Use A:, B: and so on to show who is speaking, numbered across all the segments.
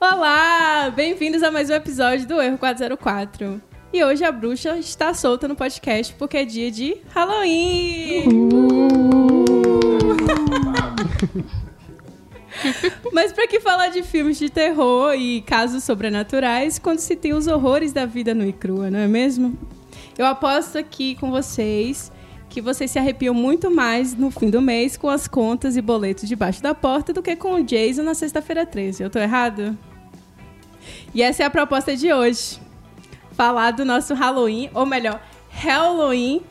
A: Olá! Bem-vindos a mais um episódio do Erro 404. E hoje a bruxa está solta no podcast porque é dia de Halloween! Mas pra que falar de filmes de terror e casos sobrenaturais quando se tem os horrores da vida nua e crua, não é mesmo? Eu aposto aqui com vocês que vocês se arrepiam muito mais no fim do mês com as contas e boletos debaixo da porta do que com o Jason na sexta-feira 13. Eu tô errado? E essa é a proposta de hoje. Falar do nosso Halloween, ou melhor, Halloween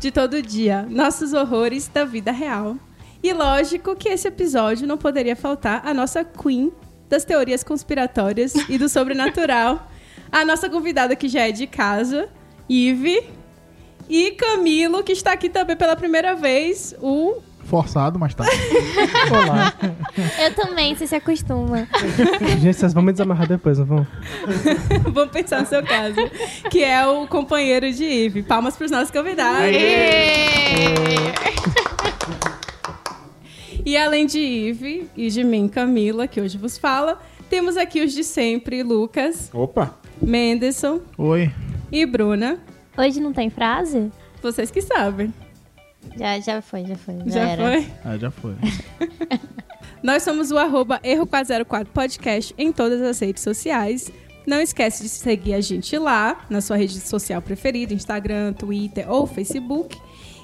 A: de todo dia. Nossos horrores da vida real. E lógico que esse episódio não poderia faltar a nossa queen das teorias conspiratórias e do sobrenatural. A nossa convidada que já é de casa, Ive. E Camilo, que está aqui também pela primeira vez, o
B: Forçado, mas tá. Olá.
C: Eu também, você se acostuma.
D: Gente, vocês vão me desamarrar depois, não vão?
A: Vamos pensar no seu caso. Que é o companheiro de Ive. Palmas para os nossos convidados. E além de Ive e de mim, Camila, que hoje vos fala, temos aqui os de sempre, Lucas,
E: Opa!
A: Menderson
B: Oi.
A: e Bruna.
C: Hoje não tem frase?
A: Vocês que sabem.
C: Já, já foi, já foi. Já,
A: Já
C: era.
A: foi?
B: Ah, já foi.
A: Nós somos o arroba erro404 podcast em todas as redes sociais. Não esquece de seguir a gente lá, na sua rede social preferida, Instagram, Twitter ou Facebook.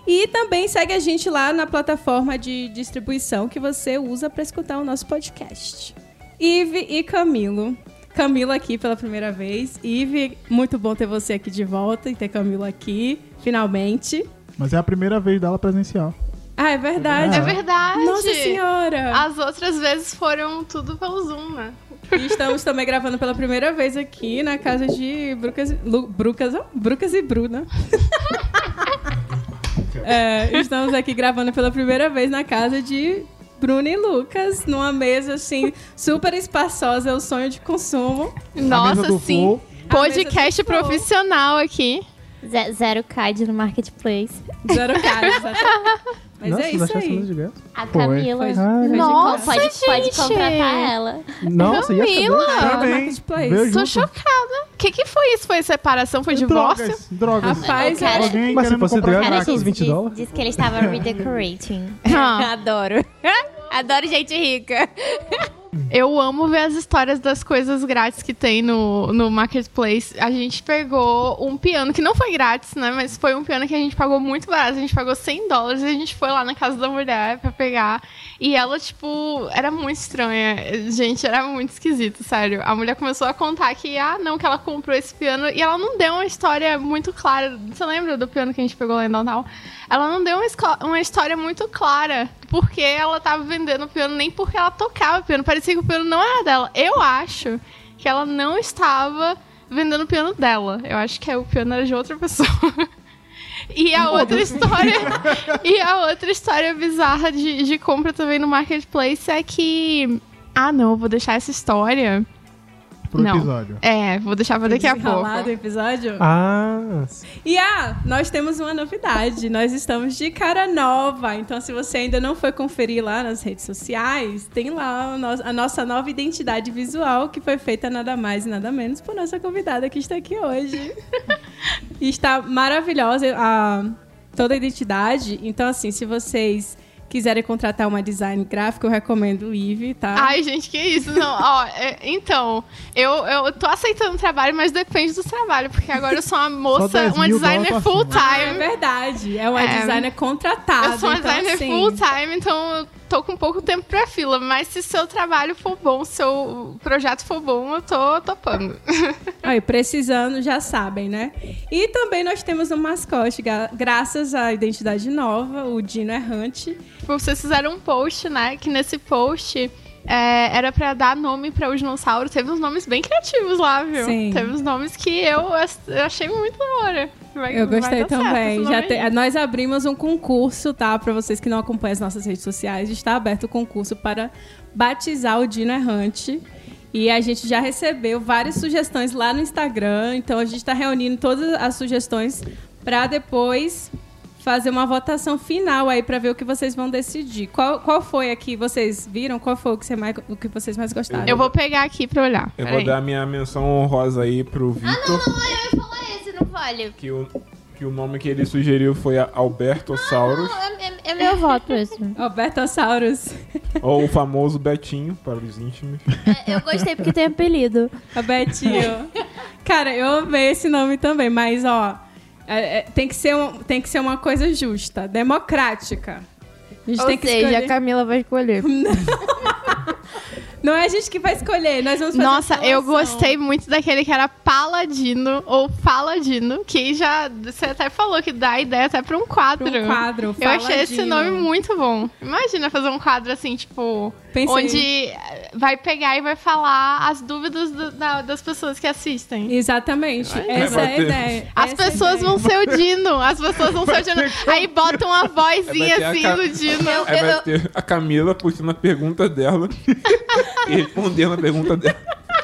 A: E também segue a gente lá na plataforma de distribuição que você usa para escutar o nosso podcast. Ive e Camilo. Camilo aqui pela primeira vez. Ive, muito bom ter você aqui de volta e ter Camilo aqui, finalmente.
B: Mas é a primeira vez dela presencial.
A: Ah, é verdade.
F: É verdade.
A: Nossa senhora!
F: As outras vezes foram tudo pelo Zoom, né?
A: E estamos também gravando pela primeira vez aqui na casa de Brucas, Lu- Brucas, ó, Brucas e Bruna. É, estamos aqui gravando pela primeira vez na casa de Bruna e Lucas, numa mesa assim, super espaçosa, é o sonho de consumo.
B: a mesa
F: Nossa,
B: do
F: sim.
B: Flow,
F: Podcast
A: A mesa do Flow.
F: profissional aqui.
C: Ze- Zero CAD no Marketplace.
A: Zero caras. exato. Mas
D: Nossa,
A: é
D: vocês
A: isso
D: acharam essa
A: aí.
D: luz de graça?
C: A
B: Foi,
C: Camila.
A: Foi-
D: Ah,
A: foi de
F: Nossa,
A: classe.
C: Pode, pode
F: gente!
C: contratar ela.
D: Nossa, e a
F: Camila!
D: cabeça?
B: Também.
A: Marketplace.
B: Veio
F: Tô
B: junto.
F: chocada. O que, que foi isso? Foi separação? Foi divórcio?
B: Drogas. Drogas.
A: Rapaz,
C: Não, cara,
B: Alguém
D: Mas se
B: querendo
D: fosse
B: comprar
D: droga,
B: crack.
D: era esses 20
C: diz,
D: dólares?
C: diz que ele estava redecorating.
F: Ah.
C: Adoro. Adoro gente rica.
F: Eu amo ver as histórias das coisas grátis que tem no, no Marketplace. A gente pegou um piano, que não foi grátis, né? Mas foi um piano que a gente pagou muito barato. A gente pagou 100 dólares e a gente foi lá na casa da mulher pra pegar. E ela, tipo, era muito estranha. Gente, era muito esquisito, sério. A mulher começou a contar que, ah, não, que ela comprou esse piano. E ela não deu uma história muito clara. Você lembra do piano que a gente pegou lá em Downtown? Ela não deu uma, esco- uma história muito clara porque ela tava vendendo o piano, nem porque ela tocava o piano. Parecia que o piano não era dela. Eu acho que ela não estava vendendo o piano dela. Eu acho que é, o piano era de outra pessoa. E a outra história. e a outra história bizarra de, de compra também no marketplace é que. Ah, não, eu vou deixar essa história.
B: Pro
F: Não.
B: episódio.
F: É, vou deixar pra daqui a pouco.
A: Desenrolado o episódio.
D: Ah,
A: E ah, nós temos uma novidade. Nós estamos de cara nova. Então, se você ainda não foi conferir lá nas redes sociais, tem lá o nosso- a nossa nova identidade visual, que foi feita nada mais e nada menos por nossa convidada que está aqui hoje. e está maravilhosa a, toda a identidade. Então, assim, se vocês quiserem contratar uma design gráfica, eu recomendo o Ive, tá?
F: Ai, gente, que isso? Não, ó, é, então, eu, eu tô aceitando o trabalho, mas depende do trabalho, porque agora eu sou uma moça,
B: 10
F: uma
B: mil
F: designer
B: dólares
F: full
B: pra
A: Ah, é
F: time.
A: verdade. É uma
F: É.
A: designer contratada.
F: Eu sou uma
A: então,
F: designer
A: assim,
F: full time, então eu tô com pouco tempo pra fila, mas se seu trabalho for bom, seu projeto for bom, eu tô topando.
A: Aí, precisando, já sabem, né? E também nós temos um mascote, ga- graças à identidade nova, o Dino Errante.
F: Tipo, vocês fizeram um post, né? Que nesse post é, era pra dar nome pra o dinossauro. Teve uns nomes bem criativos lá, viu?
A: Sim.
F: Teve uns nomes que eu, ass- eu achei muito da hora. Vai-
A: Eu
F: vai
A: gostei
F: dar certo é
A: também.
F: esse
A: Já
F: nome
A: te-
F: aí.
A: Nós abrimos um concurso, tá? Para vocês que não acompanham as nossas redes sociais, está aberto o concurso para batizar o Dino Errante. E a gente já recebeu várias sugestões tá lá no Instagram, então a gente está reunindo todas as sugestões para depois fazer uma votação final aí pra ver o que vocês vão decidir. Qual, qual foi a que vocês viram? Qual foi o que, você mais, o que vocês mais gostaram?
F: Eu vou pegar aqui pra olhar.
E: Eu
F: Peraí.
E: vou dar minha menção honrosa aí pro Vitor,
C: eu ia falar esse, não vale.
E: que, o, que o nome que ele sugeriu foi a- Albertossauros,
C: É meu voto esse.
A: Albertossauros.
E: ou o famoso Betinho, para os íntimos.
C: Eu gostei porque tem apelido.
A: A Betinho. Cara, eu amei esse nome também, mas ó, é- é- tem, que ser um- tem que ser uma coisa justa, democrática. A gente
C: Ou
A: tem que
C: seja,
A: escolher.
C: a Camila vai escolher.
A: Não é a gente que vai escolher, nós vamos fazer
F: Nossa,
A: uma
F: eu
A: relação.
F: gostei muito daquele que era Paladino ou Paladino, que já você até falou que dá ideia até pra um quadro.
A: Pra um quadro,
F: Eu achei esse
A: Paladino.
F: nome muito bom. Imagina fazer um quadro assim, tipo,
A: Pensei.
F: onde eh, vai pegar e vai falar as dúvidas do- da- das pessoas que assistem.
A: Exatamente, essa é a
E: bater.
A: ideia.
F: As
A: essa é a
F: pessoas
A: ideia.
F: vão ser o Dino, as pessoas vão ser o Dino. Aí botam a vozinha
E: ter a
F: assim
E: ca-
F: do Dino.
E: Aí vai ter a Camila puxando a pergunta dela e respondendo a pergunta dela.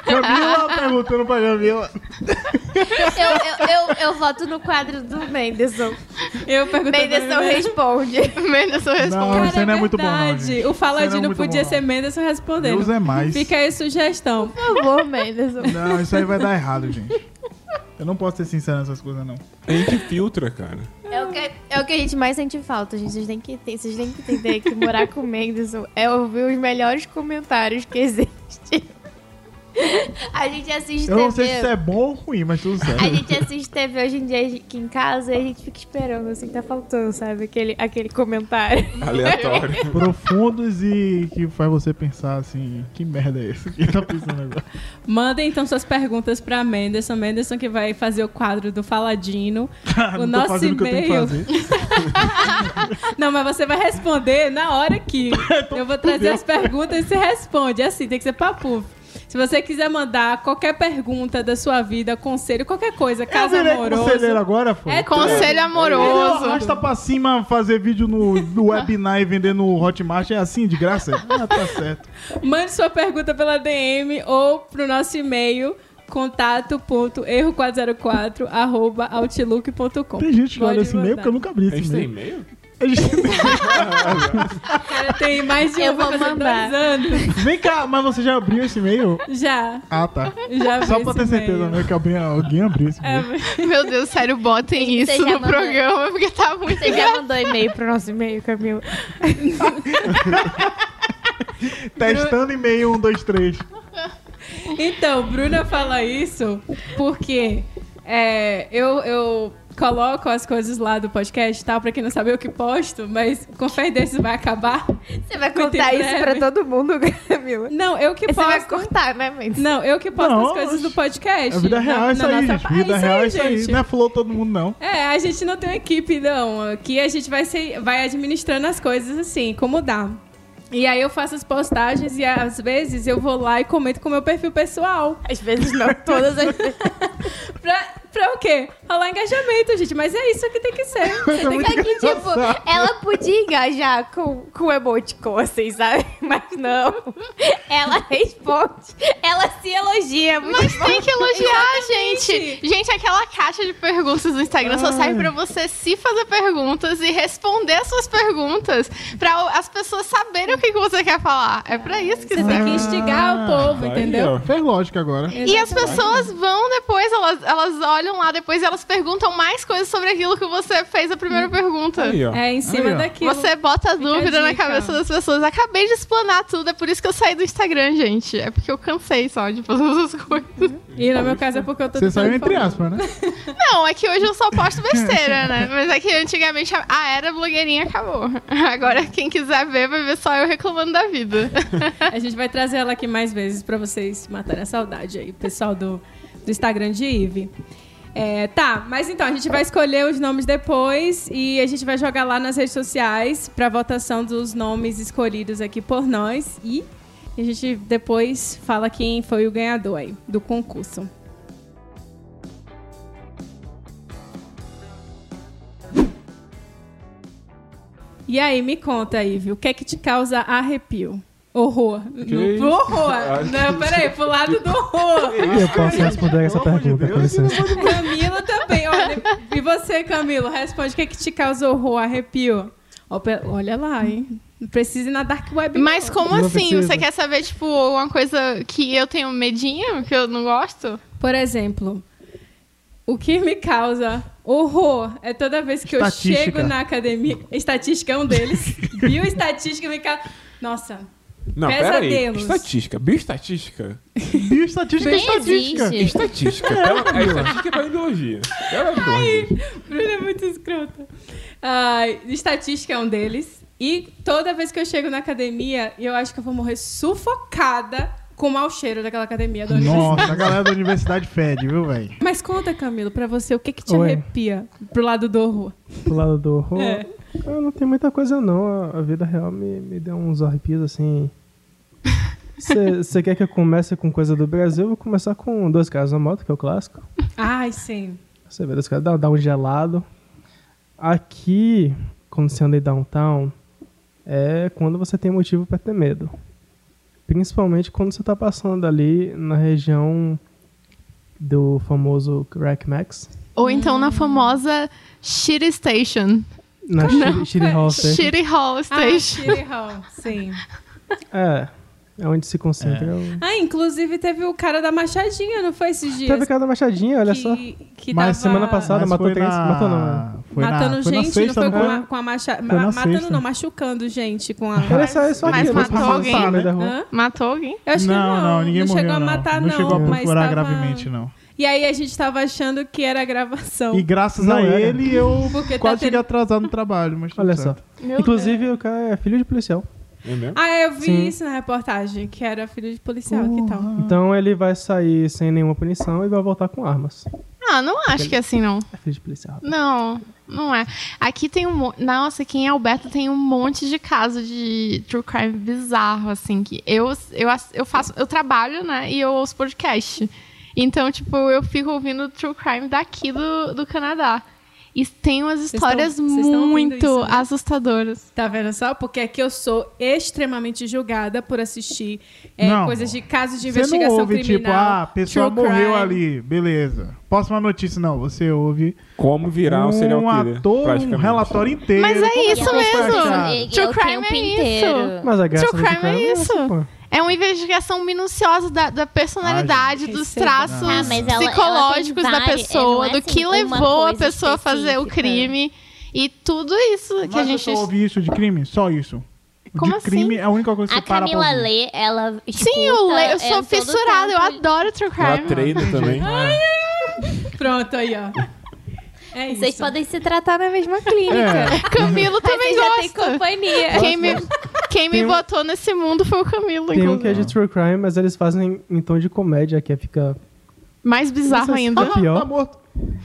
B: Camila perguntando pra Camila.
C: Eu, eu, eu, eu voto no quadro do Menderson.
A: Eu né? perguntei
C: Menderson responde.
F: Menderson responde.
B: Não, isso aí não é muito bom, não,
A: verdade.
B: gente.
A: O
B: Isso aí não é
A: Faladino
B: muito
A: podia
B: bom,
A: ser
B: não.
A: Menderson respondendo.
B: Deus é mais.
A: Fica aí a sugestão.
C: Por favor, Menderson.
B: Não, isso aí vai dar errado, gente. Eu não posso ser sincero nessas coisas, não.
E: A gente filtra, cara.
C: É o, que, é o que a gente mais sente falta, gente. Vocês têm que, ter- vocês têm que entender que morar com o Menderson é ouvir os melhores comentários que existem. A gente assiste
B: Eu
C: TV.
B: não sei se isso é bom ou ruim, mas tudo certo.
C: A gente assiste TV hoje em dia aqui em casa e a gente fica esperando, assim, tá faltando, sabe? Aquele, aquele comentário.
E: Aleatório.
B: Profundos e que faz você pensar assim, que merda é esse que tá pensando agora?
A: Mandem então suas perguntas pra Menderson. Menderson que vai fazer o quadro do Faladino.
B: Ah,
A: o
B: não tô
A: nosso
B: fazendo o que eu tenho que
A: e-mail.
B: fazer.
A: Não, mas você vai responder na hora aqui. Eu vou trazer as perguntas e você responde. É assim, tem que ser papo. Se você quiser mandar qualquer pergunta da sua vida, conselho, qualquer coisa, caso
B: eu virei é conselheiro
A: amoroso.
B: agora, foi.
A: É
F: Conselho amoroso.
B: Arrasta pra cima fazer vídeo no, no webinar e vender no Hotmart. É assim, de graça? Ah, tá certo.
A: Mande sua pergunta pela DM ou pro nosso e-mail contato.erro404 arroba outlook.com
B: Tem gente que
A: Pode
B: olha esse e-mail
A: mandar.
B: porque eu nunca abri
E: A
B: esse
E: gente tem
B: e-mail.
E: e-mail?
B: Eles-
A: Cara, tem mais de
C: Eu
A: um, vai
C: vou
A: fazer
C: mandar.
A: dois anos.
B: Vem cá, mas você já abriu esse e-mail?
A: Já,
B: Ah, tá.
A: já vi
B: Só pra
A: esse
B: ter certeza,
A: e-mail.
B: né? Que alguém, alguém abriu esse
A: É,
B: e-mail.
A: mas-
F: Meu Deus, sério, botem
C: Você
F: isso
C: já
F: no
C: mandou-
F: programa, porque tá muito
C: Você já mandou e-mail pro nosso e-mail, Camila?
B: Testando e-mail 1, 2, 3.
A: Então, Bruna fala isso porque é, eu, eu coloco as coisas lá do podcast e tal, pra quem não sabe eu que posto, mas com fé em Deus isso vai acabar.
C: Você vai
A: Muito
C: contar
A: em
C: isso pra
A: breve.
C: todo mundo, Camila?
A: Não, eu que
C: Você vai
A: posto.
C: cortar, né, Mendes?
A: Não, eu que posto
B: Não,
A: as coisas do podcast.
B: É vida
A: na-
B: real
A: na
B: isso aí,
A: nossa
B: gente.
A: pá-
B: Vida real é isso aí.
A: gente.
B: Não é flow todo mundo, não.
A: É, a gente não tem uma equipe, não. Aqui a gente vai, se, vai administrando as coisas assim, como dá. E aí eu faço as postagens e às vezes eu vou lá e comento com o meu perfil pessoal.
C: Às vezes não, todas as vezes.
A: Pra, pra o quê? Rolar engajamento, gente. Mas é isso que tem que ser. Você tem que...
C: É que, tipo, ela podia engajar com, com emoticon, assim, sabe? Mas não. Ela responde. Ela se elogia. Muito
F: Mas tem que elogiar,
A: Exatamente.
F: gente. Gente, aquela caixa de perguntas do Instagram só serve pra você se fazer perguntas e responder as suas perguntas pra o- as pessoas saberem o que que você quer falar. É pra isso que
A: Você tem
F: serve.
A: que instigar o povo,
B: Ah,
E: Aí,
A: entendeu?
E: ó.
B: Fez lógica agora.
F: E as pessoas vão depois, elas, elas olham lá depois e elas perguntam mais coisas sobre aquilo que você fez a primeira pergunta.
E: Aí, ó.
A: É em cima
B: Aí, ó.
A: daquilo.
F: Você bota dúvida
A: a
F: na
A: dica.
F: cabeça das pessoas. Acabei de explanar tudo, é por isso que eu saí do Instagram, gente. É porque eu cansei só de fazer essas coisas.
A: E no meu caso é porque eu tô
B: Você saiu
A: tentando
B: entre
A: falar.
B: aspas, né?
F: Não, é que hoje eu só posto besteira, né? Mas é que antigamente a- a era blogueirinha acabou. Agora quem quiser ver, vai ver só eu reclamando da vida.
A: A gente vai trazer ela aqui mais vezes pra vocês matarem a saudade aí, pessoal do, do Instagram de Ive. É, tá, mas então, a gente vai escolher os nomes depois e a gente vai jogar lá nas redes sociais pra votação dos nomes escolhidos aqui por nós e a gente depois fala quem foi o ganhador aí do concurso. E aí, me conta, Ive, o que é que te causa arrepio? Horror.
E: isso?
A: No, horror!
E: Ah,
A: Não, peraí, pro lado do horror.
D: Eu posso responder essa pergunta, com licença.
A: Camila também, olha, E você, Camilo, responde o que, é que te causa horror, arrepio? Ó, pe- Olha lá, hein? Não precisa ir na Dark Web.
F: Mas
A: não.
F: como
D: Não
F: assim?
D: precisa.
F: Você quer saber, tipo, uma coisa que eu tenho medinho, que eu não gosto?
A: Por exemplo, o que me causa horror é toda vez que eu
B: Estatística.
A: chego na academia. Estatística é um deles. Bioestatística me causa. Nossa,
E: Não, peraí.
A: Pesadelos.
E: Estatística. Bioestatística?
B: Bioestatística é
G: Nem
B: estatística.
G: existe.
E: Estatística. Pela- a estatística é pra ideologia. Pela ideologia.
A: Bruna é muito escrota. Ai, estatística é um deles. E toda vez que eu chego na academia, eu acho que eu vou morrer sufocada com o mau cheiro daquela academia da universidade.
B: Nossa, a galera da universidade fede, viu, velho?
A: Mas conta, Camilo, pra você, o que que te
D: Oi.
A: arrepia pro lado do horror?
D: Pro lado do horror.
A: É.
D: Eu não tenho muita coisa, não. A- A vida real me, me deu uns arrepios assim. Você quer que eu comece com coisa do Brasil? Eu vou começar com dois caras na moto, que é o clássico.
A: Ai, sim.
D: Você vê, os caras dá, dá um gelado. Aqui, quando você anda em downtown, é quando você tem motivo pra ter medo. Principalmente quando você tá passando ali na região do famoso Crack Max.
F: Ou então
A: Hum.
F: na famosa Shitty Station.
D: Na Shitty- Shitty Hall Station.
F: Shitty Hall
A: Ah,
F: Station.
A: City Hall, sim.
D: É, é onde se concentra. o-
A: Ah, inclusive teve o cara da Machadinha, não foi esses dias?
D: Teve aquela da machadinha, olha
A: que,
D: só.
A: que
D: Mas
A: tava
D: semana passada- Cara,
B: Mas
D: matou
B: foi
D: três-
B: na-
D: matou não,
B: Foi
A: matando
B: na, foi na
A: gente,
B: sexta, né?
A: não foi com
D: foi?
A: a, com a macha...
B: na
A: ma- matando
B: sexta.
A: não, machucando gente com a...
D: Olha só isso
F: Mas
D: aqui.
F: matou
D: passando
F: alguém?
D: no meio da rua.
A: né? Hã?
F: Matou alguém?
A: Eu acho
B: não,
A: que
B: não, ninguém
A: não
B: morreu.
A: chegou a
B: não.
A: matar, não.
B: não chegou a
A: mas
B: procurar
A: tava-
B: gravemente, não.
A: E aí a gente tava achando que era gravação.
B: E graças
D: Não
B: a
D: era.
B: ele, eu
A: Porque tá
B: quase
A: tendo-
B: cheguei atrasado no trabalho. Mas tudo
D: Olha só.
B: certo.
D: Inclusive, o cara é filho de policial.
E: É mesmo?
A: Ah, eu vi
D: Sim.
A: isso na reportagem, que era filho de policial, que tal?
D: Então ele vai sair sem nenhuma punição e vai voltar com armas.
F: Ah, não acho que é assim, não.
D: É filho de policial.
F: Não, não é. Aqui tem um monte. Nossa, aqui em Alberta tem um monte de caso de true crime bizarro, assim, que eu, eu, ass- eu faço, eu trabalho, né? E eu ouço podcast. Então, tipo, eu fico ouvindo true crime daqui do, do Canadá. E tem umas
A: tão-
F: histórias
A: vocês tão ouvindo
F: muito
A: isso, né?
F: assustadoras.
A: Tá vendo só? Porque é que eu sou extremamente julgada por assistir é,
B: Não.
A: coisas de casos de
B: Você não
A: investigação
B: ouve,
A: criminal.
B: tipo, ah, a pessoa
A: true
B: morreu
A: crime.
B: ali, beleza. Próxima notícia, não. Você ouve
E: Como virar um serial
B: um
E: killer?
B: ator, um
E: praticamente.
B: relatório inteiro.
F: Mas é
G: E
F: isso
G: a pessoa
F: mesmo.
G: tá- e- e
F: True
G: é o
F: crime
G: tempo
F: é
G: inteiro.
F: isso.
D: Mas a graça
F: True
D: do
F: crime é isso.
D: essa, assim, pô.
F: É uma investigação minuciosa da, da personalidade,
A: gente,
F: dos
A: receba.
F: traços
G: Ah, mas ela- ela tem
F: psicológicos da
G: várias-
F: pessoa,
G: não é
F: do que
G: assim uma
F: levou a
G: coisa
F: pessoa a fazer o
G: específica.
F: crime. E tudo isso que a
B: Mas
F: gente.
B: eu só ouvi isso de crime? Só isso.
F: Como
B: de
F: assim?
B: crime é a única coisa que
G: A
B: você para pra
G: Camila
B: ouvir.
G: lê, ela escuta,
F: Sim, eu, leio, eu
G: é,
F: sou
G: todo
F: fissurada, eu
G: tempo.
F: adoro true
E: Ela
F: crime.
E: treina também.
B: Ah.
A: Pronto, aí, ó. É isso.
G: Vocês podem se tratar na mesma clínica.
F: Camilo É. também
G: Vocês já têm
F: gosta.
G: companhia.
F: Quem me, quem me
D: Tem um-
F: botou nesse mundo foi o Camilo,
D: Tem um que
F: inclusive.
D: é de true crime, mas eles fazem em tom de comédia, que é fica.
F: Mais bizarro ainda. Ah,
D: É pior.
B: Tá morto.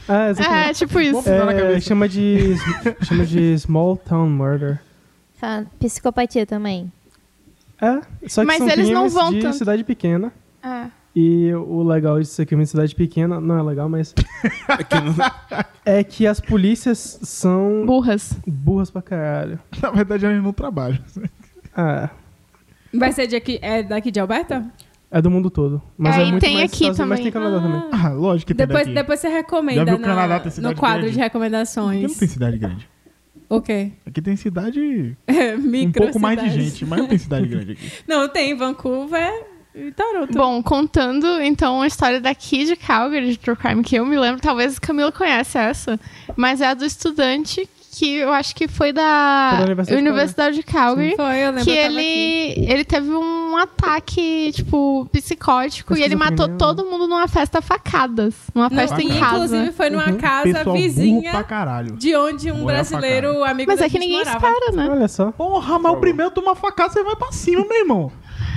D: É, exatamente.
F: É, tipo isso.
B: Vamos dar na
D: É,
B: cabeça.
D: chama de chama de small town murder.
G: Fa- Psicopatia também.
D: É, só que
F: Mas
D: são
F: eles não
D: crimes
F: vão
D: de
F: tanto.
D: cidade pequena.
F: É.
D: E o legal de ser crime de cidade pequena, não é legal, mas é que as polícias são
F: Burras.
D: burras pra caralho.
B: Na verdade, é ele não trabalha.
D: Ah,
A: Vai ser de aqui, é daqui de Alberta?
D: é do mundo todo, mas
F: É,
D: é,
F: e
D: muito
F: tem
D: mais
F: aqui
D: Estados Unidos, mas tem
A: também.
D: Canadá também.
B: Ah, lógico que tem
A: Depois,
B: daqui.
A: depois você recomenda
B: Já viu o
A: na-
B: Canadá tem
A: no
B: cidade
A: quadro
B: grande?
A: de
B: Aqui
A: recomendações.
B: não tem cidade grande.
A: O quê?
B: Aqui tem cidade...
A: É,
B: Um pouco mais de
A: microcidades.
B: gente, mas não tem cidade grande aqui.
A: Não, tem Vancouver e Toronto.
F: Bom, contando então a história daqui de Calgary, de True Crime, que eu me lembro, talvez o Camilo conhece essa, mas é a do estudante que eu acho que foi da,
D: Foi da Universidade de
F: Universidade de Calgary.
A: Foi, eu lembro.
F: Que
A: eu tava aqui.
F: ele, ele teve um ataque, tipo, psicótico e
D: Pesquisa
F: ele matou
D: criminal, né?
F: todo mundo numa festa a facadas. Numa
A: Não,
F: festa
A: e
F: tá em
A: inclusive
F: casa.
A: foi numa casa
B: Uhum. Pessoal burro pra
A: vizinha
B: caralho.
A: de onde um
B: Morar pra
A: brasileiro amigo
F: Mas
A: da
F: é que
A: gente
F: ninguém
A: morava.
F: espera, né?
D: Olha só.
B: Porra, mas o primeiro toma facada, você vai pra cima, meu irmão.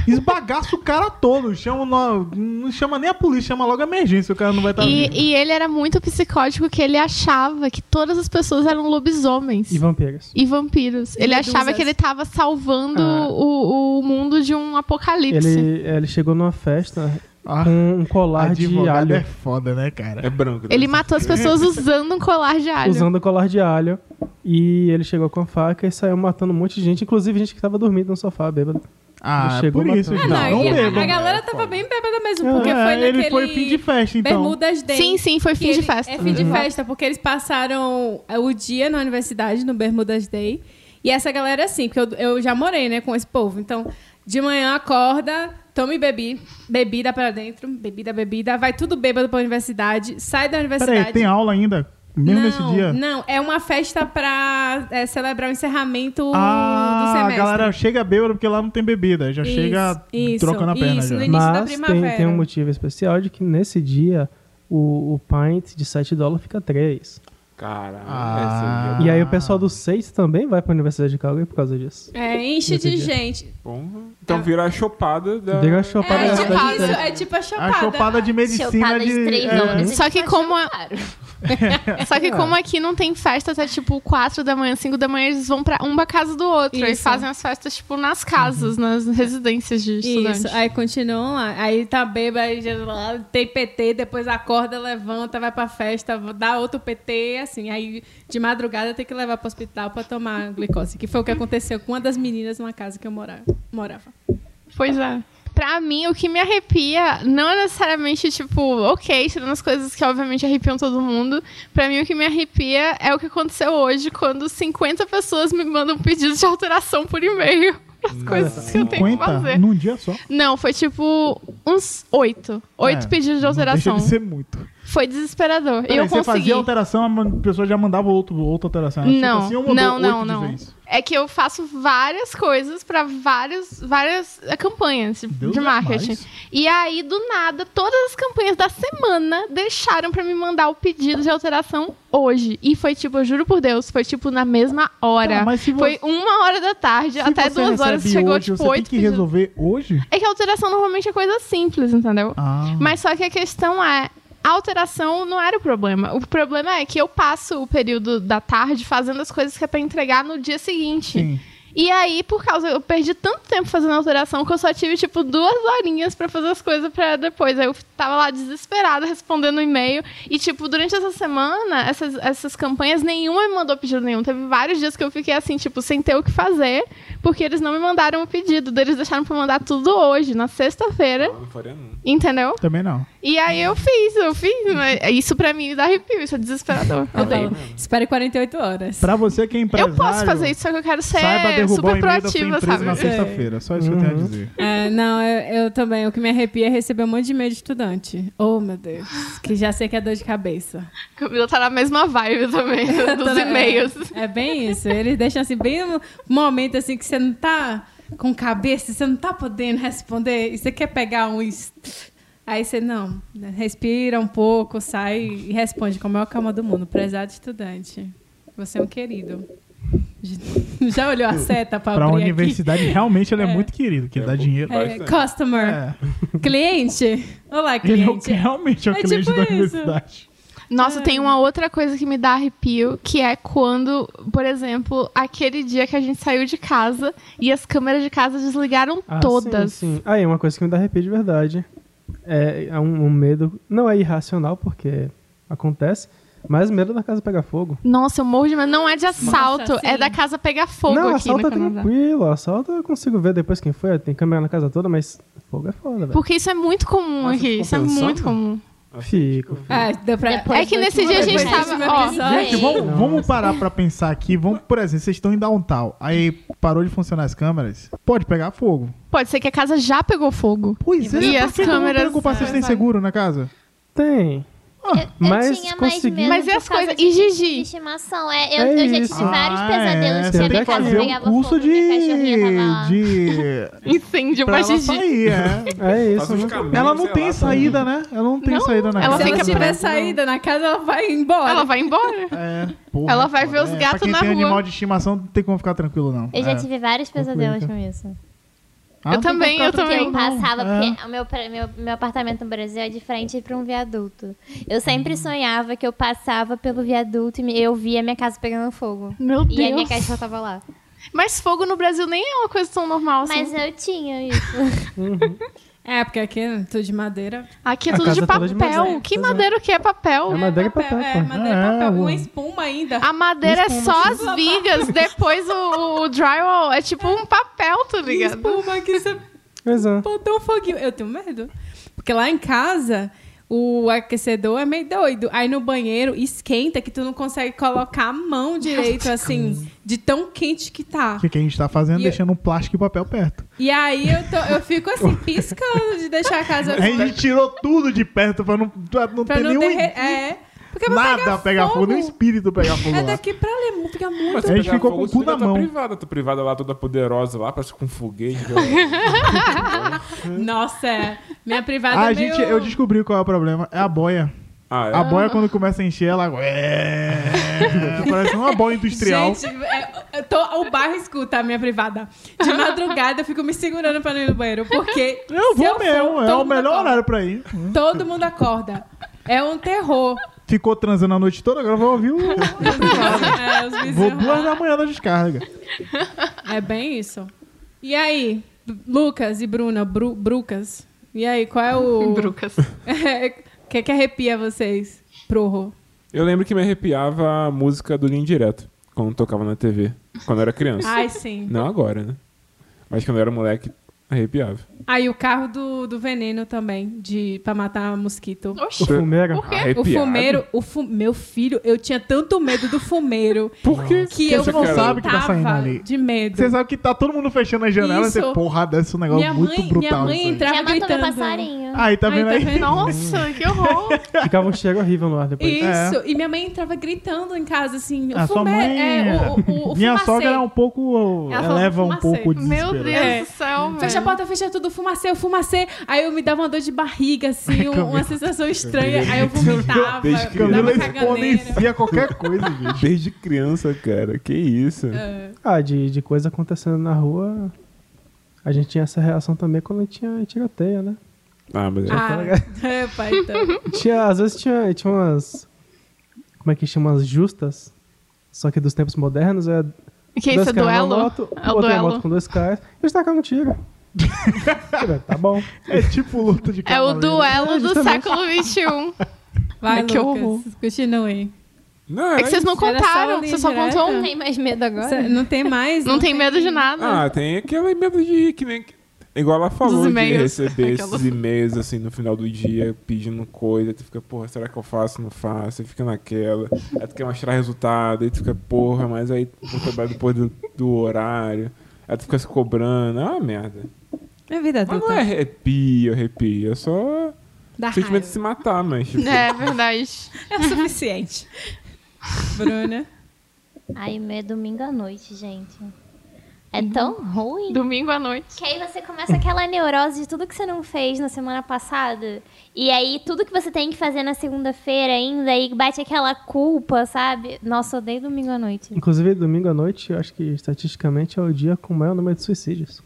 B: Esbagaça o cara todo. Chama, no- não chama nem a polícia, chama logo a emergência. O cara não vai tá estar
F: E,
B: vivo.
F: e ele era muito psicótico que ele achava que todas as pessoas eram lobisomens.
D: E vampiras.
F: e vampiros. Ele
A: Medusas.
F: achava que ele tava salvando
D: Ah.
F: o, o mundo de um apocalipse.
D: Ele, ele chegou numa festa
B: Ah,
D: com um colar de
B: advogado
D: alho.
B: é foda, né, cara?
E: É branco. né?
F: Ele matou as pessoas usando um colar de alho.
D: usando colar de alho. E ele chegou com a faca e saiu matando um monte de gente, inclusive gente que tava dormindo no sofá, bêbado.
B: Ah, é
D: Chegou
B: por isso.
D: matando.
B: gente.
A: Não, é
B: Não,
A: e a-
B: bebo.
A: a galera tava bem bêbada mesmo, porque
B: É,
A: foi naquele
B: ele foi fim de festa, então.
A: Bermudas Day.
F: Sim, sim, foi
A: que
F: fim de
A: ele-
F: festa.
A: É fim de
F: Uhum.
A: festa, porque eles passaram é, o dia na universidade, no Bermudas Day. E essa galera, assim, porque eu, eu já morei, né, com esse povo. Então, de manhã acorda, tome bebi, bebida pra dentro, bebida, bebida, vai tudo bêbado pra universidade, sai da universidade.
B: Peraí, tem aula ainda? Mesmo
A: não,
B: nesse dia?
A: Não, é uma festa pra é, celebrar o
F: Tipo,
A: encerramento do
B: Ah, a
A: semestre.
B: galera chega bêbada porque lá não tem bebida. Já
A: Isso,
B: chega
A: isso,
B: trocando a perna
A: isso,
B: já.
A: no início da
D: Mas tem,
A: primavera.
D: tem um motivo especial de que nesse dia o, o pint de 7 dólares fica 3.
E: Caralho,
B: Ah.
E: essa é
D: E aí o pessoal do 6 também vai pra Universidade de Calgary por causa disso.
A: É, enche
D: Nesse
A: de
D: dia.
A: gente.
E: Porra. Então vira a chopada da.
D: Diga a chopada
A: É,
D: da
F: Parece
A: tipo
D: cidade
F: chopada. né?
A: isso,
D: inteira.
A: é tipo a
B: A
A: chopada.
B: chopada de medicina
G: Chopada de
B: de...
G: três
B: é,
D: Uhum.
G: dólares.
F: Só que
G: Mas
F: como
G: é
F: a-
G: caro.
F: É Só que como aqui não tem festa até tipo 4 da manhã, 5 da manhã, eles vão pra uma casa do outro. E
A: Isso.
F: fazem as festas, tipo, nas casas, nas residências de estudantes.
A: Isso, aí continuam lá. Aí tá bêbado, aí já- lá, tem PT, depois acorda, levanta, vai pra festa, dá outro PT, assim. Aí de madrugada tem que levar pro hospital pra tomar glicose, que foi o que aconteceu com uma das meninas numa casa que eu morava. morava.
F: Pois é. Pra mim, o que me arrepia não é necessariamente, tipo, ok, tirando as coisas que obviamente arrepiam todo mundo. Pra mim, o que me arrepia é o que aconteceu hoje, quando 50 pessoas me mandam pedidos de alteração por e-mail. As coisas que é, eu tenho que
B: 50
F: fazer.
B: num dia só.
F: Não, foi tipo uns oito. Oito
B: É,
F: pedidos de alteração.
B: Não deixa de ser muito.
F: Foi desesperador. E
B: Peraí,
F: eu
B: você
F: consegui.
B: fazia alteração, a pessoa já mandava outro, outra alteração. Era
F: Não,
B: tipo assim, eu mandou
F: não,
B: oito
F: não,
B: de
F: não.
B: vez.
F: É que eu faço várias coisas pra várias, várias eh, campanhas de,
B: Deus
F: de
B: é
F: marketing.
B: mais.
F: E aí, do nada, todas as campanhas da semana deixaram pra me mandar o pedido de alteração hoje. E foi tipo, eu juro por Deus, foi tipo na mesma hora.
B: Tá, mas se vo-
F: Foi uma hora da tarde,
B: se
F: até
B: você
F: duas horas
B: recebe
F: chegou
B: hoje,
F: tipo
B: você tem
F: oito
B: que
F: pedidos.
B: resolver hoje?
F: É que a alteração normalmente é coisa simples, entendeu?
B: Ah,
F: Mas só que a questão é. A alteração não era o problema. O problema é que eu passo o período da tarde fazendo as coisas que é pra entregar no dia seguinte.
B: sim.
F: E aí, por causa. Eu perdi tanto tempo fazendo alteração que eu só tive, tipo, duas horinhas pra fazer as coisas pra depois. Aí eu tava lá desesperada respondendo e-mail. E, tipo, durante essa semana, essas, essas campanhas, nenhuma me mandou pedido nenhum. Teve vários dias que eu fiquei assim, tipo, sem ter o que fazer, porque eles não me mandaram o pedido. Daí Eles deixaram pra eu mandar tudo hoje, na sexta-feira.
E: Não faria não.
F: Entendeu?
B: Também não.
F: E aí eu fiz, eu fiz. mas Isso pra mim dá arrepio, isso é desesperador.
A: Eu falo, espere 48 horas.
B: Pra você que é empresário,
F: eu posso fazer isso, só que eu quero
B: saiba derrubar
F: ser
B: o
F: super
B: e-mail da sua
F: proativa,
B: empresa na
F: sabe? Uhum.
B: sexta-feira. Só isso que eu tenho a dizer.
A: É, não, eu, eu também. O que me arrepia é receber um monte de e-mail de estudante. Oh, meu Deus. Que já sei que é dor de cabeça.
F: Camila tá na mesma vibe também dos
A: Toda-
F: e-mails.
A: É, é bem isso. Eles deixam assim, bem no momento assim que você não tá com cabeça, você não tá podendo responder. E você quer pegar um. es- Aí você não. Respira um pouco, sai e responde com a maior calma do mundo. Prezado estudante. Você é um querido. Já olhou a seta para
B: Pra
A: abrir
B: universidade, realmente ele é,
A: É.
B: muito querido, que
E: É
B: dá
E: bom.
B: dinheiro.
A: aqui? É,
E: Bastante.
A: customer.
B: É.
A: Cliente? Olá,
B: Ele é o
A: cliente.
B: que realmente é o
A: É
B: cliente
A: tipo
B: da
A: isso.
B: universidade.
F: Nossa, tem uma outra coisa que me dá arrepio, que é quando, por exemplo, aquele dia que a gente saiu de casa e as câmeras de casa desligaram
D: Ah,
F: todas.
D: Sim, sim. Aí, uma coisa que me dá arrepio de verdade. É, é um, um medo. Não é irracional, porque acontece, mas medo da casa pegar fogo.
F: Nossa, eu morro de medo. Não é de assalto, é
A: sim.
F: da casa pegar fogo
D: não,
F: aqui
D: assalto
F: no
D: é
F: Canadá.
D: tranquilo, assalto eu consigo ver depois quem foi, tem câmera na casa toda, mas fogo é foda, velho.
F: Porque isso é muito comum
E: Nossa,
F: aqui.
E: ficou
F: Isso é
E: pensando?
F: muito comum.
D: Fico.
A: Ah, deu pra...
G: Depois
F: É que
G: do
F: nesse
G: último
F: dia a gente
G: episódio
F: tava-
G: do
F: ó,
G: episódio.
B: Gente, vamos,
D: Nossa.
B: vamos parar pra pensar aqui. Vamos, por exemplo, vocês estão em downtown, aí parou de funcionar as câmeras, pode pegar fogo.
F: Pode ser que a casa já pegou fogo.
B: Pois é,
F: E
B: por
F: as
B: que não
F: câmeras,
B: preocupar? Vocês
F: é,
B: têm
F: sabe?
B: seguro na casa?
D: Tem.
G: Eu- eu
D: Mas
G: tinha mais
D: consegui-
G: medo
F: Mas e
G: por
F: as
G: causa
F: coisas?
G: de
F: E
G: bicho
F: Gigi?
G: De estimação. É, eu,
D: É
G: eu já
D: isso.
G: tive vários
B: Ah,
G: pesadelos
B: é, você
G: que a minha
B: tem que
G: casa
B: fazer um
G: pegava
B: curso
G: fogo, minha cachorrinha tava lá.
B: de... de...
F: Incêndio
B: pra
F: pra
B: ela
F: Gigi.
B: sair, é.
D: É
E: Faz
F: um
D: isso.
E: uns
D: né?
E: caminhos,
B: Ela não
E: sei
B: tem
E: lá, tá
B: saída, né? Ela não tem
F: Não,
B: saída na
F: ela
A: Se
B: casa.
A: ela
F: fica
A: tiver
F: presa.
A: saída na casa, ela vai embora.
F: Ela vai embora.
B: É, porra,
F: Ela vai ver os
B: é, pra
F: gatos
B: quem
F: na
B: tem
F: rua.
B: animal de estimação, não tem como ficar tranquilo, não.
G: Eu já
B: É.
G: tive vários pesadelos com isso.
B: Ah, não
F: eu
B: tem como
F: também,
B: ficar
F: eu
G: Porque
F: também.
G: eu passava,
B: É.
G: porque o meu, pra- meu, meu apartamento no Brasil é de frente pra um viaduto. Eu sempre sonhava que eu passava pelo viaduto e me- eu via minha casa pegando fogo.
F: Meu
G: E a minha
F: Deus.
G: cachorra tava lá.
F: Mas fogo no Brasil nem é uma coisa tão normal assim.
G: Mas eu tinha isso.
A: É, porque aqui eu tô de madeira.
F: Aqui é
D: A
F: tudo de
D: casa toda de
F: papel.
D: madeira, pois
F: que
D: é.
F: madeira o que é papel?
D: É madeira e papel,
A: É,
D: pô.
A: madeira e
B: É,
A: papel.
B: ué.
A: Uma espuma ainda.
F: A madeira é
D: Espuma. assim.
F: só as vigas, depois o, o drywall é tipo um papel, tá ligado?
A: espuma que você
D: Pois é.
A: botou um foguinho. Eu tenho medo. Porque lá em casa, o aquecedor é meio doido. Aí no banheiro esquenta que tu não consegue colocar a mão direito, assim, de tão quente que tá.
B: O que, que a gente tá fazendo?
A: E-
B: Deixando um plástico e papel perto.
A: E aí eu, tô- eu fico assim, piscando de deixar a casa.
B: A gente tirou tudo de perto pra não, pra não
A: pra
B: ter
A: não
B: nenhum.
A: derre- É. Porque pra
B: Nada pegar fogo, nem o espírito pegar fogo.
A: É
B: lá.
A: daqui pra Alemanha, fica muito.
E: Mas
B: A gente
E: pegar
B: ficou
E: fogo,
B: com o cu
E: você
B: na
E: vê tua
B: mão.
E: privada, tua privada lá toda poderosa lá, parece com foguete.
A: Nossa, é. minha privada
B: A
A: é
B: gente,
A: meio...
B: eu descobri qual é o problema. É a boia.
E: ah, é?
B: A boia, quando começa a encher, ela. É, parece uma boia industrial.
A: Gente, é, eu tô- o barro escuta a minha privada. De madrugada eu fico me segurando pra não ir no banheiro, porque.
B: eu
A: se
B: vou
A: for,
B: mesmo,
A: todo
B: é o
A: mundo
B: melhor
A: acorda.
B: horário pra ir.
A: Todo mundo acorda. É um terror.
B: Ficou transando a noite toda, agora vai ouvir o.
A: é, os
B: Vou
A: vizinhos
B: duas
A: lá.
B: da manhã na descarga.
A: É bem isso. E aí, Lucas e Bruna, Bru- Brucas. E aí, qual é o.
F: Brucas.
A: O que, que arrepia vocês pro horror?
E: Eu lembro que me arrepiava a música do Linho Direto, quando tocava na TV, quando eu era criança.
A: Ai, sim.
E: Não agora, né? Mas quando eu era moleque, arrepiava.
A: Aí o carro do, do veneno também, de pra matar mosquito.
F: Oxi.
D: O fumeiro.
F: Por quê?
A: O
E: Arrepiado.
A: fumeiro, o fu- meu filho, eu tinha tanto medo do fumeiro
E: Por quê?
A: que
E: Porque
A: eu
E: você
B: não
E: quer-
B: sabe que tá saindo
A: tava
B: ali.
A: de medo.
B: Você sabe que tá todo mundo fechando as janelas
A: Isso.
B: e você, porra, desce um negócio
A: Minha
B: muito
A: mãe, minha
B: brutal.
A: mãe
B: isso aí.
A: entrava
G: Já matou meu
A: gritando.
G: passarinho.
B: Aí, tá
A: Ai,
B: vendo
A: tá
B: aí?
A: vendo?
F: Nossa, que horror.
D: Ficava um cheiro horrível no ar depois.
A: Isso, e minha mãe entrava gritando em casa assim, o
B: A sua
A: fumeiro,
B: mãe-
A: é, o, o, o
B: Minha
A: fumacê.
B: sogra é um pouco.
A: Ela
B: Ela
A: fala
B: leva um
A: fumacê.
B: pouco o
F: Meu
B: desespero.
F: Deus
A: É.
F: do céu, velho.
A: Fecha a porta, fecha tudo, fumacê, o fumacê. Aí eu me dava uma dor de barriga, assim, um- uma sensação estranha. Aí eu vomitava,
E: Desde
A: eu
E: criança.
A: dava
B: Camila
A: caganeira.
B: exponencia qualquer coisa, gente.
E: Desde criança, cara. Que isso?
F: É.
D: Ah, de, de coisa acontecendo na rua. A gente tinha essa reação também quando tinha tiroteio, né?
E: Ah, mas é.
A: Ah, é, pai, então.
D: Tinha, às vezes tinha, tinha umas. Como é que chama? As justas. Só que dos tempos modernos é.
F: Que isso, é
D: dois caras numa
F: duelo?
D: Moto,
F: é o
D: outro é moto
F: duelo.
D: com dois caras. Eles tacaram um tiro. tá bom.
B: É tipo luta de
F: É o
B: cavaleiro.
F: duelo do
D: justamente.
F: século um. XXI.
A: Vai,
F: Ai, que
A: Lucas,
F: horror.
A: continue.
E: Não,
F: É que vocês não
A: Era só né?
F: contaram,
A: linha
F: você só
A: direta.
F: contou
G: Não
F: um.
G: tem mais medo agora?
A: Cê- Não tem mais.
F: Não tem medo de nada.
E: Ah, tem aquele medo de que nem. Igual ela falou,
F: Dos
E: de
F: e-mails.
E: receber
F: Aquela-
E: esses e-mails assim no final do dia, pedindo coisa, tu fica, porra, será que eu faço? Não faço, e fica naquela. Aí tu quer mostrar resultado, aí tu fica, porra, mas aí tu vou trabalhar depois do, do horário, aí tu fica se cobrando, ah, merda.
A: É vida
E: Mas não é
A: adulta.
E: arrepio, arrepio, é só
A: Dá raiva.
E: sentimento de se matar, mas. Tipo,
F: É verdade.
A: É o suficiente. Bruna.
G: Ai, meu é domingo à noite, gente. É
F: Uhum.
G: tão ruim.
F: Domingo à noite.
G: Que aí você começa aquela neurose de tudo que você não fez na semana passada. E aí tudo que você tem que fazer na segunda-feira ainda, aí bate aquela culpa, sabe? Nossa, odeio domingo à noite.
D: Inclusive, domingo à noite, eu acho que estatisticamente é o dia com o maior número de suicídios.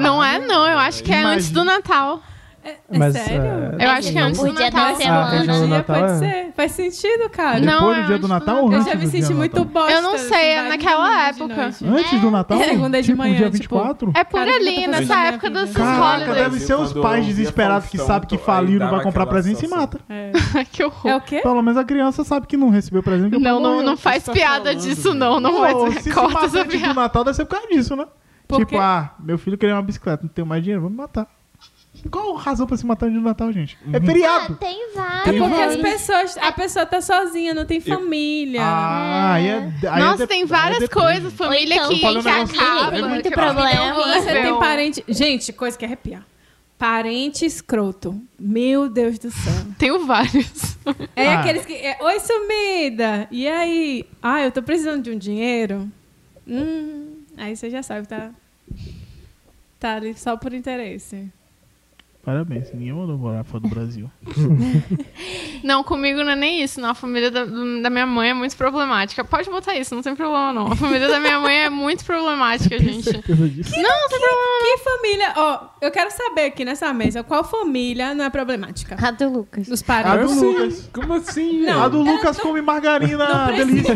F: Não é, não. Eu acho que é antes do Natal.
A: É
D: Mas,
A: sério?
D: é,
F: Eu acho que é antes
G: O
F: do
G: dia
F: Natal.
G: da semana.
D: Ah,
A: um Dia
D: Natal,
A: pode
D: é.
A: ser. Faz sentido, cara.
F: um Não,
B: Depois
F: é
B: do dia
F: antes
B: do
F: do
B: Natal ou
A: Eu
B: antes
A: já me
B: do dia
A: senti
B: do
A: muito
B: Natal?
A: bosta.
F: Eu não sei, é
A: assim,
F: naquela
A: vai de
F: época.
A: noite.
B: Antes do Natal?
A: É. Segunda de
B: tipo,
A: manhã,
B: dia
A: tipo-
B: 24?
F: É por
A: Cara, eu
F: ali,
A: tô pensando
F: nessa
A: na
F: época
A: minha
F: desses
A: vida.
B: Caraca,
F: holidays.
B: deve ser os
E: Quando
B: pais
E: eu via
B: desesperados que
E: Faustão,
B: sabem que
E: aí
B: faliu e não
E: dava
B: vai comprar
E: aquela
B: presente e se
E: sensação.
B: mata.
A: É.
F: que
A: É
F: horror.
A: o quê?
B: Pelo menos a criança sabe que não recebeu presente. que
F: Não, não,
B: morreu.
F: não faz
E: Você tá
F: piada
E: falando,
F: disso,
E: velho.
F: não. Não vai
B: Pô,
F: ser.
B: se
F: Corta
B: se matar
F: essa
B: antes do
F: piada.
B: Natal deve ser por causa disso, né?
A: Por
B: tipo,
A: quê?
B: ah, meu filho queria uma bicicleta, não tenho mais dinheiro, vou me matar. Qual a razão pra se matar antes do Natal, gente?
E: Uhum.
B: É
G: Ah,
B: feriado.
G: tem
A: É porque as
G: vários.
A: pessoas. A pessoa tá sozinha, não tem família.
B: Ah, aí é, aí
F: Nossa,
B: é de-
F: tem
B: aí
F: várias
B: é de-
F: coisas. Família
G: Ou então,
F: que,
B: falando
F: que
B: um negócio
F: acaba.
G: sério, é muito
F: que
G: problema.
F: horrível.
A: Você tem um é parente. Gente, coisa que arrepia. Parente escroto. Meu Deus do céu.
F: Tenho vários.
A: É
B: Ah.
A: aqueles que. é, Oi, sumida! E aí? Ah, eu tô precisando de um dinheiro? Hum, aí você já sabe, tá. Tá ali só por interesse.
B: Parabéns, ninguém mandou morar fora do Brasil.
F: Não, comigo não é nem isso. Não, a família da, da minha mãe é muito problemática. Pode botar isso, não tem problema não. A família da minha mãe é muito problemática, gente.
B: Certeza disso.
F: Não, tá não tem problema.
A: Que família, ó, eu quero saber aqui nessa mesa, qual família não é problemática?
F: Ah,
G: A do Lucas.
A: Dos
B: A
A: parentes.
B: do Lucas.
E: Como assim?
B: a do Lucas come margarina, delícia.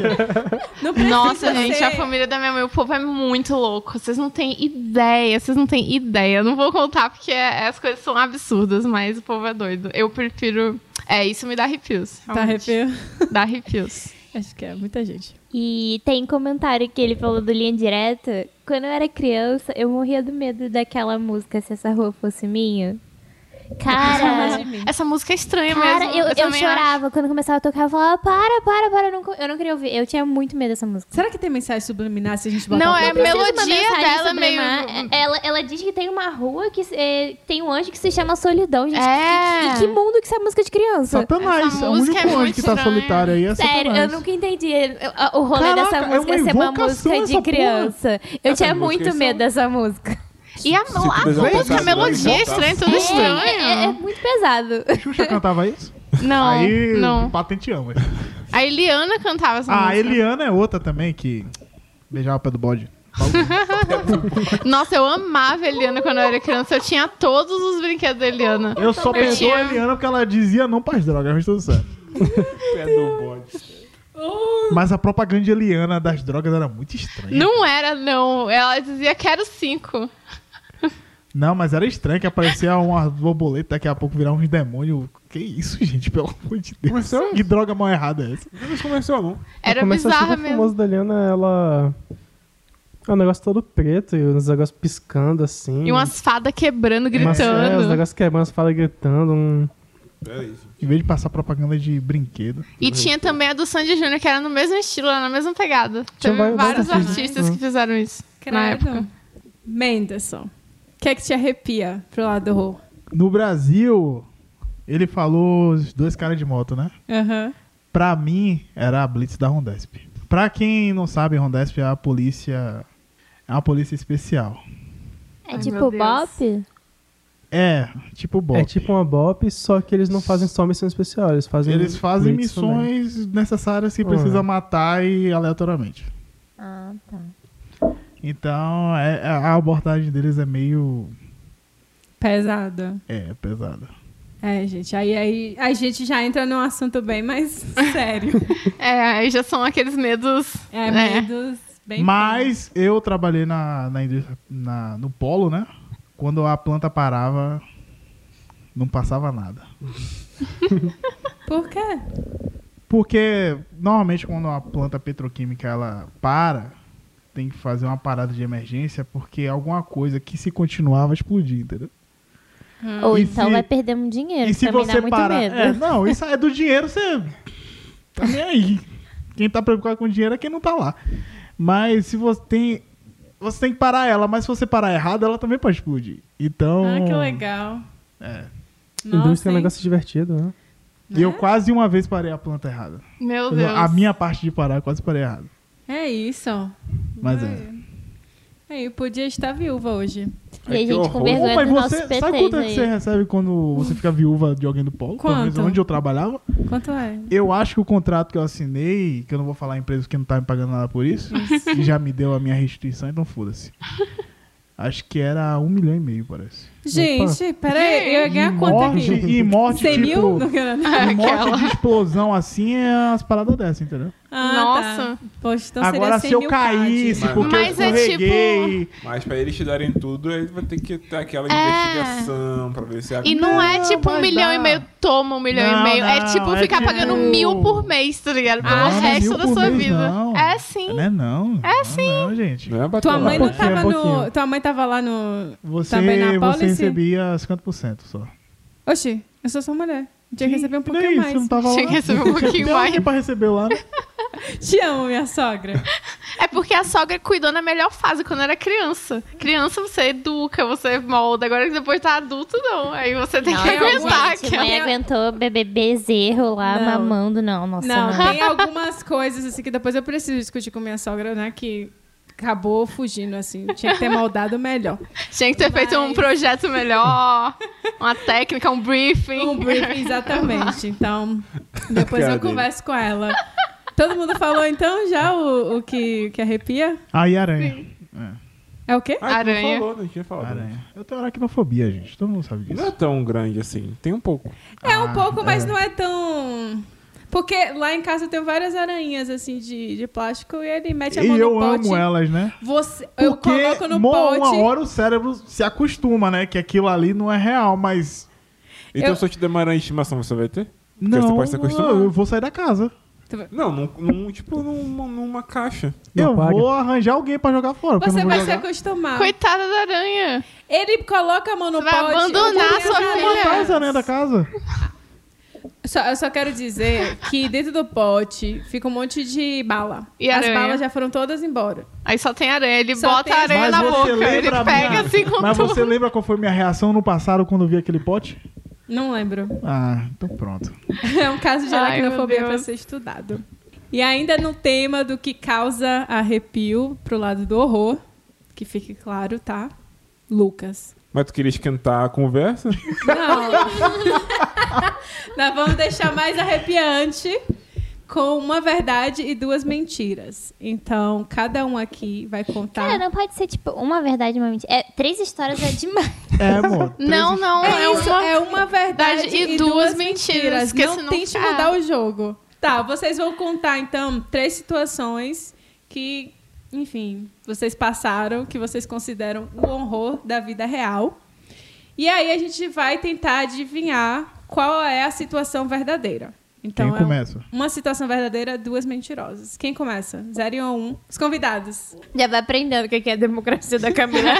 A: Não precisa
F: Nossa, gente,
A: ser-
F: a família da minha mãe, o povo é muito louco. Vocês não têm ideia, vocês não têm ideia. Eu Não vou contar porque é- as coisas são absurdas, mas o povo é doido. Eu prefiro. É, isso me dá arrepios.
A: Tá
F: realmente.
A: arrepio?
F: Dá arrepios.
A: Acho que é muita gente.
G: E tem comentário que ele falou do Linha Direta. Quando eu era criança, eu morria do medo daquela música Se Essa Rua Fosse Minha. Cara,
F: Essa música é estranha
G: cara
F: mesmo.
G: eu, eu,
F: também acho.
G: chorava. Quando começava a tocar, eu falava, para, para, para. Eu não, co- eu não queria ouvir. Eu tinha muito medo dessa música.
A: Será que tem mensagem subliminar se a gente botar
F: Não,
A: pra
F: é a
A: tocar?
G: Precisa uma
F: melodia
G: mensagem
F: dela meio.
G: subliminar. É, Ela, ela diz que tem uma rua que eh, tem um anjo que se chama Solidão, gente.
F: É.
G: E que mundo que isso é música de criança?
B: Satanás,
F: Essa
B: é o
F: música
B: único
F: é
B: anjo
F: muito
B: que tá
F: estranha.
B: solitário aí. É
G: Sério, eu
B: Satanás.
G: nunca entendi eh, a- o rolê
B: Caraca,
G: dessa
B: é uma
G: música ser uma
B: invocação
G: música
B: essa porra. é
G: de criança. Eu
E: Essa
G: tinha
E: música,
G: muito
E: isso
G: medo dessa música.
F: E a,
E: tu
F: a
E: quiser
F: música,
E: voltar,
F: a melodia é
E: volta.
F: estranha, tudo estranho.
G: É, é- é muito pesado.
B: Xuxa cantava isso?
F: Não,
B: aí
F: não.
B: patenteamos.
F: A Eliana cantava
D: Ah,
F: essa
B: A
F: música.
B: Eliana é outra também que beijava o pé do bode.
F: Nossa, eu amava a Eliana quando eu era criança. Eu tinha todos os brinquedos da Eliana.
B: Eu só
F: também.
B: perdoo a
F: Eu tinha-
B: Eliana porque ela dizia não para as drogas, mas tudo certo.
E: tá Pé do bode.
B: Mas a propaganda de Eliana das drogas era muito estranha.
F: Não era, não. Ela dizia quero cinco.
B: Não, mas era estranho que aparecia uma borboleta daqui a pouco virar uns demônios. Que isso, gente, pelo amor de Deus.
E: Mas são-
B: Que droga mal errada é essa?
E: Não começou, não.
F: Era
D: Começa a
F: bizarra
D: super
F: mesmo.
D: famoso da Liana, ela. É um negócio todo preto e uns negócios piscando assim.
F: E umas fadas quebrando,
D: Umas- é, os
F: gritando.
D: negócios quebrando, as falas gritando. Um...
E: Peraí, gente.
B: Em vez de passar propaganda de brinquedo.
F: e tinha também a do Sandy Júnior, que era no mesmo estilo, era na mesma pegada.
D: Tinha
F: Teve
D: vários
F: vários
D: artistas.
F: artistas que fizeram isso na época.
A: Credo. Menderson. O que é que te arrepia pro lado do horror?
B: No Brasil, ele falou os dois caras de moto, né?
A: Aham.
B: Pra mim, era a Blitz da Rondesp. Pra quem não sabe, Rondesp é a polícia. É uma polícia especial.
G: É
F: Ai, meu
G: tipo
F: Deus.
G: bop?
B: É, tipo bom.
D: É tipo uma bop, só que eles não fazem só missões especiais. Eles fazem,
B: Eles fazem
D: blitz também.
B: missões necessárias que precisa
D: Uhum.
B: matar e aleatoriamente.
G: Ah, tá.
B: Então, é- a abordagem deles é meio.
A: Pesada.
B: É, pesada.
A: É, gente, aí, aí a gente já entra num assunto bem mais sério.
F: É, aí já são aqueles medos.
A: É,
F: É.
A: medos bem...
B: Mas eu trabalhei na, na, indústria- na- no polo, né? Quando a planta parava, não passava nada.
A: Por quê?
B: Porque normalmente quando uma planta petroquímica ela para, tem que fazer uma parada de emergência porque alguma coisa que se continuar vai explodir, entendeu?
G: Ou
B: Hum. E
G: então
B: se-
G: vai perder um dinheiro.
B: e se
G: pra mim
B: você
G: dá muito
B: parar.
G: medo.
B: É, não, isso é do dinheiro, você. Tá nem aí. Quem tá preocupado com dinheiro é quem não tá lá. Mas se você tem. Você tem que parar ela, mas se você parar errado, ela também pode explodir. Então.
A: Ah, que legal.
B: É.
A: Nossa,
D: Indústria é um
A: hein?
D: negócio divertido, né?
B: Eu quase uma vez parei a planta errada.
F: Meu Deus.
B: A minha parte de parar, eu quase parei errado.
A: É isso.
B: Mas é.
A: Ai. Aí, eu podia estar viúva hoje.
G: E a
E: Ai, que
G: gente com
E: horror.
B: Pô,
G: vergonha
B: mas
G: do nosso
B: você,
G: PT.
B: sabe quanto é que você recebe quando você fica viúva de alguém do polo? Pelo menos
A: Quanto?
B: onde eu trabalhava.
A: Quanto é?
B: Eu acho que o contrato que eu assinei, que eu não vou falar a empresa que não tá me pagando nada por isso, que já me deu a minha restituição, então foda-se. Acho que era um milhão e meio, parece.
A: Gente, peraí, eu ia ganhar quanto
B: morte
A: aqui?
B: e morte,
A: 100 mil?
B: tipo,
A: Não quero nada.
B: e morte de explosão assim é as paradas dessas, entendeu?
A: Ah,
F: Nossa.
A: tá. Poxa, então seria
B: Agora se
A: 100
B: eu
A: mil
B: caísse
E: Mas-
B: porque
F: Mas
B: eu
F: é
B: escorreguei...
E: Mas pra eles te darem tudo, aí vai ter que ter aquela
F: É.
E: investigação pra ver se a
F: E não, é
B: Não,
F: tipo um
B: mas
F: milhão
B: dá.
F: e meio, toma um milhão
B: Não,
F: e meio. é
B: não,
F: tipo
B: é
F: ficar
B: tipo-
F: pagando mil por mês, tá ligado? Pelo
B: Não, não é
F: resto
B: mil
F: da
B: por
F: sua
B: mês,
F: vida.
B: não.
F: É sim.
B: Não é não. É sim. Não, gente.
E: Não é pra
A: Tua mãe não tá
D: Pouquinho,
A: tava no.
D: pouquinho.
A: Tua mãe tava lá no.
B: Você,
A: Também na
B: você
A: policy?
B: recebia 50% só.
A: Oxi, eu sou sua mulher. Tinha que receber um
B: E daí,
A: pouquinho
B: Você não tá-
A: mais.
B: tava lá.
F: Tinha que receber um pouquinho
B: Tem alguém
F: mais.
B: pra receber lá, né?
A: Te amo, minha sogra.
F: É porque a sogra cuidou na melhor fase, quando era criança. Criança você educa, você é molda. Agora que depois tá adulto, não. é um Aí você tem
G: Não,
F: que
G: não,
F: aguentar
G: gente,
F: aquela.
G: mãe aguentou beber bezerro lá
A: Não.
G: mamando, não. Nossa,
A: não,
G: não.
A: tem algumas coisas assim que depois eu preciso discutir com minha sogra, né? Que acabou fugindo, assim. Tinha que ter moldado melhor.
F: Tinha que ter feito um
A: Mas-
F: projeto melhor, uma técnica, um briefing.
A: Um briefing, exatamente. Então, depois
E: Cara
A: eu
E: dele.
A: converso com ela. Todo mundo falou, então, já o, o que, o que arrepia?
B: Aí, Ah, aranha.
A: É o quê?
E: Ah, tu não
F: Aranha.
E: falou, não tinha falado.
B: aranha. Eu tenho aracnofobia, gente. Todo mundo sabe
E: Não é
B: disso.
E: tão grande assim, tem um pouco.
A: É
B: ah,
A: um pouco, mas não é tão... Porque lá em casa eu tenho várias aranhinhas, assim, de, de plástico e ele mete a mão
B: E
A: no
B: eu
A: pote.
B: amo elas, né?
A: Você, eu
B: Porque
A: coloco no
B: mo- uma
A: pote...
B: hora o cérebro se acostuma, né? Que aquilo ali não é real, mas.
E: Então
A: Eu-
E: se eu te der uma aranha de estimação, você vai ter?
B: Não,
E: você pode se acostumar.
B: eu vou sair da casa.
E: Não, num, num- tipo numa, numa caixa.
D: Não
B: eu
D: paga.
B: vou arranjar alguém pra jogar fora. porque eu
A: Você
B: não vou
A: vai se
B: jogar.
A: acostumar.
F: Coitada da aranha.
A: Ele coloca a mão no
F: Você vai
A: pote...
F: abandonar
A: eu vou
F: sua
A: pegar
F: filha.
A: aranhas.
B: Matar as aranhas da casa.
A: Só- eu só quero dizer que dentro do pote fica um monte de bala.
F: E
A: As
F: aranha?
A: balas já foforam todas embora.
F: Aí só tem aranha. Ele
A: Só
F: bota
A: tem-
F: a aranha
B: Mas
F: na
B: você
F: boca. Ele
B: lembra,
F: pega
B: minha-
F: assim com
B: Mas
F: tudo.
B: você lembra qual foi minha reação no passado quando eu vi aquele pote?
A: Não lembro.
B: Ah, então pronto.
A: É um caso de
F: Ai,
A: aracnofobia
F: meu
A: para
F: Deus.
A: ser estudado. E ainda no tema do que causa arrepio pro lado do horror, que fique claro, tá? Lucas.
E: Mas tu queria esquentar a conversa?
A: Não. Nós vamos deixar mais arrepiante com uma verdade e duas mentiras. Então, cada um aqui vai contar.
G: Cara, não pode ser tipo uma verdade e uma mentira. É, três histórias é demais.
B: É, amor.
F: Não, não. É,
A: É, isso,
F: uma...
A: é uma verdade e, duas mentiras.
F: que
A: não
F: senão-
A: tente
F: Ah.
A: mudar o jogo. Tá, vocês vão contar, então, três situações que, enfim, vocês passaram, que vocês consideram o horror da vida real. E aí a gente vai tentar adivinhar qual é a situação verdadeira. Então,
B: Quem
A: é um-
B: começa?
A: uma situação verdadeira, duas mentirosas. Quem começa? Zero e um. Os convidados.
C: Já vai aprendendo o que que é a democracia da Camila.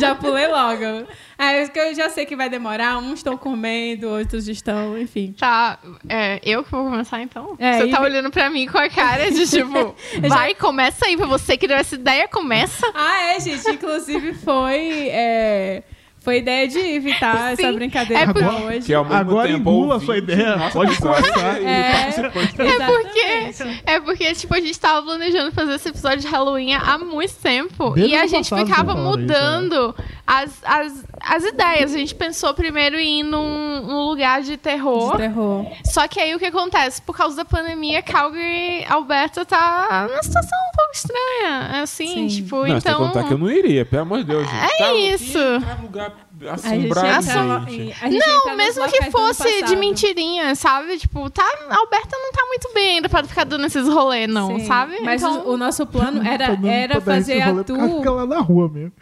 A: Já pulei logo. É, isso que eu já sei que vai demorar. Uns estão comendo, outros estão, enfim.
F: Tá, é, eu que vou começar então?
A: É,
F: você
A: e
F: tá
A: vi-
F: olhando pra mim com a cara de tipo, vai, começa aí, pra você que deu essa ideia, começa.
A: Ah, é, gente. Inclusive foi. é, Foi ideia de Ive, tá? Essa
F: Sim,
A: brincadeira
F: é por-
A: pra hoje.
E: Que ao mesmo
B: Agora
E: tempo,
B: engula
E: ouvinte,
B: sua ideia.
E: nossa,
B: Pode
E: tá certo.
A: É,
F: É
A: exatamente.
F: porque, é porque, tipo, a gente tava planejando fazer esse episódio de Halloween há muito tempo.
B: Desde
F: e
B: o
F: a
B: ano
F: gente
B: passado
F: ficava
B: vocês falaram
F: mudando as, as, as ideias. A gente pensou primeiro em ir num, num lugar de terror.
A: De terror.
F: Só que aí o que acontece? Por causa da pandemia, Calgary, Alberta tá numa situação um pouco estranha. Assim,
A: Sim.
F: tipo,
E: Não, você tem que
F: então.
E: contar que eu não iria, pelo amor de Deus. Gente.
F: É
E: Tá-
F: isso.
E: Ih, tá lugar
A: A gente
E: assombrado,
A: entra,
E: gente.
A: a gente entra
F: Não,
A: nos
F: mesmo
A: locais do
F: que
A: ano
F: fosse de
A: passado.
F: mentirinha, sabe? Tipo, tá, a Alberta não tá muito bem ainda pra ficar dando esses rolês, não,
A: Sim,
F: sabe?
A: Mas
F: então,
A: o, o nosso plano era,
B: Todo mundo
A: era
B: Tá pra dar esse
A: fazer a
B: rolê,
A: tour.
B: porque Fica lá é na rua mesmo.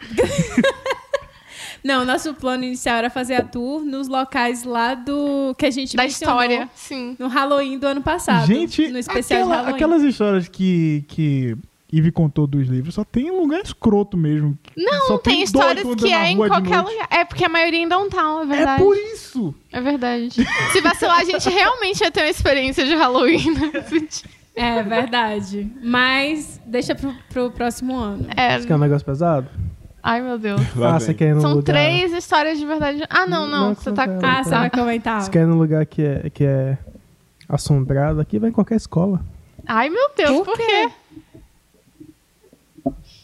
A: Não, nosso plano inicial era fazer a tour nos locais lá do. que a gente
F: da
A: mencionou
F: história, sim.
A: No Halloween Tá, do ano passado.
B: Gente,
A: no especial de
B: aquela-
A: Halloween.
B: aquelas histórias que, que Ivy contou dos livros só tem em lugar escroto mesmo.
F: Não,
B: Só
F: tem
B: doido
F: histórias
B: andando
F: que
B: na
F: é em
B: rua de
F: qualquer
B: noite.
F: lugar. É porque a maioria em downtown, é
B: É
F: verdade.
B: por isso.
F: É verdade. Se vacilar, a gente realmente ia ter uma experiência de Halloween. né?
A: É verdade. Mas deixa pro, pro próximo ano.
F: É.
D: Isso que é um negócio pesado?
F: Ai, meu Deus.
E: Lá
D: ah,
E: vem.
D: você quer ir num
F: São
D: lugar...
F: três histórias de verdade. Ah, não, não.
D: Não,
F: você tá.
D: não,
A: Ah,
D: não.
A: você vai comentar.
D: Você quer ir num lugar que é, que é assombrado, aqui vai em qualquer escola.
F: Ai, meu Deus, por quê?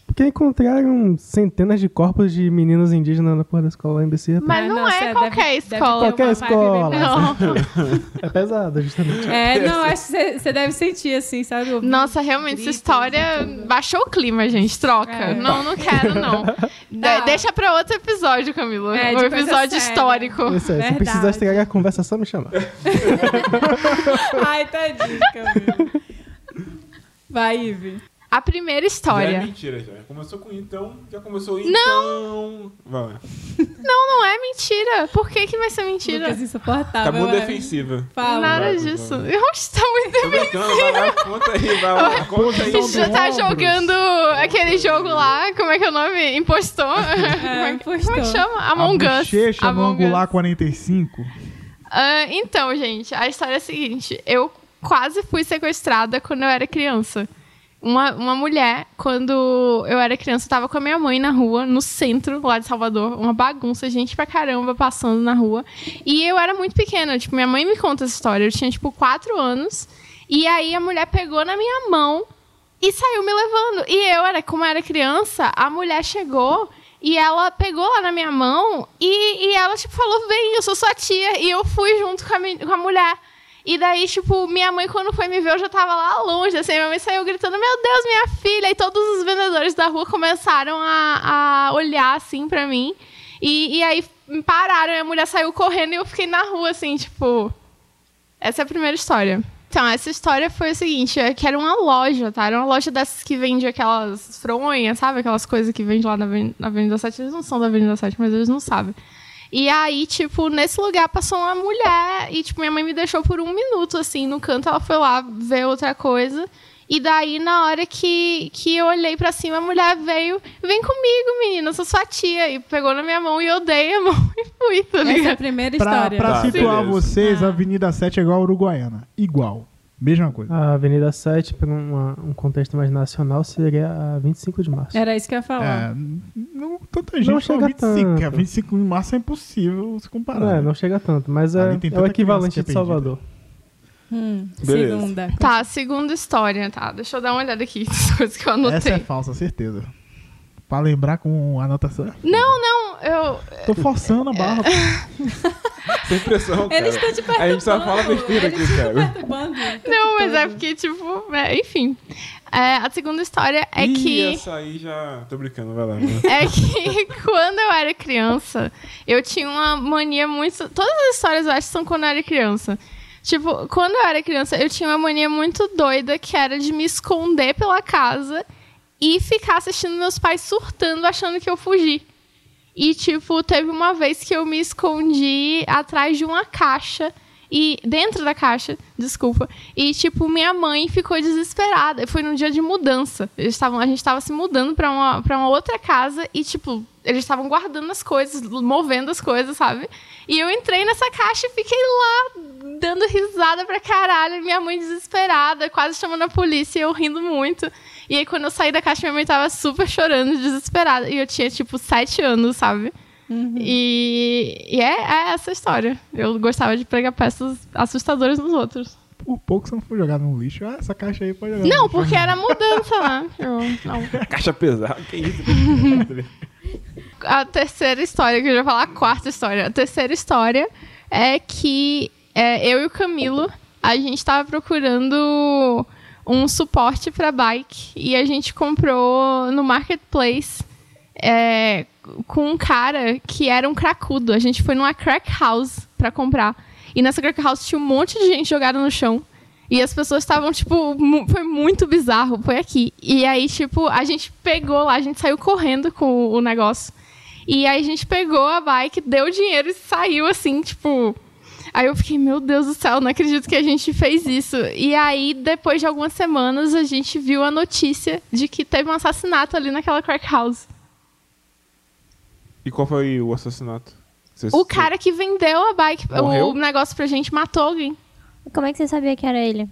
D: Porque encontraram centenas de corpos de meninas indígenas na porta da escola lá em BC. rapaz.
F: Mas não,
A: nossa,
F: é
A: deve-
F: qualquer
A: deve ter
F: escola.
A: uma
D: Qualquer
A: vibe bem
D: escola.
A: pesada.
F: Não.
D: É pesado, justamente.
A: É, não, acho que você- você deve sentir assim, sabe? Ouvindo
F: Nossa, realmente, essa
A: gritos
F: história
A: e tudo.
F: baixou o clima, gente. Troca.
A: né? É.
F: Não, não quero, não. De-
A: Tá.
F: Deixa pra outro episódio, Camila.
A: É, de
F: um
A: coisa
F: episódio
A: séria.
F: histórico.
D: Isso aí, se
A: Verdade.
D: precisar estragar a conversa, é só me chamar.
A: Ai, tadinho, Camila. Vai, Ive.
F: A primeira
E: Já é
F: história.
E: mentira, já. Começou com então, já começou então. Vai lá.
F: Não, não é mentira. Por que, que vai ser mentira?
A: Lucas
F: Ah,
E: Tá
A: insuportável.
E: muito
A: é.
E: defensiva.
A: Fala.
F: Nada
E: Vai,
F: disso.
E: vai.
F: Oxe, tá muito
E: Tô brincando, vai lá, conta aí, vai lá, conta aí.
F: A gente já tá
B: ombros.
F: jogando aquele jogo lá, como é que é o nome? Impostor? como, é, que- como é
A: Impostor.
F: que chama? Among
B: a
F: Us.
B: bochecha no
F: Among
B: angular
F: Us.
B: 45.
F: Ah, então, gente, a história é a seguinte. Eu quase fui sequestrada quando eu era criança. Uma, uma mulher, quando eu era criança, eu tava com a minha mãe na rua, no centro lá de Salvador. Uma bagunça, gente pra caramba passando na rua. E eu era muito pequena, tipo, minha mãe me conta essa história. Eu tinha, tipo, quatro anos. E aí a mulher pegou na minha mão e saiu me levando. E eu, era, como era criança, a mulher chegou e ela pegou lá na minha mão e, e ela, tipo, falou: vem, eu sou sua tia. E eu fui junto com a, men- com a mulher. E daí, tipo, minha mãe, quando foi me ver, eu já tava lá longe, assim, minha mãe saiu gritando, meu Deus, minha filha! E todos os vendedores da rua começaram a, a olhar, assim, pra mim. E, e aí pararam, e a mulher saiu correndo e eu fiquei na rua, assim, tipo... Essa é a primeira história. Então, essa história foi o seguinte, é que era uma loja, tá? Era uma loja dessas que vende aquelas fronhas, sabe? Aquelas coisas que vende lá na Aven- na Avenida 7. Eles não são da Avenida 7, mas eles não sabem. E aí, tipo, nesse lugar passou uma mulher e, tipo, minha mãe me deixou por um minuto, assim, no canto. Ela foi lá ver outra coisa. E daí, na hora que, que eu olhei pra cima, a mulher veio, vem comigo, menina, eu sou sua tia. E pegou na minha mão e eu dei a mão e fui, tá
A: Essa é a
F: ligado?
A: primeira
B: Pra,
A: história.
B: pra
E: Tá,
B: situar
E: beleza.
B: vocês,
A: Ah.
B: a Avenida 7 é igual a Uruguaiana. Igual. Mesma coisa.
D: A Avenida 7, para um contexto mais nacional, seria a 25 de março.
A: Era isso que eu ia falar.
B: É, não, tanta gente
D: Não chega
B: fala 25.
D: tanto.
B: é, 25 de março é impossível se comparar.
D: É,
B: né?
D: não chega tanto, mas é,
B: Ali tem
D: é o
B: tanta
D: equivalente
B: criança que
D: de
B: é
D: Salvador.
A: Hum,
E: Beleza.
A: segunda.
F: Tá, segunda história, tá? Deixa eu dar uma olhada aqui nas coisas que eu anotei.
B: Essa é falsa, certeza. Pra lembrar com anotação.
F: Não, não, eu.
B: Tô forçando a barra.
E: Sem pressão, cara.
A: Eles estão te perturbando.
E: A gente só fala besteira
A: Eles
E: aqui,
A: ficam
E: cara.
A: perturbando o tempo
F: Não, mas é
A: todo.
F: porque, tipo, é, enfim. É, a segunda história é
E: Ih,
F: que.
E: essa aí já... Tô brincando, vai lá.
F: É que quando eu era criança, eu tinha uma mania muito. Todas as histórias eu acho são quando eu era criança. Tipo, quando eu era criança, eu tinha uma mania muito doida que era de me esconder pela casa e ficar assistindo meus pais surtando, achando que eu fugi. E, tipo, teve uma vez que eu me escondi atrás de uma caixa. E dentro da caixa, desculpa. E, tipo, minha mãe ficou desesperada. Foi num dia de mudança. Eles estavam, a gente estava se mudando para uma, pra uma outra casa e, tipo, eles estavam guardando as coisas, movendo as coisas, sabe? E eu entrei nessa caixa e fiquei lá, dando risada pra caralho. e Minha mãe desesperada, quase chamando a polícia e eu rindo muito. E aí, quando eu saí da caixa, minha mãe tava super chorando, desesperada. E eu tinha, tipo, sete anos, sabe? E, e é, é essa a história. Eu gostava de pregar peças assustadoras nos outros.
B: Por pouco você não foi jogar no lixo. Ah, essa caixa aí pode jogar. no
F: Não,
B: lixo.
F: porque era mudança lá. Eu- não.
E: Caixa pesada, que isso?
F: A terceira história, que eu já ia falar a quarta história. A terceira história é que é, eu e o Camilo, a gente tava procurando um suporte para bike e a gente comprou no marketplace é, com um cara que era um cracudo. A gente foi numa crack house para comprar. E nessa crack house tinha um monte de gente jogada no chão. E as pessoas estavam, tipo, mu- foi muito bizarro, foi aqui. E aí, tipo, a gente pegou lá, a gente saiu correndo com o negócio. E aí a gente pegou a bike, deu o dinheiro e saiu assim, tipo. Aí eu fiquei, meu Deus do céu, não acredito que a gente fez isso. E aí, depois de algumas semanas, a gente viu a notícia de que teve um assassinato ali naquela crack house.
E: E qual foi o assassinato? Você-
F: O cara que vendeu a bike,
E: Morreu?
F: o negócio pra gente, matou alguém.
G: Como é que você sabia que era ele?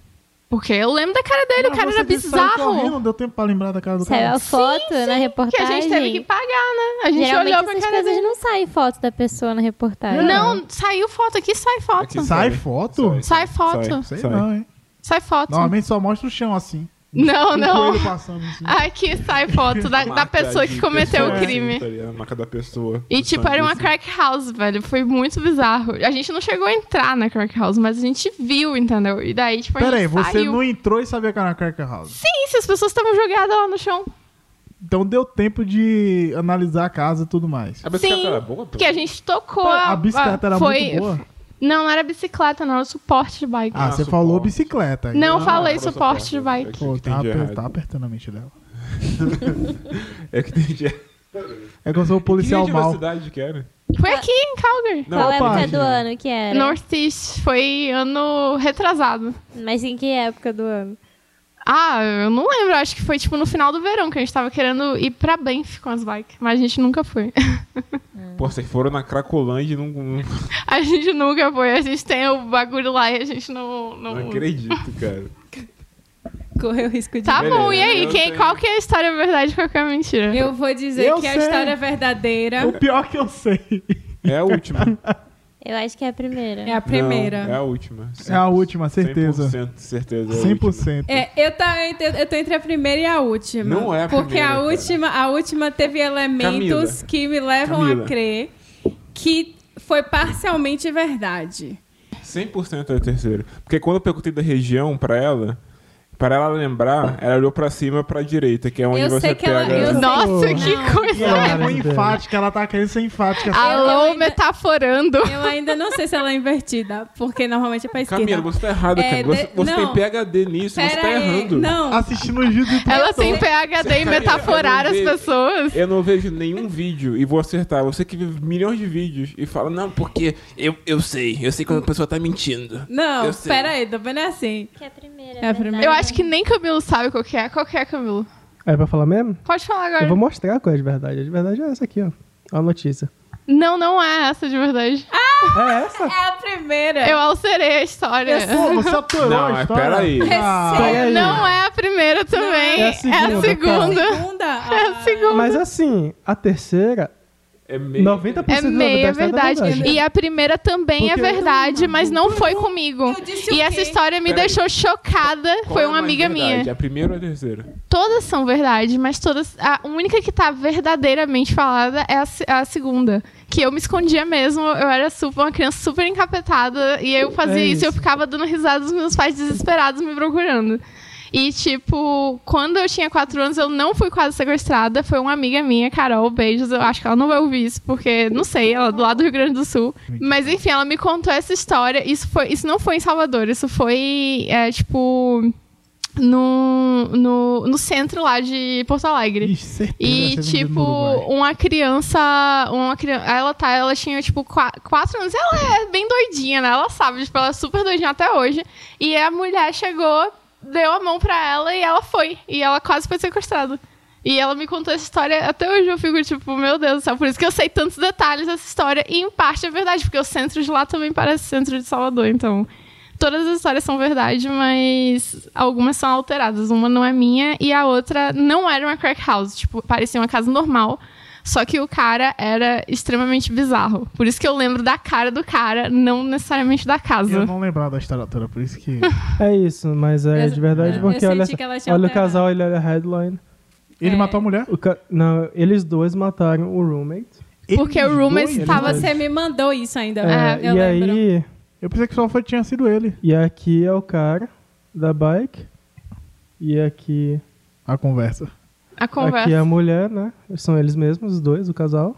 F: Porque eu lembro da cara dele, o
B: Mas
F: cara
B: Ah, você
F: era
B: disse que saiu
F: bizarro. é
B: correndo, Não deu tempo pra lembrar da cara do
G: Saiu a
B: cara.
G: foto na
F: Que a
G: reportagem?
F: gente teve que pagar, né? A gente
G: Geralmente
F: olhou pra
G: essas
F: cara
G: coisas
F: dele.
G: não saem foto da pessoa na reportagem.
F: Não, saiu foto aqui, sai foto.
E: Aqui
B: Sai foto?
F: Sai foto.
B: Sei
E: Sai.
B: não, hein?
F: Sai foto.
B: Normalmente só mostra o chão assim.
F: Não,
B: Um
F: não. Ah,
B: coelho passando assim.
F: Aqui sai foto da, da
E: Marca
F: pessoa
E: de
F: que cometeu
E: pessoa,
F: o crime.
E: assim, tá ligado? A marca da pessoa.
F: E
E: Do
F: tipo,
E: sangue,
F: era uma
E: assim.
F: crack house, velho. Foi muito bizarro. A gente não chegou a entrar na crack house, mas a gente viu, entendeu? E daí, tipo, a
B: Pera aí,
F: gente
B: você
F: saiu.
B: não entrou e sabia que era na Cracker House.
F: Sim, se as pessoas estavam jogadas lá no chão.
B: Então deu tempo de analisar a casa e tudo mais.
E: A bicicleta
F: Sim,
E: era é boa? pô?
F: Porque a gente tocou a...
B: A bicicleta era
F: foi...
B: muito boa.
F: Não, não era bicicleta, não. Era suporte de bike.
B: Ah,
E: Ah,
B: você
E: suporte.
B: falou bicicleta.
F: Não
E: Ah,
F: falei
E: falou
F: suporte de
E: É
F: bike.
E: que eu
B: Pô, tá,
E: entendi
B: aper-
E: errado.
B: tá apertando a mente dela.
E: É que entendi errado.
B: É que eu sou o
E: Que
B: policial mal.
E: universidade que era?
F: Foi aqui em Calgary.
E: Não,
G: Qual
B: opa,
G: época
B: gente.
G: do ano que era?
F: Northeast. Foi ano retrasado.
G: Mas em que época do ano?
F: Ah, eu não lembro. Acho que foi tipo no final do verão que a gente tava querendo ir pra Banff com as bikes, mas a gente nunca foi.
E: Pô, vocês foram na Cracolândia e não, não,
F: A gente nunca foi. A gente tem o bagulho lá e a gente não. não...
E: não acredito, cara.
A: Correu risco de...
F: Tá bom, e aí?
E: Eu
F: Quem,
E: tenho-
F: qual que é a história verdade e qual que é a mentira?
A: Eu vou dizer
B: Eu
A: que a é
B: sei. é
A: história verdadeira...
B: O pior que eu sei.
E: É a última.
G: Eu acho que é a primeira.
A: É a primeira.
E: Não, é a última.
B: É a última, certeza.
E: 100% certeza. é a última.
B: 100%.
A: É, eu, tá, eu, ent- eu tô entre a primeira e a última.
E: Não é a
A: Porque
E: primeira,
A: a
E: cara.
A: última, a última teve elementos
E: Camila.
A: que me levam
E: Camila.
A: a crer que foi parcialmente verdade.
E: 100% é a terceira. Porque quando eu perguntei da região pra ela, pra ela lembrar, ela olhou pra cima pra direita, que é onde
A: Eu
E: você
A: sei que ela-
E: pega.
A: eu sei-
F: Nossa,
A: Não.
F: que coisa.
B: E ela foi
D: Caramba.
B: enfática, ela tá querendo ser enfática.
F: Alô,
A: ainda-
F: metaforando.
A: Eu ainda não sei se ela é invertida, porque normalmente é pra esquerda.
E: Camila, você tá errada,
A: É,
E: cara. Você,
A: de-
E: você tem
A: não.
E: PHD nisso, você
A: Pera
E: tá
A: aí.
E: errando.
A: Não,
B: Assistindo os vídeos do
F: Ela
B: TikTok.
F: tem PHD em metaforar as pessoas.
E: Eu não vejo nenhum vídeo e vou acertar. Você que vê milhões de vídeos e fala, não, porque eu, eu sei, eu sei quando a pessoa tá mentindo.
A: não,
E: Eu sei.
A: pera aí, também não é assim.
G: Que é a primeira.
A: É a primeira.
F: Eu acho que nem Camilo sabe qual que é. Qual que é, Camilo?
D: É pra falar mesmo?
F: Pode falar agora.
D: Eu
A: É.
D: vou mostrar a coisa de verdade. A de verdade é essa aqui, ó. Ó a notícia.
F: Não, não é essa de verdade.
D: É essa?
A: É a primeira.
F: Eu alterei a história.
A: Eu
B: Pô, você atorou
E: Não,
B: a
E: mas
B: história.
E: peraí.
B: Ah,
D: Pega aí.
F: Não é a primeira também.
D: é a
F: é, a
D: segunda,
F: segunda.
A: Segunda?
F: É a
A: Ah,
F: segunda.
D: Mas assim, a terceira,
E: É meio...
D: 90%
F: É
D: da
F: meia verdade.
D: verdade.
F: E a primeira também é
D: Porque-
F: verdade, mas não foi comigo.
A: Eu disse o
F: E essa
A: quê?
F: história me
E: Peraí.
F: deixou chocada.
E: Qual
F: Foi
E: é a
F: uma
E: mais
F: amiga
E: verdade?
F: minha.
E: A primeira ou a terceira?
F: Todas são verdade, mas todas. A única que tá verdadeiramente falada é a, se- a segunda. Que eu me escondia mesmo, eu era super, uma criança super encapetada, e eu fazia
D: É
F: isso, e eu
D: isso.
F: ficava dando risada dos meus pais desesperados me procurando. E, tipo, quando eu tinha quatro anos, eu não fui quase sequestrada. Foi uma amiga minha, Carol, beijos. Eu acho que ela não vai ouvir isso, porque, não sei, ela é do lado do Rio Grande do Sul. Mas, enfim, ela me contou essa história. Isso, foi, isso não foi em Salvador, isso foi, é, tipo, no, no, no centro lá de Porto Alegre.
B: Ixi, certeza,
F: E,
B: você vendeu
F: tipo,
B: no Uruguai.
F: uma criança. Uma criança. Ela tá, ela tinha, tipo, qua- quatro anos. Ela é bem doidinha, né? Ela sabe, tipo, ela é super doidinha até hoje. E a mulher chegou, deu a mão pra ela e ela foi. E ela quase foi sequestrada. E ela me contou essa história, até hoje eu fico tipo, meu Deus do céu, por isso que eu sei tantos detalhes dessa história. E em parte é verdade, porque o centro de lá também parece centro de Salvador, então. Todas as histórias são verdade, mas algumas são alteradas. Uma não é minha e a outra não era uma crack house. Tipo, parecia uma casa normal, só que o cara era extremamente bizarro. Por isso que eu lembro da cara do cara, não necessariamente da casa.
B: Eu não lembrava da história toda, por isso que...
D: É isso, mas é
A: Eu-
D: de verdade
A: eu
D: porque
A: senti
D: olha,
A: que ela tinha
D: olha o
A: alterado.
D: casal, olha a headline.
B: Ele matou a mulher?
D: O ca- Não, eles dois mataram o roommate.
F: Porque
B: Eles
F: o roommate
B: dois?
F: tava
A: Ah, Você me mandou isso ainda. Ah,
D: É,
A: eu
D: e
A: lembro.
D: aí,
B: Eu pensei que só foi, tinha sido ele.
D: e aqui é o cara da bike. E aqui,
B: A conversa.
F: A conversa.
D: aqui é a mulher, né? São eles mesmos, os dois, o casal.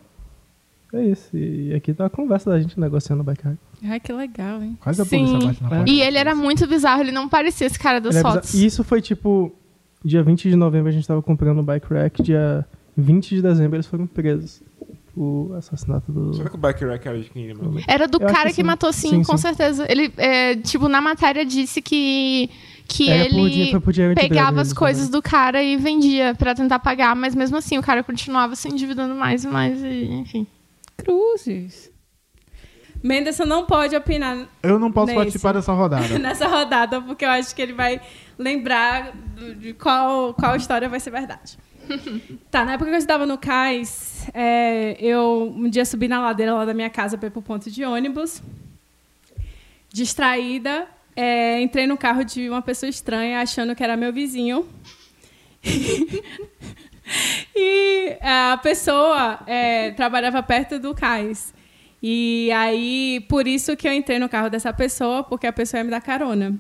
D: É isso. E aqui tá a conversa da gente negociando a bike ride.
A: Ai, que legal, hein?
B: Quase a
F: Sim.
B: polícia bate na
D: É.
B: porta.
F: E ele era muito bizarro, ele não parecia esse cara das
D: Ele é
F: fotos.
D: bizarro. E isso foi tipo. Dia 20 de novembro a gente tava comprando o bike rack. Dia 20 de dezembro eles foram presos. O assassinato do.
E: Será que o Bike Rack era de quem ele mandou?
F: Era do
D: Eu acho
F: cara
D: que
F: que,
D: sim.
F: matou, sim,
D: Sim,
F: com
D: sim.
F: certeza. Ele, é, tipo, na matéria disse que, que
D: Era por
F: ele
D: dia- É, foi por dia 23
F: pegava as
D: deles
F: coisas do cara e vendia pra tentar pagar, mas mesmo assim o cara continuava se endividando mais e mais, e, enfim.
A: Cruzes. Menderson não pode opinar
B: Eu não posso
A: Nesse.
B: participar dessa rodada.
A: nessa rodada, porque eu acho que ele vai lembrar do- de qual, qual história vai ser verdade. tá, na época que eu estudava no cais, é, eu um dia subi na ladeira lá da minha casa para ir pro ponto de ônibus. Distraída, é, entrei no carro de uma pessoa estranha, achando que era meu vizinho. E a pessoa é, trabalhava perto do cais. E aí, por isso que eu entrei no carro dessa pessoa, porque a pessoa ia me dar carona.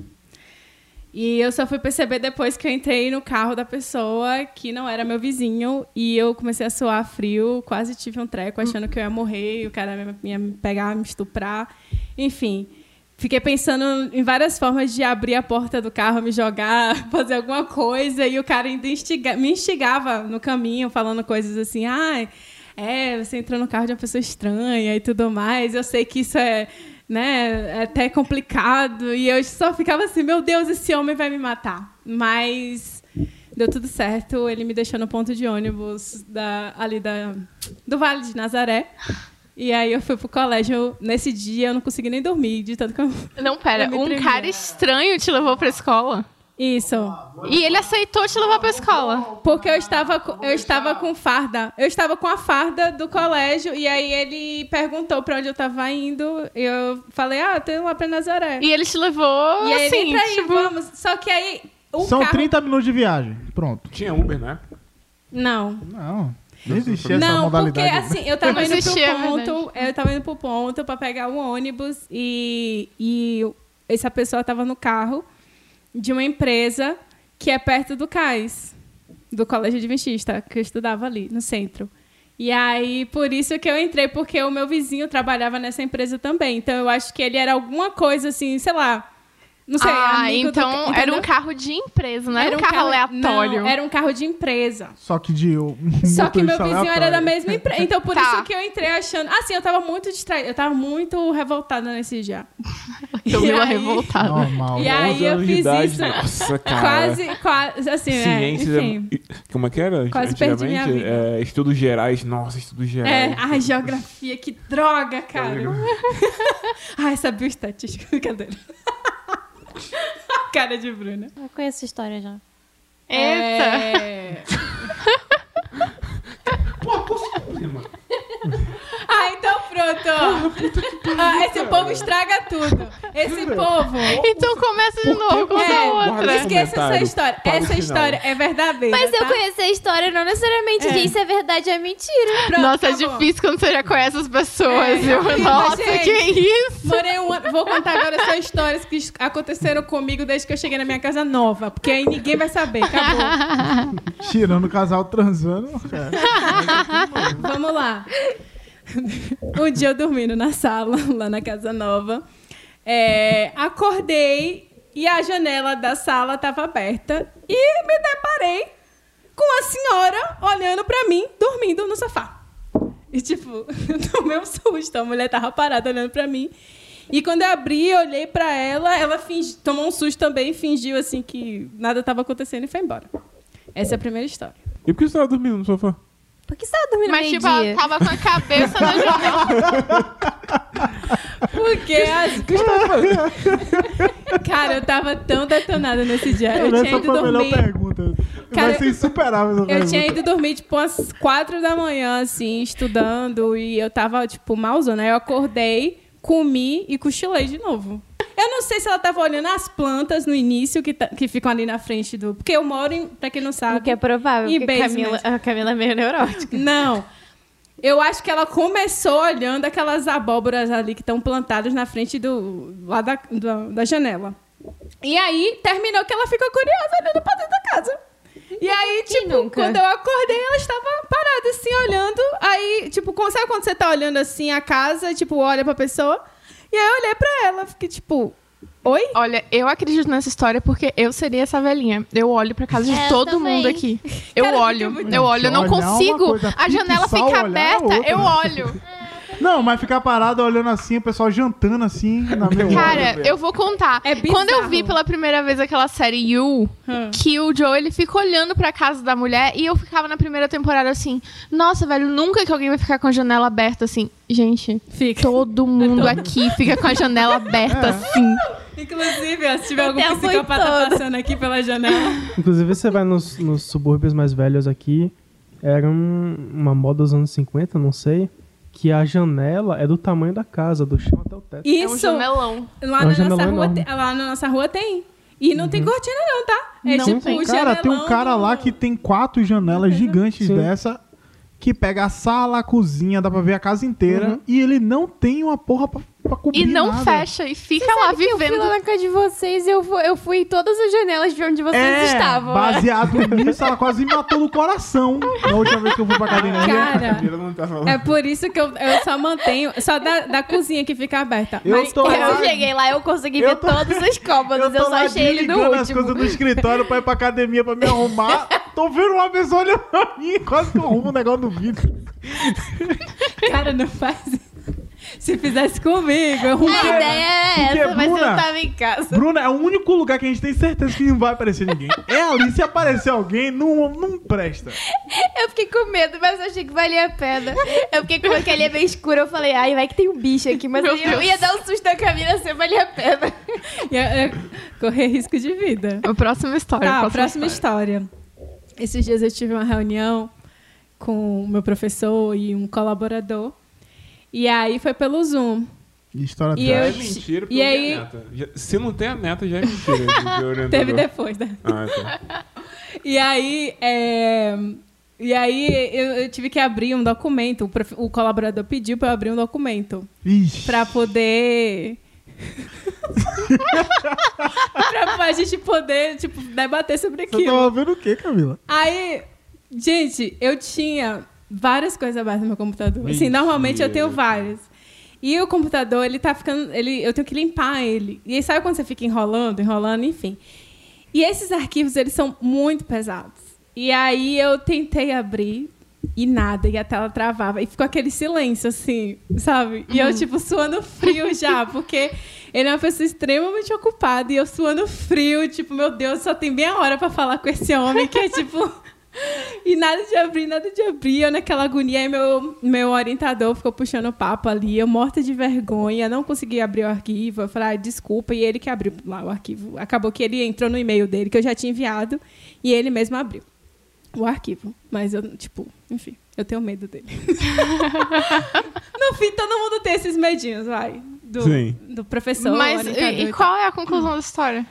A: E eu só fui perceber depois que eu entrei no carro da pessoa que não era meu vizinho. E eu comecei a suar frio, quase tive um treco, achando que eu ia morrer, e o cara ia me- ia me pegar, me estuprar. Enfim, fiquei pensando em várias formas de abrir a porta do carro, me jogar, fazer alguma coisa. E o cara ainda instiga- me instigava no caminho, falando coisas assim, ai. É, você entrou no carro de uma pessoa estranha e tudo mais. Eu sei que isso é, né, é até complicado. E eu só ficava assim, meu Deus, esse homem vai me matar. Mas deu tudo certo. Ele me deixou no ponto de ônibus da- ali da, do Vale de Nazaré. E aí eu fui pro colégio. Nesse dia eu não consegui nem dormir, de tanto que eu...
F: Não, pera,
A: Eu me
F: um
A: tremia.
F: cara estranho te levou pra escola?
A: Isso.
F: E ele aceitou te levar pra escola.
A: Porque eu estava, co- eu estava com farda. Eu estava com a farda do colégio e aí ele perguntou pra onde eu tava indo. E eu falei, ah, eu tô indo lá pra Nazaré.
F: E ele te levou,
A: E aí ele,
F: assim,
A: entra aí,
F: tipo...
A: vamos. Só que aí o
B: São
A: carro...
B: 30 minutos de viagem. Pronto.
E: Tinha Uber, né?
A: Não.
B: Não. Não existia essa
A: Não, porque
B: modalidade. né?
A: assim, eu tava
F: Não
A: indo pro
F: existia, é
A: ponto, eu tava indo pro ponto pra pegar um ônibus e, e essa pessoa tava no carro de uma empresa que é perto do CAIS, do Colégio Adventista, que eu estudava ali, no centro. E aí, por isso que eu entrei, porque o meu vizinho trabalhava nessa empresa também. Então, eu acho que ele era alguma coisa assim, sei lá. Não sei.
F: ah,
A: amigo do-
F: então era um
A: entendeu?
F: carro de empresa, não era, um carro, aleatório.
A: não, era um carro de empresa.
B: Só que de um
A: Só que meu
B: motorista
A: vizinho era
B: aleatório.
A: da mesma empresa. Então, por
F: Tá.
A: isso que eu entrei achando. Assim, eu tava muito distraída. Eu tava muito revoltada nesse dia.
F: Eu
A: E
F: ia
A: aí-
F: revoltada.
B: Normal.
A: E aí
E: 11
A: eu
E: anos de
A: fiz
E: idade,
A: isso.
E: Nossa, cara.
A: é Quase, quase. Assim, né?
E: Ciências. é-
A: Enfim.
E: Como é que era?
A: Quase perdi
E: antigamente?
A: minha vida.
E: É, estudos gerais. Nossa, estudos
A: É,
E: gerais.
A: ai, geografia, que droga, cara. ai, essa bioestatística, brincadeira. A cara de Bruna.
G: Eu conheço essa história já.
F: Eita!
A: É...
E: Pô, posso mano?
A: Ah, então pronto. Ah, esse povo estraga tudo. Esse povo.
F: Então começa de novo,
E: Então
F: conta
A: É,
E: Guarda
F: outra.
E: esse
A: Esqueça essa
E: um comentário
A: história.
E: para o
A: Essa
E: final.
A: história é verdadeira.
G: Mas eu
A: tá?
G: conheço a história, não necessariamente
A: É.
G: disso é verdade ou é mentira.
A: Pronto,
F: Nossa, é
A: tá bom.
F: difícil quando você já conhece as
A: É,
F: pessoas, viu?
A: mas,
F: Nossa,
A: gente,
F: que isso!
A: Morei um ano. Vou contar agora só histórias que es- aconteceram comigo desde que eu cheguei na minha casa nova. Porque aí ninguém vai saber. Acabou.
B: Tirando o casal transando, cara.
A: Vamos lá. Um dia eu dormindo na sala, lá na casa nova. É, acordei e a janela da sala estava aberta. E me deparei com a senhora olhando pra mim, dormindo no sofá. E, tipo, no meu susto, a mulher tava parada olhando pra mim. E quando eu abri, eu olhei pra ela, ela fingi- tomou um susto também, fingiu assim que nada tava acontecendo e foi embora. Essa é a primeira história.
E: E por que você tava dormindo no sofá?
G: Por que você tava dormindo
F: Mas, tipo,
G: meio-dia?
F: ela tava com a cabeça na janela.
A: Porque as. Ah, Cara, eu tava tão detonada nesse dia. Eu tinha
B: Essa
A: ido
B: foi a melhor
A: dormir.
B: pergunta.
A: Cara,
B: Vai ser insuperável essa
A: Eu
B: pergunta.
A: tinha ido dormir, tipo, umas quatro da manhã, assim, estudando. E eu tava, tipo, malzona. Aí eu acordei, comi e cochilei de novo. Eu não sei se ela tava olhando as plantas no início, que, ta- que ficam ali na frente do... Porque eu moro em... Pra quem não
C: O que
A: sabe...
C: é provável,
A: E
C: porque a
A: basement.
C: Camila, a Camila é meio neurótica.
A: Não. Eu acho que ela começou olhando aquelas abóboras ali que estão plantadas na frente do... Lá da, da, da janela. E aí, terminou que ela ficou curiosa olhando pra dentro da casa. E aí,
G: Quem
A: tipo,
G: nunca?
A: quando eu acordei, ela estava parada, assim, olhando. Aí, tipo, con- sabe quando você tá olhando, assim, a casa, tipo, olha pra pessoa? E aí eu olhei pra ela, fiquei, tipo, oi?
F: Olha, eu acredito nessa história porque eu seria essa velhinha. Eu olho pra casa de
G: Eu
F: todo
G: também.
F: mundo aqui. Eu
A: Cara,
F: olho,
A: muito
F: eu olho, eu não
B: Olhar uma
F: consigo.
B: coisa
F: A
B: fixa
F: janela
B: e só
F: fica
B: olhar a
F: aberta,
B: outra,
F: eu
B: né?
F: olho.
B: Não, mas ficar parado olhando assim, o pessoal jantando assim na minha
F: Cara, eu vou contar.
A: É bizarro.
F: Quando eu vi pela primeira vez aquela série You,
A: Hum.
F: que o Joe ele fica olhando pra casa da mulher e eu ficava na primeira temporada assim: "Nossa, velho, nunca que alguém vai ficar com a janela aberta assim". Gente,
A: Fica.
F: todo mundo aqui fica com a janela aberta assim.
A: Inclusive, ó, se tiver algum
G: Até a noite
A: psicopata
G: toda.
A: passando aqui pela janela...
D: Inclusive, você vai nos, nos subúrbios mais velhos aqui, era um- uma moda dos anos 50, não sei, que a janela é do tamanho da casa, do chão até o teto.
F: É um
A: Isso,
F: jamelão.
A: Lá
D: É um
A: na, nossa
D: jamelão
A: rua
D: enorme.
A: te- lá na nossa rua tem. E não tem cortina, não, tá? É
F: Não
A: tipo
F: tem.
A: o
B: Cara, Uhum. tem um
A: janelão
B: cara
A: do-
B: lá que tem quatro janelas gigantes
D: Sim.
B: dessa que pega a sala, a cozinha, dá pra ver a casa inteira e ele não tem uma porra pra, pra cobrir
F: E não
B: nada.
F: fecha e fica
G: Tá
F: lá
C: Eu fui
F: vivendo
C: lá na casa de vocês e eu fui, eu fui em todas as janelas de onde vocês
B: É,
C: estavam.
B: baseado nisso, ela quase me matou no coração na última vez que eu fui pra academia.
A: Cara,
E: Ele não tava lá.
A: é por isso que eu, eu só mantenho, só da, da cozinha que fica aberta.
B: Eu
A: Mas
B: tô
C: Eu
B: lá,
C: cheguei lá, eu consegui
B: Eu
C: ver
B: tô-
C: todas as
B: eu
C: cômodas,
B: tô
C: eu, só
B: lá
C: achei ele no
B: desligando as coisas
C: último.
B: do escritório pra ir pra academia pra me arrumar. Tô vendo uma pessoa olhando pra mim, quase que eu arrumo o negócio do vidro.
A: cara, não faz isso. Se fizesse comigo, eu
C: A
A: arrumava.
C: ideia é
B: Porque,
C: essa, mas eu
B: Bruna,
C: não tava em casa.
B: Bruna, é o único lugar que a gente tem certeza que não vai aparecer ninguém. É ali, se aparecer alguém, não, não presta.
C: Eu fiquei com medo, mas eu achei que valia a pena. Eu fiquei com aquele meio escuro, eu falei, ai, vai que tem um bicho aqui, mas
F: Meu
C: eu
F: Deus.
C: ia dar um susto na Camila, assim, valia a pena.
A: E eu- eu- Correr risco de vida.
F: A próxima história.
A: Tá,
F: próxima
A: próxima história. Esses dias eu tive uma reunião com o meu professor e um colaborador. E aí foi pelo Zoom.
B: E história
A: E
B: dela.
E: Já é
A: eu-
E: mentira porque
A: e
E: não
A: aí-
E: tem a neta. Já- se não tem a neta, já é mentira. de orientador.
A: Teve depois, né?
E: Ah, tá.
A: E aí, é, e aí eu, eu tive que abrir um documento. O, prof- o colaborador pediu para eu abrir um documento
B: Ixi.
A: para poder para a gente poder tipo debater sobre
B: Você tava
A: aquilo.
B: ouvindo o que, Camila?
A: Aí, gente, eu tinha várias coisas abertas no meu computador. Assim,
E: Mentira.
A: normalmente eu tenho várias. E o computador, ele tá ficando. Ele, eu tenho que limpar ele. E aí, sabe quando você fica enrolando, enrolando, enfim. E esses arquivos, eles são muito pesados. E aí eu tentei abrir e nada, e a tela travava. E ficou aquele silêncio, assim, sabe? E eu, tipo, suando frio já, porque ele é uma pessoa extremamente ocupada e eu suando frio, tipo, meu Deus, só tem meia hora pra falar com esse homem, que é tipo. E nada de abrir, nada de abrir. Eu naquela agonia, aí meu, meu orientador ficou puxando o papo ali. Eu morta de vergonha, não consegui abrir o arquivo. Eu falei, ah, desculpa. E ele que abriu lá o arquivo. Acabou que ele entrou no e-mail dele, que eu já tinha enviado. E ele mesmo abriu o arquivo. Mas eu, tipo, enfim, eu tenho medo dele. no fim, todo mundo tem esses medinhos, vai. Do,
E: Sim.
A: do professor,
F: Mas
A: orientador
F: e, e
A: tal.
F: qual é a conclusão da história?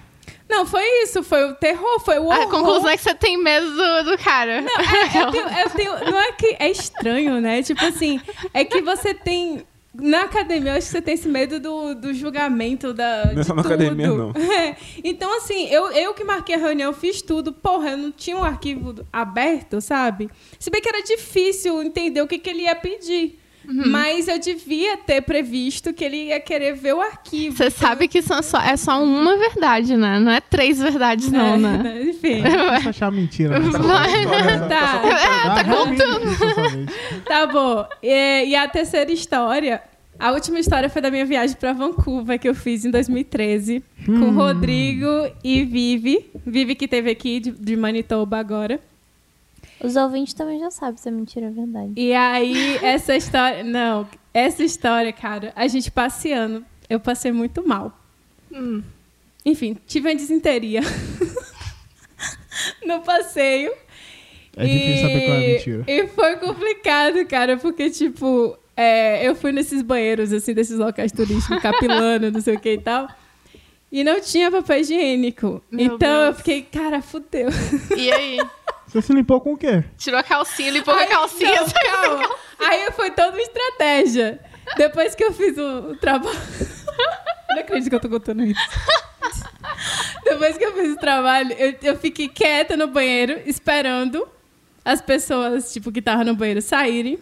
A: Não, foi isso. Foi o terror, foi o horror.
F: A conclusão é que você tem medo do, do cara.
A: Uhum. É, eu tenho- eu tenho- não é que é estranho, né? Tipo assim, é que você tem. Na academia, eu acho que você tem esse medo do, do julgamento da.
E: Não é
A: de
E: só na
A: tudo.
E: academia, não.
A: É. Então, assim, eu, eu que marquei a reunião, fiz tudo. Porra, eu não tinha um arquivo aberto, sabe? Se bem que era difícil entender o que, que ele ia pedir.
F: Uhum.
A: Mas eu devia ter previsto que ele ia querer ver o arquivo.
F: Você sabe que são só, é só uma verdade, né? Não é três verdades, não,
A: É,
F: né?
A: Enfim.
B: Não precisa achar mentira. Né?
A: Tá.
B: tá contando.
A: Tá bom. E, e a terceira história. A última história foi da minha viagem pra Vancouver, que eu fiz em 2013, com o Rodrigo e Vivi. Vivi que teve aqui de, de Manitoba agora.
G: Os ouvintes também já sabem se é mentira ou é verdade.
A: E aí, essa história. Não, essa história, cara, a gente passeando, eu passei muito mal.
F: Hum.
A: Enfim, tive uma desinteria no passeio.
B: É difícil saber qual é a
A: E-
B: mentira.
A: E foi complicado, cara, porque, tipo, é, eu fui nesses banheiros, assim, desses locais turísticos, capilano, não sei o que e tal. E não tinha papel higiênico.
F: Meu
A: então eu
F: Deus.
A: fiquei, cara, fudeu.
F: E aí?
B: Você se limpou com o quê?
F: Tirou a calcinha, limpou a
A: Ai,
F: calcinha.
A: não, calma. Aí eu- foi toda uma estratégia. Depois que eu fiz o, o trabalho. Não acredito que eu tô contando isso. Depois que eu fiz o trabalho, eu, eu fiquei quieta no banheiro, esperando as pessoas, tipo, que estavam no banheiro saírem.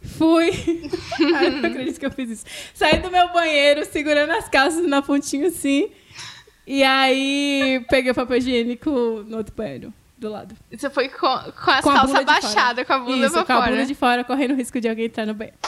A: Fui. Ai, não acredito que eu fiz isso. Saí do meu banheiro, segurando as calças na pontinha assim. E aí peguei o papel higiênico no outro banheiro, do lado
F: Você foi com, com as
A: a
F: calças
A: bunda de
F: abaixadas,
A: fora.
F: com a bunda
A: Isso,
F: pra
A: com a
F: fora.
A: bunda de fora, correndo o risco de alguém entrar no banheiro.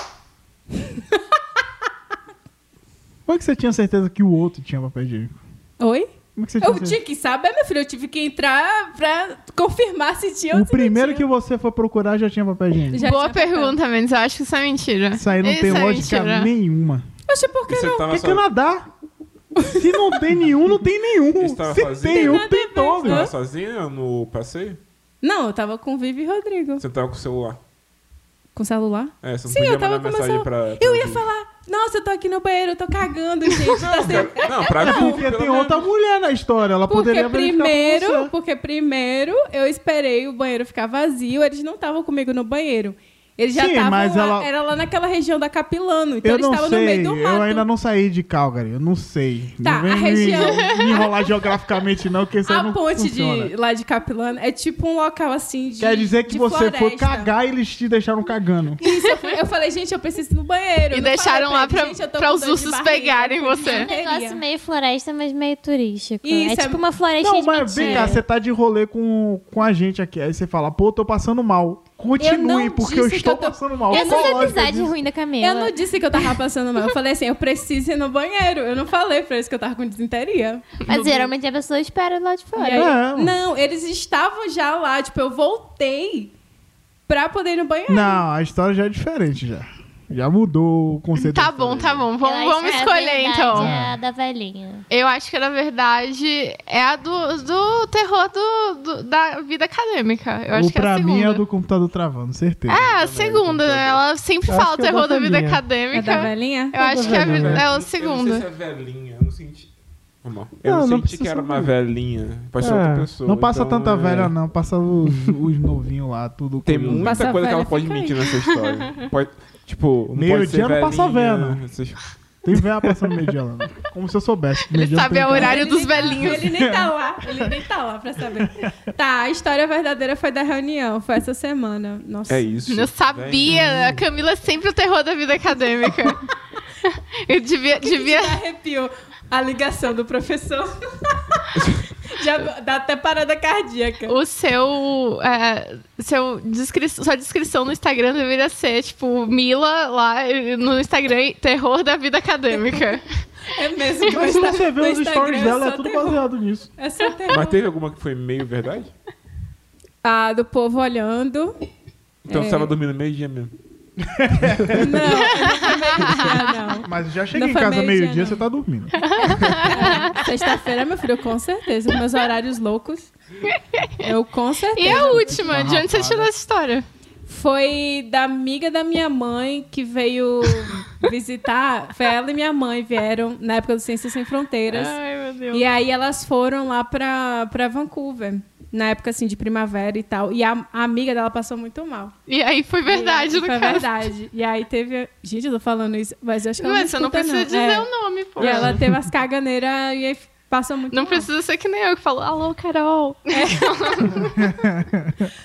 B: Como é que você tinha certeza que o outro tinha papel higiênico?
A: Oi?
B: Como é que você tinha
A: Eu
B: certeza?
A: tinha que saber, meu filho. Eu tive que entrar pra confirmar se tinha ou
B: O
A: se não
B: primeiro que
A: tinha.
B: você foi procurar já tinha papel higiênico.
A: Já
F: Boa
A: tinha papel.
F: pergunta, Mendes. Eu acho que isso é mentira.
B: Isso aí não tem
F: é
B: lógica
A: né?
F: mentira.
B: nenhuma.
A: Poxa, por que
E: E você
A: não?
E: tá na
B: É
E: sua...
B: Canadá. Se não tem nenhum, não tem nenhum.
E: Você tava
B: Se
E: sozinho?
B: tem
A: Tem
B: um,
A: nada a
B: tem
A: ver, né?
B: todos.
E: Tava sozinha no passeio?
A: Não, eu tava com o Vivi e Rodrigo.
E: Você tava com o celular.
A: Com o celular?
E: É, você não
A: Sim,
E: podia
A: eu tava
E: mandar
A: com o meu
E: mensagem
A: celular.
E: pra, pra
A: eu ia
E: alguém.
A: falar, nossa, eu tô aqui no banheiro, eu tô cagando, gente. tá sendo...
E: Pra- Não, pra
B: É
E: Vivi,
B: porque
E: pelo
B: tem
E: menos.
B: outra mulher na história. Ela
A: Porque
B: poderia verificar com
A: primeiro,
B: você.
A: porque primeiro eu esperei o banheiro ficar vazio, eles não estavam comigo no banheiro. Eles já
B: Sim,
A: estavam lá,
B: mas ela-
A: era lá naquela região da Capilano, então
B: Eu
A: eles
B: não
A: estavam no meio
B: sei.
A: do mato.
B: Eu ainda não saí de Calgary. Eu não sei.
A: Tá,
B: não vem
A: a
B: me-
A: região-
B: me enrolar geograficamente, não, porque isso aí
A: A
B: não
A: ponte
B: funciona.
A: de lá de Capilano é tipo um local assim de.
B: Quer dizer que
A: de
B: você foi
A: floresta.
B: cagar e eles te deixaram cagando.
A: Isso, eu, fui- eu falei, gente, eu preciso ir no banheiro.
F: E
A: Eu não
F: deixaram lá
A: falei
F: pra,
A: eles, gente, eu tô
F: pra
A: com
F: os
A: dor de
F: ursos
A: barriga.
F: pegarem você.
G: É um negócio meio floresta, mas meio turístico.
A: Isso,
G: é
A: é-
G: tipo uma floresta
B: Não,
G: de
B: mas vem cá,
G: mentira.
B: você tá de rolê com, com a gente aqui. Aí você fala, pô, eu tô passando mal. Continue,
A: não
B: porque eu
A: disse que
B: estou
A: eu tô-
B: passando mal.
G: Essa
B: Qual a
G: é a
B: lógica
G: amizade
B: disso?
G: ruim da Camila.
A: Eu não disse que eu tava passando mal. Eu falei assim, eu preciso ir no banheiro. Eu não falei pra eles que eu tava com desinteria.
G: Mas geralmente a pessoa espera lá de
A: E
G: fora.
A: aí-
B: Não.
A: não, eles estavam já lá. Tipo, eu voltei pra poder ir no banheiro.
B: Não, a história já é diferente já. Já mudou o conceito.
F: Tá
B: do
F: bom,
B: restaurante.
F: tá bom.
G: Eu
F: Vamos,
G: acho
F: vamos
G: que a
F: escolher
G: verdade
F: então.
G: É a da velhinha.
F: Eu acho que na verdade é a do, do terror do, do- da vida acadêmica. Eu acho
B: o
F: que é a
B: pra
F: segunda.
B: mim é o do computador travando, certeza.
F: É, a segunda, né? Ela sempre
D: Eu
F: fala
D: acho
F: o
D: que é
F: terror
D: da
F: da vida
D: velhinha.
A: É
F: acadêmica.
A: da velhinha?
F: eu acho que
B: Uhum.
F: é a,
D: velhinha.
F: vi- é a
E: Eu não sei se
F: segunda.
E: é velhinha, eu não senti. Foi mal.
D: Não,
E: Eu não,
D: não
E: senti
D: precisa
E: que era
D: ser
E: uma velhinha. Passou
D: É,
E: outra pessoa.
B: não passa
E: então,
B: tanta
E: é.
B: velha, não. Passa os, os novinhos lá, tudo.
E: Tem
B: curioso.
E: muita
A: Passa
E: coisa que ela
A: velha,
E: pode
A: fica aí.
E: mentir nessa história. Pode, tipo, não
B: Meio
E: pode ser
B: dia não passa
E: velhinha,
B: velho.
E: essas-
B: Tem velha passando mediana. Como se eu soubesse. que
F: Ele
B: mediana
F: sabe
B: tem
F: a
B: cara.
F: horário
A: Ele
F: dos
A: nem tá-
F: velhinhos.
A: Ele nem tá lá, ele nem tá lá pra saber. Tá, a história verdadeira foi da reunião, foi essa semana. Nossa.
E: É isso.
F: Eu
E: né?
F: sabia, a Camila é sempre o terror da vida acadêmica. Eu devia,
A: Me
F: devia,
A: arrepiou a ligação do professor. Já dá até parada cardíaca.
F: O seu. é, seu descri sua descrição no Instagram deveria ser, tipo, Mila lá e- no Instagram, e terror da vida acadêmica.
A: É mesmo que
B: Mas se você vê
A: no
B: os
A: Instagram
B: stories dela,
A: só
B: é tudo
F: um.
A: tem-
B: baseado nisso.
A: É só tem
E: Mas teve alguma que foi meio verdade?
A: Ah, do povo olhando.
E: Então
A: É.
E: você tava dormindo meio dia mesmo.
A: Não, eu não fui
B: Ah,
A: meio-dia, não.
B: Mas já
A: Não
B: chega em
A: foi
B: casa
A: meio-dia,
B: meio-dia,
F: né?
A: não.
B: você tá dormindo. É.
A: Sexta-feira, meu filho, com certeza. Meus horários loucos. Eu com certeza.
F: E a última, de onde você
B: Uma
F: tirou essa história?
A: Foi da amiga da minha mãe que veio visitar. Foi ela e minha mãe vieram na época do Ciências Sem Fronteiras.
F: Ai, meu Deus.
A: E aí elas foram lá pra, pra Vancouver. Na época, assim, de primavera e tal. E a, a amiga dela passou muito mal.
F: E aí foi verdade,
A: E aí,
F: no
A: Foi
F: caso.
A: verdade. E aí teve... Gente, eu tô falando isso, mas eu acho que ela
F: Mas você não
A: escuta,
F: precisa dizer
A: É.
F: o nome, pô.
A: E ela teve as caganeiras e aí passou muito
F: Não
A: mal.
F: precisa ser que nem eu que falo, alô, Carol.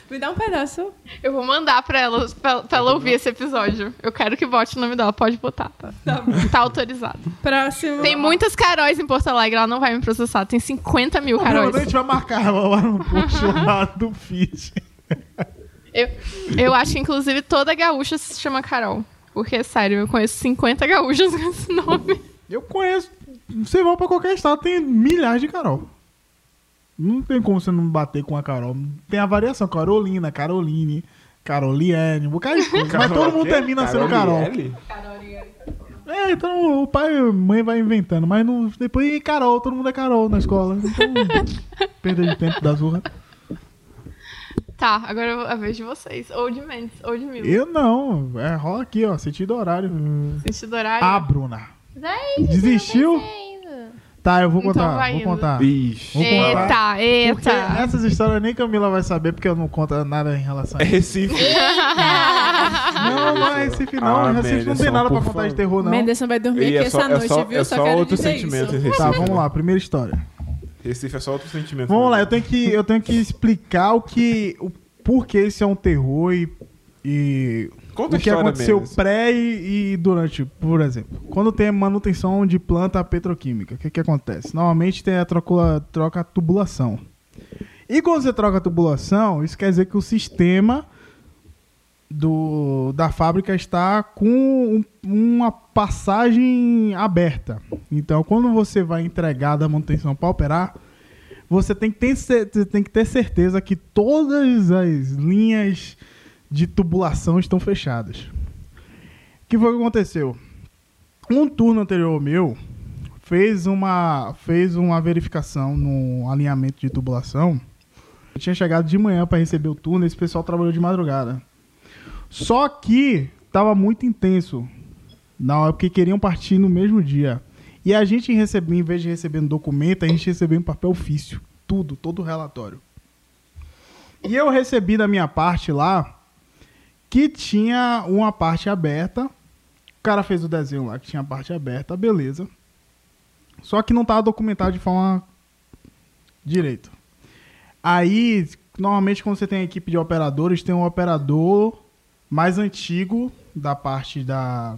A: Me dá um pedaço.
F: Eu vou mandar pra ela, pra, pra ela ouvir esse episódio. Eu quero que bote o nome dela, pode botar, tá?
A: Tá bom.
F: Tá autorizado.
A: Próximo.
F: Tem muitas Caróis em Porto Alegre, ela não vai me processar. Tem 50 mil Caróis.
B: Provavelmente a gente vai marcar ela lá no post lá do feed.
F: Eu, eu acho que, inclusive, toda gaúcha se chama Carol. Porque, sério, eu conheço 50 gaúchas com esse nome.
B: Eu conheço. Você vai pra qualquer estado, tem milhares de Carol. Não tem como você não bater com a Carol. Tem a variação: Carolina, Caroline, Caroliane, um bocado de coisa. Mas todo mundo termina sendo Carol.
E: Caroliele?
B: É, então o pai e a mãe vai inventando. Mas não- depois, "Ih, Carol, todo mundo é Carol na escola. Então, perda de tempo da Zurra.
F: Tá, agora eu- a vez de vocês. Ou de Mendes, ou de Mil.
B: Eu não. É, rola aqui, ó. Sentido horário.
F: Sentido horário.
B: Ah, Bruna.
G: Vai,
B: Desistiu? Tá, eu vou
F: Então
B: contar.
F: vai
B: vou
F: indo.
B: contar.
E: Bicho.
B: Vou Tá. contar.
F: eita,
B: Porque é assim,
F: eita.
B: essas histórias nem Camila vai saber, porque eu não conto nada em relação a
E: É
B: isso.
E: Recife.
B: Não, não é Recife, não.
E: Ah,
B: Recife não
E: Mendes,
B: tem nada pra
E: por
B: contar de
E: favor.
B: terror, não.
A: Menderson vai dormir
E: E
A: aqui
E: é só,
A: essa noite,
E: é só,
A: viu?
E: é
A: só,
E: só
A: quero
E: outro
A: dizer
E: sentimento.
A: isso.
E: Recife,
B: Tá, vamos
E: né?
B: lá. Primeira história.
E: Recife é só outro sentimento.
B: Vamos lá,
E: né?
B: eu tenho que, eu tenho que explicar o que. O porquê isso é um terror e. e
E: Conta a
B: o que
E: história,
B: aconteceu
E: Mendes.
B: pré e, e durante, por exemplo. Quando tem manutenção de planta petroquímica, o que, que acontece? Normalmente tem a trocula, troca a tubulação. E quando você troca a tubulação, isso quer dizer que o sistema do, da fábrica está com um- uma passagem aberta. Então, quando você vai entregar da manutenção para operar, você tem que, ter, cer- você tem que ter certeza que todas as linhas de tubulação estão fechadas. O que foi que aconteceu? Um turno anterior meu fez uma, fez uma verificação no alinhamento de tubulação. Eu tinha chegado de manhã para receber o turno, esse pessoal trabalhou de madrugada. Só que estava muito intenso na hora, porque queriam partir no mesmo dia. E a gente recebia, em vez de receber no documento, a gente recebeu em papel ofício. Tudo, todo o relatório. E eu recebi da minha parte lá que tinha uma parte aberta. O cara fez o desenho lá que tinha a parte aberta, beleza. Só que não estava documentado de forma direito. Aí, normalmente, quando você tem a equipe de operadores, tem um operador mais antigo da parte da.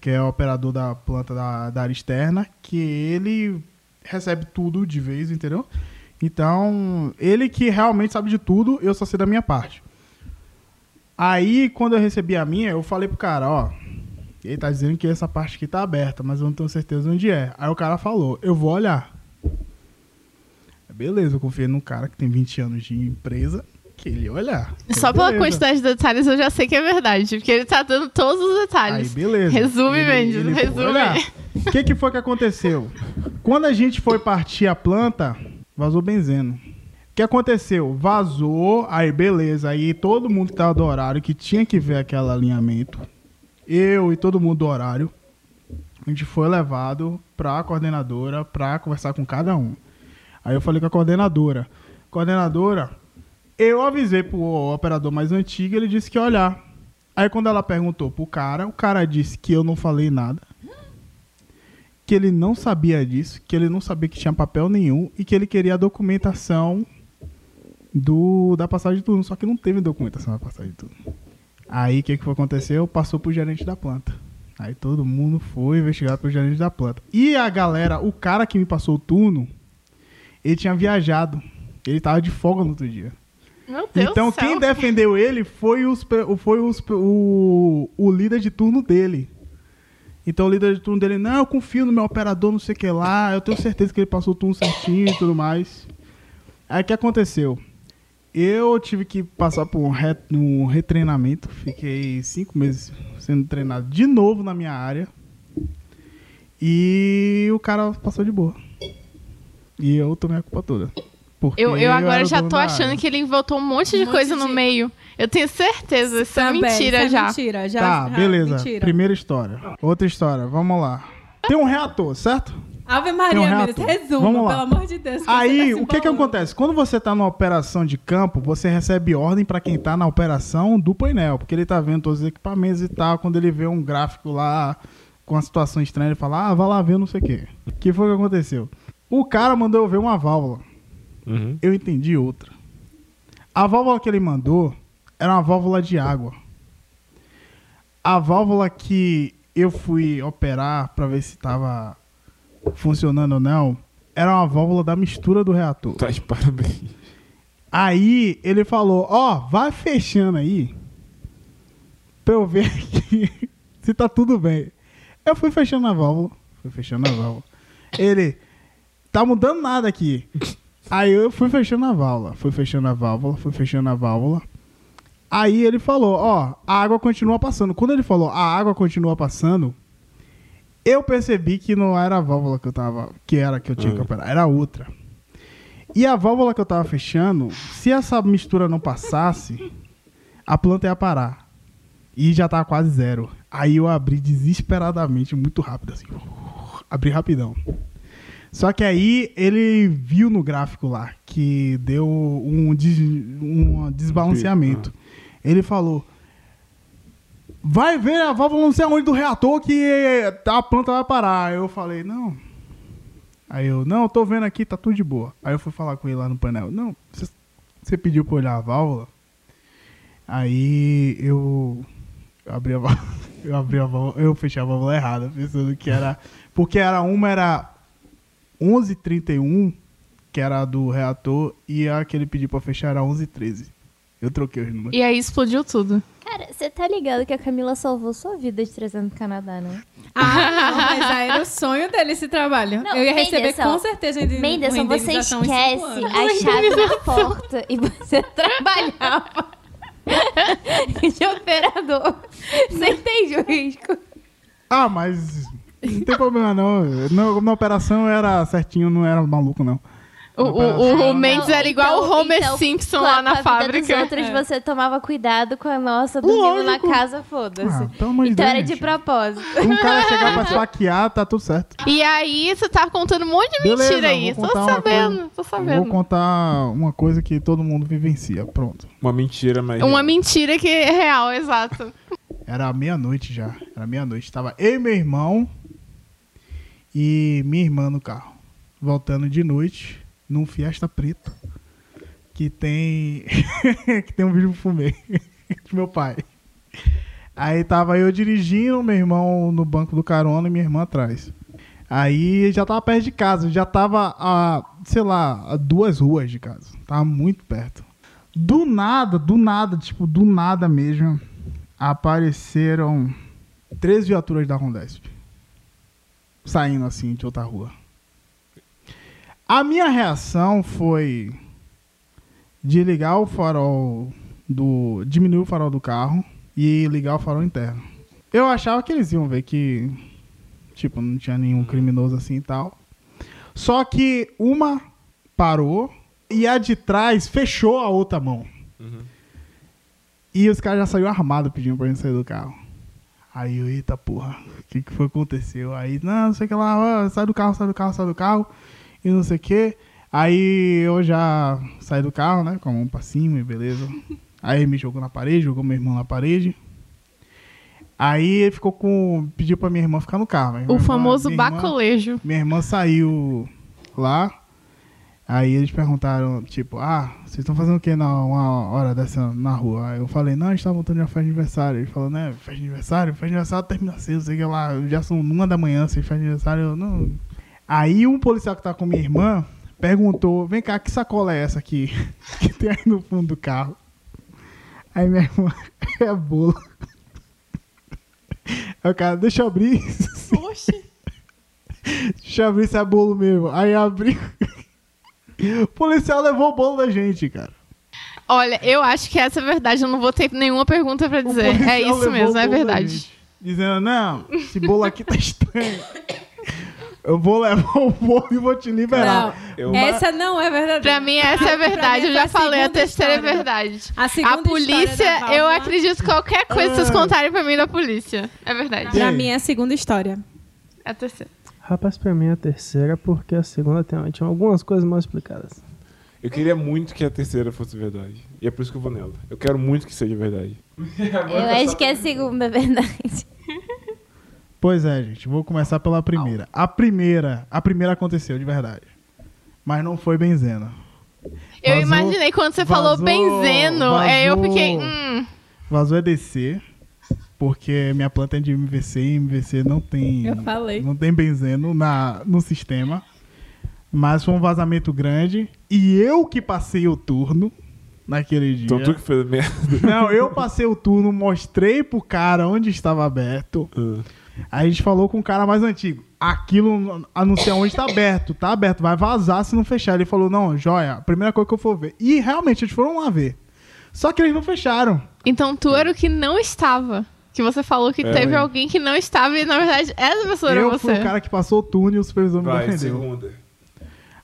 B: que é o operador da planta da, da área externa, que ele recebe tudo de vez, entendeu? Então, ele que realmente sabe de tudo, eu só sei da minha parte. Aí, quando eu recebi a minha, eu falei pro cara, ó. Ele tá dizendo que essa parte aqui tá aberta, mas eu não tenho certeza onde é. Aí o cara falou, eu vou olhar. Beleza, eu confiei num cara que tem 20 anos de empresa, Aquele, olha.
F: Só pela
B: Beleza.
F: quantidade de detalhes eu já sei que é verdade, porque ele tá dando todos os
B: Aí,
F: detalhes.
B: beleza.
F: Resume, Mendes, resume.
B: O que, que foi que aconteceu? Quando a gente foi partir a planta, vazou benzeno. O que aconteceu? Vazou, aí beleza. Aí todo mundo que tava do horário, que tinha que ver aquele alinhamento, eu e todo mundo do horário, a gente foi levado pra coordenadora pra conversar com cada um. Aí eu falei com a coordenadora. Coordenadora, eu avisei pro operador mais antigo, ele disse que ia olhar. Aí quando ela perguntou pro cara, o cara disse que eu não falei nada. Que ele não sabia disso, que ele não sabia que tinha papel nenhum e que ele queria a documentação do da passagem de turno, só que não teve documentação da passagem de turno. Aí o que que foi aconteceu? Passou pro gerente da planta. Aí todo mundo foi investigado pro gerente da planta. E a galera, o cara que me passou o turno, ele tinha viajado. Ele tava de folga no outro dia.
F: Meu Deus
B: Então
F: do céu.
B: quem defendeu ele foi, os, pe- o- foi os, pe- o, o líder de turno dele. Então o líder de turno dele, não, eu confio no meu operador, não sei o que lá, eu tenho certeza que ele passou o turno certinho e tudo mais. Aí o que aconteceu? Eu tive que passar por um, re- um retreinamento, fiquei cinco meses sendo treinado de novo na minha área. E o cara passou de boa. E eu tomei a culpa toda. Porque
F: Eu, eu agora
B: era o
F: já
B: dono
F: tô
B: da
F: achando
B: área.
F: que ele inventou um monte de
A: Um monte
F: coisa no
A: de-
F: meio. Eu tenho certeza, isso é
A: Também,
F: mentira
A: isso é
F: já.
A: Mentira, já.
B: Tá,
A: ah,
B: beleza.
A: Mentira.
B: Primeira história. Outra história, vamos lá. Tem um reator, certo?
A: Ave
B: Tem um
A: Maria,
B: reato?
A: Mendes, resuma,
B: Vamos lá.
A: pelo amor de Deus. que você tá
B: Aí,
A: se
B: o que que
A: embolando.
B: acontece? Quando você tá numa operação de campo, você recebe ordem pra quem tá na operação do painel, porque ele tá vendo todos os equipamentos e tal. Quando ele vê um gráfico lá com uma situação estranha, ele fala: "Ah, vai lá ver não sei o quê". O que foi que aconteceu? O cara mandou eu ver uma válvula.
E: Uhum.
B: Eu entendi outra. A válvula que ele mandou era uma válvula de água. A válvula que eu fui operar pra ver se tava funcionando ou não era uma válvula da mistura do reator.
E: Tá de parabéns.
B: Aí ele falou: Ó, vai fechando aí pra eu ver aqui se tá tudo bem. Eu fui fechando a válvula. Fui fechando a válvula. Ele: Tá mudando nada aqui. Aí eu fui fechando a válvula. Fui fechando a válvula. Fui fechando a válvula. Aí ele falou: Ó, a água continua passando. Quando ele falou: A água continua passando. Eu percebi que não era a válvula que eu tava. Que era que eu tinha que operar. Era outra. E a válvula que eu tava fechando, se essa mistura não passasse, a planta ia parar. E já tava quase zero. Aí eu abri desesperadamente, muito rápido, assim. Abri rapidão. Só que aí ele viu no gráfico lá que deu um, des- um desbalanceamento. Ele falou: Vai ver a válvula não sei aonde do reator que a planta vai parar. Eu falei: Não, Aí eu, não, tô vendo aqui, tá tudo de boa. Aí eu fui falar com ele lá no painel. Não, você- você pediu pra olhar a válvula? Aí eu eu abri a válvula, eu abri a válvula, eu fechei a válvula errada, pensando que era. Porque era uma era 11h31, que era a do reator, e a que ele pediu pra fechar era 11h13. Eu troquei os números.
F: E aí explodiu tudo.
G: Cara, você tá ligado que a Camila salvou sua vida de trazer no Canadá, né?
A: Ah, não, mas aí era o sonho dele esse trabalho.
G: Não,
A: Eu ia receber
G: Menderson,
A: com certeza uma
G: Menderson, você
A: indenização em cinco
G: esquece
A: anos.
F: É
G: a chave da porta e você trabalhava de operador sem ter risco.
B: Ah, mas não tem problema não. Na, na operação era certinho, não era maluco não.
F: O, o- o- o Mendes era
A: Então,
F: igual o Homer Simpson
G: com a-
F: lá na
G: com a vida dos
F: fábrica.
A: É.
G: outros você tomava cuidado com a nossa, dormindo na
B: Lógico.
G: casa, foda-se.
B: Ah, pelo amor de
G: então
B: Deus,
G: era de
B: gente.
G: propósito.
B: Um cara chegar pra esfaquear, tá tudo certo.
F: E aí você tá contando um monte de
B: Beleza,
F: mentira
B: vou
F: aí. Tô
B: contar uma
F: sabendo,
B: coisa.
F: tô
G: Tá
B: Vou
F: sabendo.
B: contar uma coisa que todo mundo vivencia. Pronto.
E: Uma mentira, mas.
F: Uma mentira que é real, exato.
B: Era meia-noite já. Era meia-noite. Tava eu e meu irmão e minha irmã no carro. Voltando de noite num Fiesta Preto. Que tem. que tem um vídeo fumê. de meu pai. Aí tava eu dirigindo, meu irmão no banco do carona e minha irmã atrás. Aí já tava perto de casa, já tava a, sei lá, a duas ruas de casa. Tava muito perto. Do nada, do nada, tipo, do nada mesmo, apareceram três viaturas da Rondesp. Saindo assim de outra rua. A minha reação foi. de ligar o farol do. diminuir o farol do carro e ligar o farol interno. Eu achava que eles iam ver que. Tipo, não tinha nenhum criminoso assim e tal. Só que uma parou e a de trás fechou a outra mão. E os caras já saíram armados pedindo pra gente sair do carro. Aí eu, eita porra, o que, que foi que aconteceu? Aí, não, não sei o que lá, ó, sai do carro, sai do carro, sai do carro, e não sei o que. Aí eu já saí do carro, né, com a mão pra cima e beleza. Aí me jogou na parede, jogou meu irmão na parede. Aí ele ficou com. pediu pra minha irmã ficar no carro. né? Minha
F: O
B: irmã-
F: famoso
B: minha irmã-
F: bacolejo.
B: minha irmã saiu lá. Aí eles perguntaram, tipo, ah, vocês estão fazendo o que na uma hora dessa na rua? Aí eu falei, não, a gente tá voltando de uma festa de aniversário. Ele falou, né, festa de aniversário? Festa de aniversário termina cedo, sei que lá, já são uma da manhã, vocês festa de aniversário, eu não. Aí um policial que tá com minha irmã perguntou, vem cá, que sacola é essa aqui? Que tem aí no fundo do carro. Aí minha irmã, é bolo. Aí o cara, deixa eu abrir.
F: Oxi.
B: Deixa eu abrir se é bolo mesmo. Aí abriu. O policial levou o bolo da gente, cara.
F: Olha, eu acho que essa é a verdade. Eu não vou ter nenhuma pergunta pra
B: O
F: dizer.
B: policial
F: É isso
B: levou o
F: mesmo, é
B: bolo da
F: verdade.
B: gente, Dizendo, não, esse bolo aqui tá estranho. Eu vou levar o bolo e vou te liberar.
E: Eu-
A: Essa não é verdadeira.
F: Pra mim, essa é a
A: Pra
F: verdade.
A: mim, essa
F: Eu
A: é
F: já
A: a
F: falei, a
A: segunda
F: terceira é
A: história da-
F: verdade.
A: A segunda história
F: A
A: da
F: polícia, eu
A: válvula-
F: acredito qualquer coisa que
B: Ah.
F: vocês contarem pra mim da polícia. É verdade.
B: E
A: Pra
B: aí? Um
A: mim é a segunda história.
F: É a terceira.
D: Rapaz, pra mim é a terceira, porque a segunda tem, tinha algumas coisas mal explicadas.
E: Eu queria muito que a terceira fosse verdade. E é por isso que eu vou nela. Eu quero muito que seja verdade.
G: Eu acho que é a segunda, é verdade.
B: Pois é, gente, vou começar pela primeira. A primeira, a primeira aconteceu de verdade. Mas não foi benzena.
F: Eu
B: Vazou,
F: imaginei quando você falou
B: vazou,
F: benzeno, aí eu
B: vazou.
F: fiquei. Hum,
B: Vazou EDC, porque minha planta é de MVC e MVC não tem.
A: Eu falei.
B: Não tem benzeno na, no sistema. Mas foi um vazamento grande. E eu que passei o turno naquele dia.
E: Então tu que fez a merda.
B: Não, eu passei o turno, mostrei pro cara onde estava aberto. Aí a gente falou com o cara mais antigo. Aquilo, a não ser onde tá aberto, tá aberto, vai vazar se não fechar. Ele falou, não, joia, a primeira coisa que eu for ver. E realmente, eles foram lá ver. Só que eles não fecharam.
F: Então tu era o que não estava. Que você falou que
E: É,
F: teve
E: eu.
F: alguém que não estava e na verdade essa pessoa era
B: eu
F: você.
B: fui o cara que passou o turno e o supervisor me
E: Vai,
B: defendeu.
E: segunda.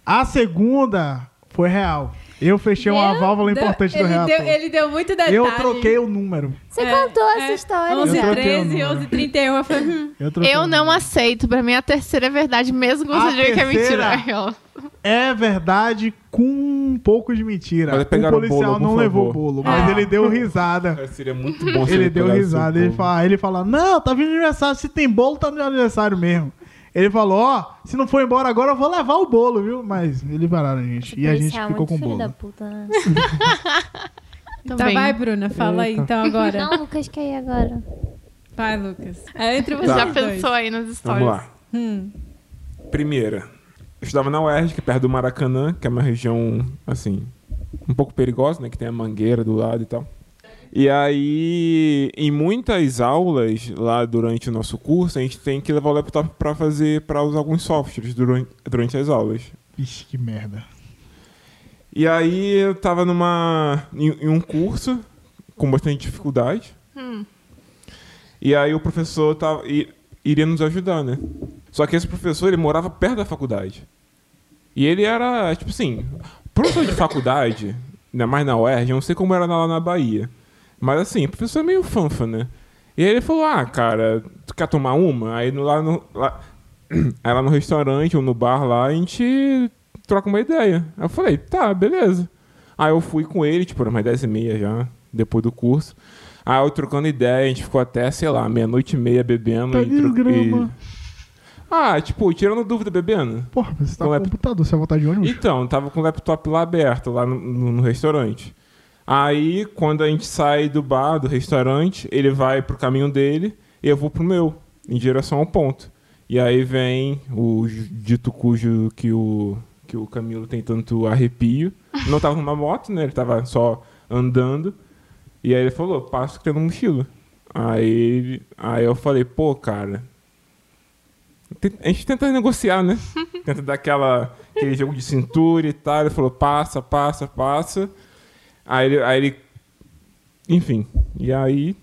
B: A segunda foi real. Eu fechei uma
A: Meu
B: válvula
A: Deus,
B: importante do
A: ele
B: reator.
A: deu, ele deu muito detalhe.
B: Eu troquei o número.
G: Você contou essa
A: é,
G: história.
A: 11,
B: Eu troquei o
A: 13,
B: número.
A: 11, 31. Eu falei, hum,
B: Eu, troquei
F: Eu
B: o
F: não
B: número.
F: aceito. Pra mim a terceira é verdade, mesmo que
B: A
F: você diga que é mentira.
B: terceira? É verdade com um pouco de mentira.
E: Olha,
B: o
E: pegaram o
B: policial
E: bolo, por
B: não
E: favor.
B: levou o bolo, mas ele deu risada.
E: Cara, seria muito bom se
B: Ele deu
E: pegasse
B: risada.
E: o
B: Ele
E: bolo.
B: fala, ele fala, não, tá vindo aniversário. Se tem bolo, tá no aniversário mesmo. Ele falou, ó, se não for embora agora, eu vou levar o bolo, viu? Mas ele pararam a gente. E a gente
H: é
G: Policial,
B: ficou
G: é muito
B: com o
G: filho da
B: bolo.
G: puta, né?
A: Então
F: Também.
A: vai, Bruna, fala aí
D: Eita.
A: então agora.
G: Não, Lucas, que aí agora?
A: Vai, Lucas. É entre vocês
F: Já
A: dois. Hum.
F: pensou aí nas histórias.
E: Vamos lá. Primeira. Eu estudava na UERJ, que é perto do Maracanã, que é uma região, assim, um pouco perigosa, né? Que tem a mangueira do lado e tal. E aí, em muitas aulas lá durante o nosso curso, a gente tem que levar o laptop para fazer, para usar alguns softwares durante, durante as aulas.
B: Ixi, que merda.
E: E aí eu tava numa. em, em um curso com bastante dificuldade. E aí o professor tava, i- iria nos ajudar, né? Só que esse professor, ele morava perto da faculdade. E ele era, tipo assim, professor de faculdade, ainda mais na UERJ, eu não sei como era lá na Bahia. Mas assim, professor é meio fanfa, né? E aí ele falou, ah, cara, tu quer tomar uma? Aí no- lá no, lá, aí lá no restaurante ou no bar lá, a gente troca uma ideia. Aí eu falei, tá, beleza. Aí eu fui com ele, tipo, era umas 10 e meia já, depois do curso. Aí eu trocando ideia, a gente ficou até, sei lá, meia-noite e meia bebendo.
B: Tá
E: e tro-
B: desgrama.
E: e- Ah, tipo, tirando dúvida, bebendo.
B: Porra, mas você tá
E: Não
B: com
E: é-
B: o computador, você vai voltar de ônibus?
E: Então, tava com o laptop lá aberto, lá no, no- no restaurante. Aí, quando a gente sai do bar, do restaurante, ele vai pro caminho dele e eu vou pro meu, em direção ao ponto. E aí vem o ju- dito cujo que o, que o Camilo tem tanto arrepio. Não tava numa moto, né? Ele tava só andando. E aí ele falou, passa que tem no mochila. Aí, ele- aí eu falei, pô, cara, Ten- A gente tenta negociar, né? Tenta dar aquela, aquele jogo de cintura e tal. Ele falou, passa, passa, passa. Aí ele, aí ele. Enfim. E aí.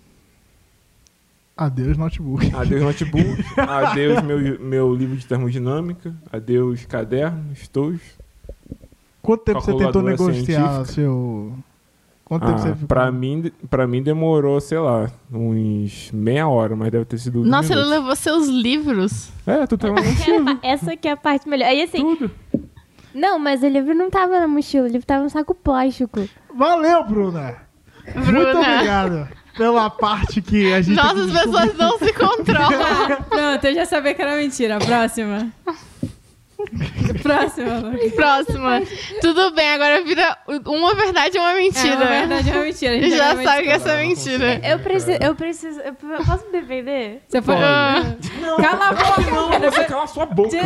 B: Adeus, notebook.
E: Adeus notebook. adeus meu, meu livro de termodinâmica. Adeus caderno, estojos.
B: Quanto tempo você tentou
E: Calculadora
B: negociar
E: científica.
B: seu. Quanto tempo você
E: Ah,
B: ficou?
E: pra, mim, pra mim demorou, sei lá, uns meia hora, mas deve ter sido. uns
F: Nossa, ele
E: minutos.
F: levou seus livros.
E: É, tu tava.
H: Essa é a pa- Essa aqui é a parte melhor. Aí assim. Não, mas o livro não tava na mochila, o livro tava no saco plástico.
B: Valeu, Bruna! Muito
F: Bruna.
B: obrigado pela parte que a gente. é
F: Nossa, as pessoas não se controlam.
A: Pronto, eu já sabia que era mentira. Próxima. Próxima, Lucas.
F: Próxima. Tudo bem, agora vira uma verdade e uma
A: É, na
F: mentira.
A: verdade é uma mentira. a gente
F: Ele já
A: acabou de
F: sabe que essa é
E: descobrir.
F: mentira.
G: Eu preciso, eu preciso, eu posso me defender?
A: Você foi...
E: né?
F: Ah,
A: Cala a boca, cara.
E: Você cala a sua boca!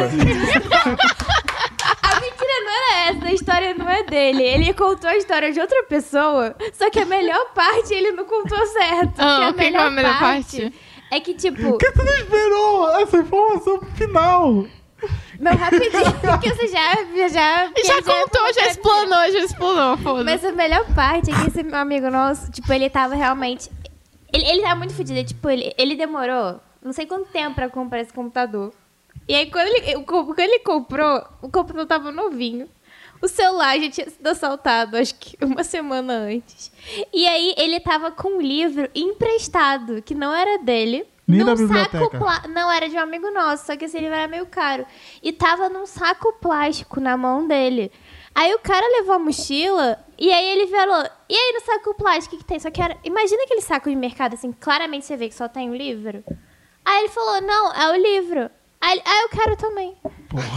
G: A mentira não era essa, a história não é dele. Ele contou a história de outra pessoa, só que a melhor parte ele não contou certo. porque
F: Ah,
G: a
F: o que que é a melhor parte?
G: é que, tipo,
B: Por que você não esperou essa informação pro final?
G: meu rapidinho, porque você já. Já,
F: Ele já contou, já explanou, já explanou,
G: é Mas
F: foda-se.
G: a melhor parte é que esse meu amigo nosso, tipo, ele tava realmente. Ele, ele tava muito fodido. Tipo, ele, ele demorou não sei quanto tempo pra comprar esse computador. E aí, quando ele, o co- quando ele comprou, o computador tava novinho. O celular já tinha sido assaltado, acho que uma semana antes. E aí, ele tava com um livro emprestado, que não era dele.
B: Nem
G: num
B: da
G: saco
B: biblioteca.
G: pla- Não, era de um amigo nosso, só que esse livro era meio caro. E tava num saco plástico na mão dele. Aí o cara levou a mochila e aí ele falou: E aí no saco plástico o que tem? Só que era. Imagina aquele saco de mercado, assim, claramente você vê que só tem um livro. Aí ele falou: Não, é o livro. Aí, ele, ah, eu quero também.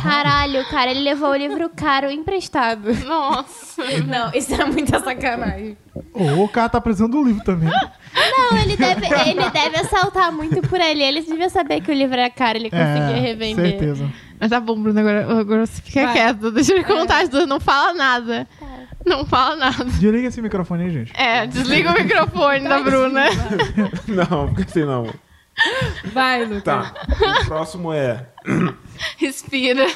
G: Caralho, cara, ele levou o livro caro emprestado.
F: Nossa.
G: Não, isso é muita sacanagem.
B: Ô, o cara tá precisando do livro também.
G: Não, ele deve, ele deve assaltar muito por ali. Ele devia saber que o livro era caro, ele conseguia revender.
B: É, Certeza.
F: Mas tá bom, Bruna, agora, agora você fica
A: Vai.
F: quieta. Deixa ele contar as duas, não fala nada. Não fala nada.
B: Desliga esse microfone aí, gente.
F: É, desliga o microfone
A: Tá,
F: da Bruna.
E: não, fica assim não.
A: Vai, Lucas.
E: Tá. O próximo é.
F: Respira.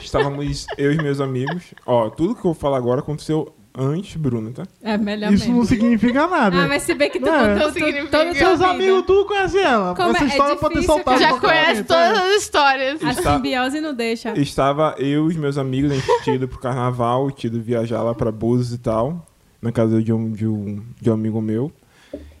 E: Estávamos eu e meus amigos. Ó, tudo que eu vou falar agora aconteceu antes, Bruna, tá?
A: É melhor
B: Isso
A: mesmo.
B: não significa nada.
A: Ah, mas se bem que tu
B: Não,
A: contou
B: não
A: tu-
F: significa.
A: toda a
B: Seus
A: sua
B: amigos
A: vida.
B: tudo conhecem ela.
A: Como é-
B: Essa
A: é
B: história pode ter
A: difícil,
B: soltado
E: um
A: cara.
F: Já
B: pra caralho,
F: conhece
E: tá?
B: então.
F: todas as histórias.
A: A
E: Está-
A: simbiose não deixa.
E: Estava eu e os meus amigos, a gente tinha ido pro carnaval, tinha ido viajar lá pra Búzios e tal, na casa de um, de um, de um amigo meu.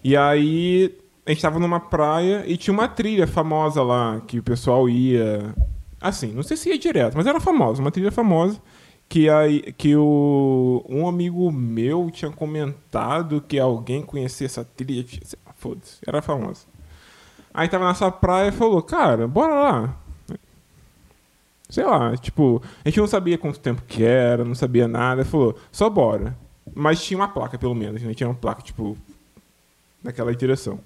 E: E aí, a gente tava numa praia e tinha uma trilha famosa lá, que o pessoal ia... Assim, não sei se ia direto, mas era famosa, uma trilha famosa. Que, aí, que o, um amigo meu tinha comentado que alguém conhecia essa trilha. tinha- sei lá, Foda-se, era famosa. Aí tava nessa praia e falou, cara, bora lá. Sei lá, tipo, a gente não sabia quanto tempo que era, não sabia nada, falou, só bora. Mas tinha uma placa, pelo menos, né? Tinha uma placa, tipo, naquela direção.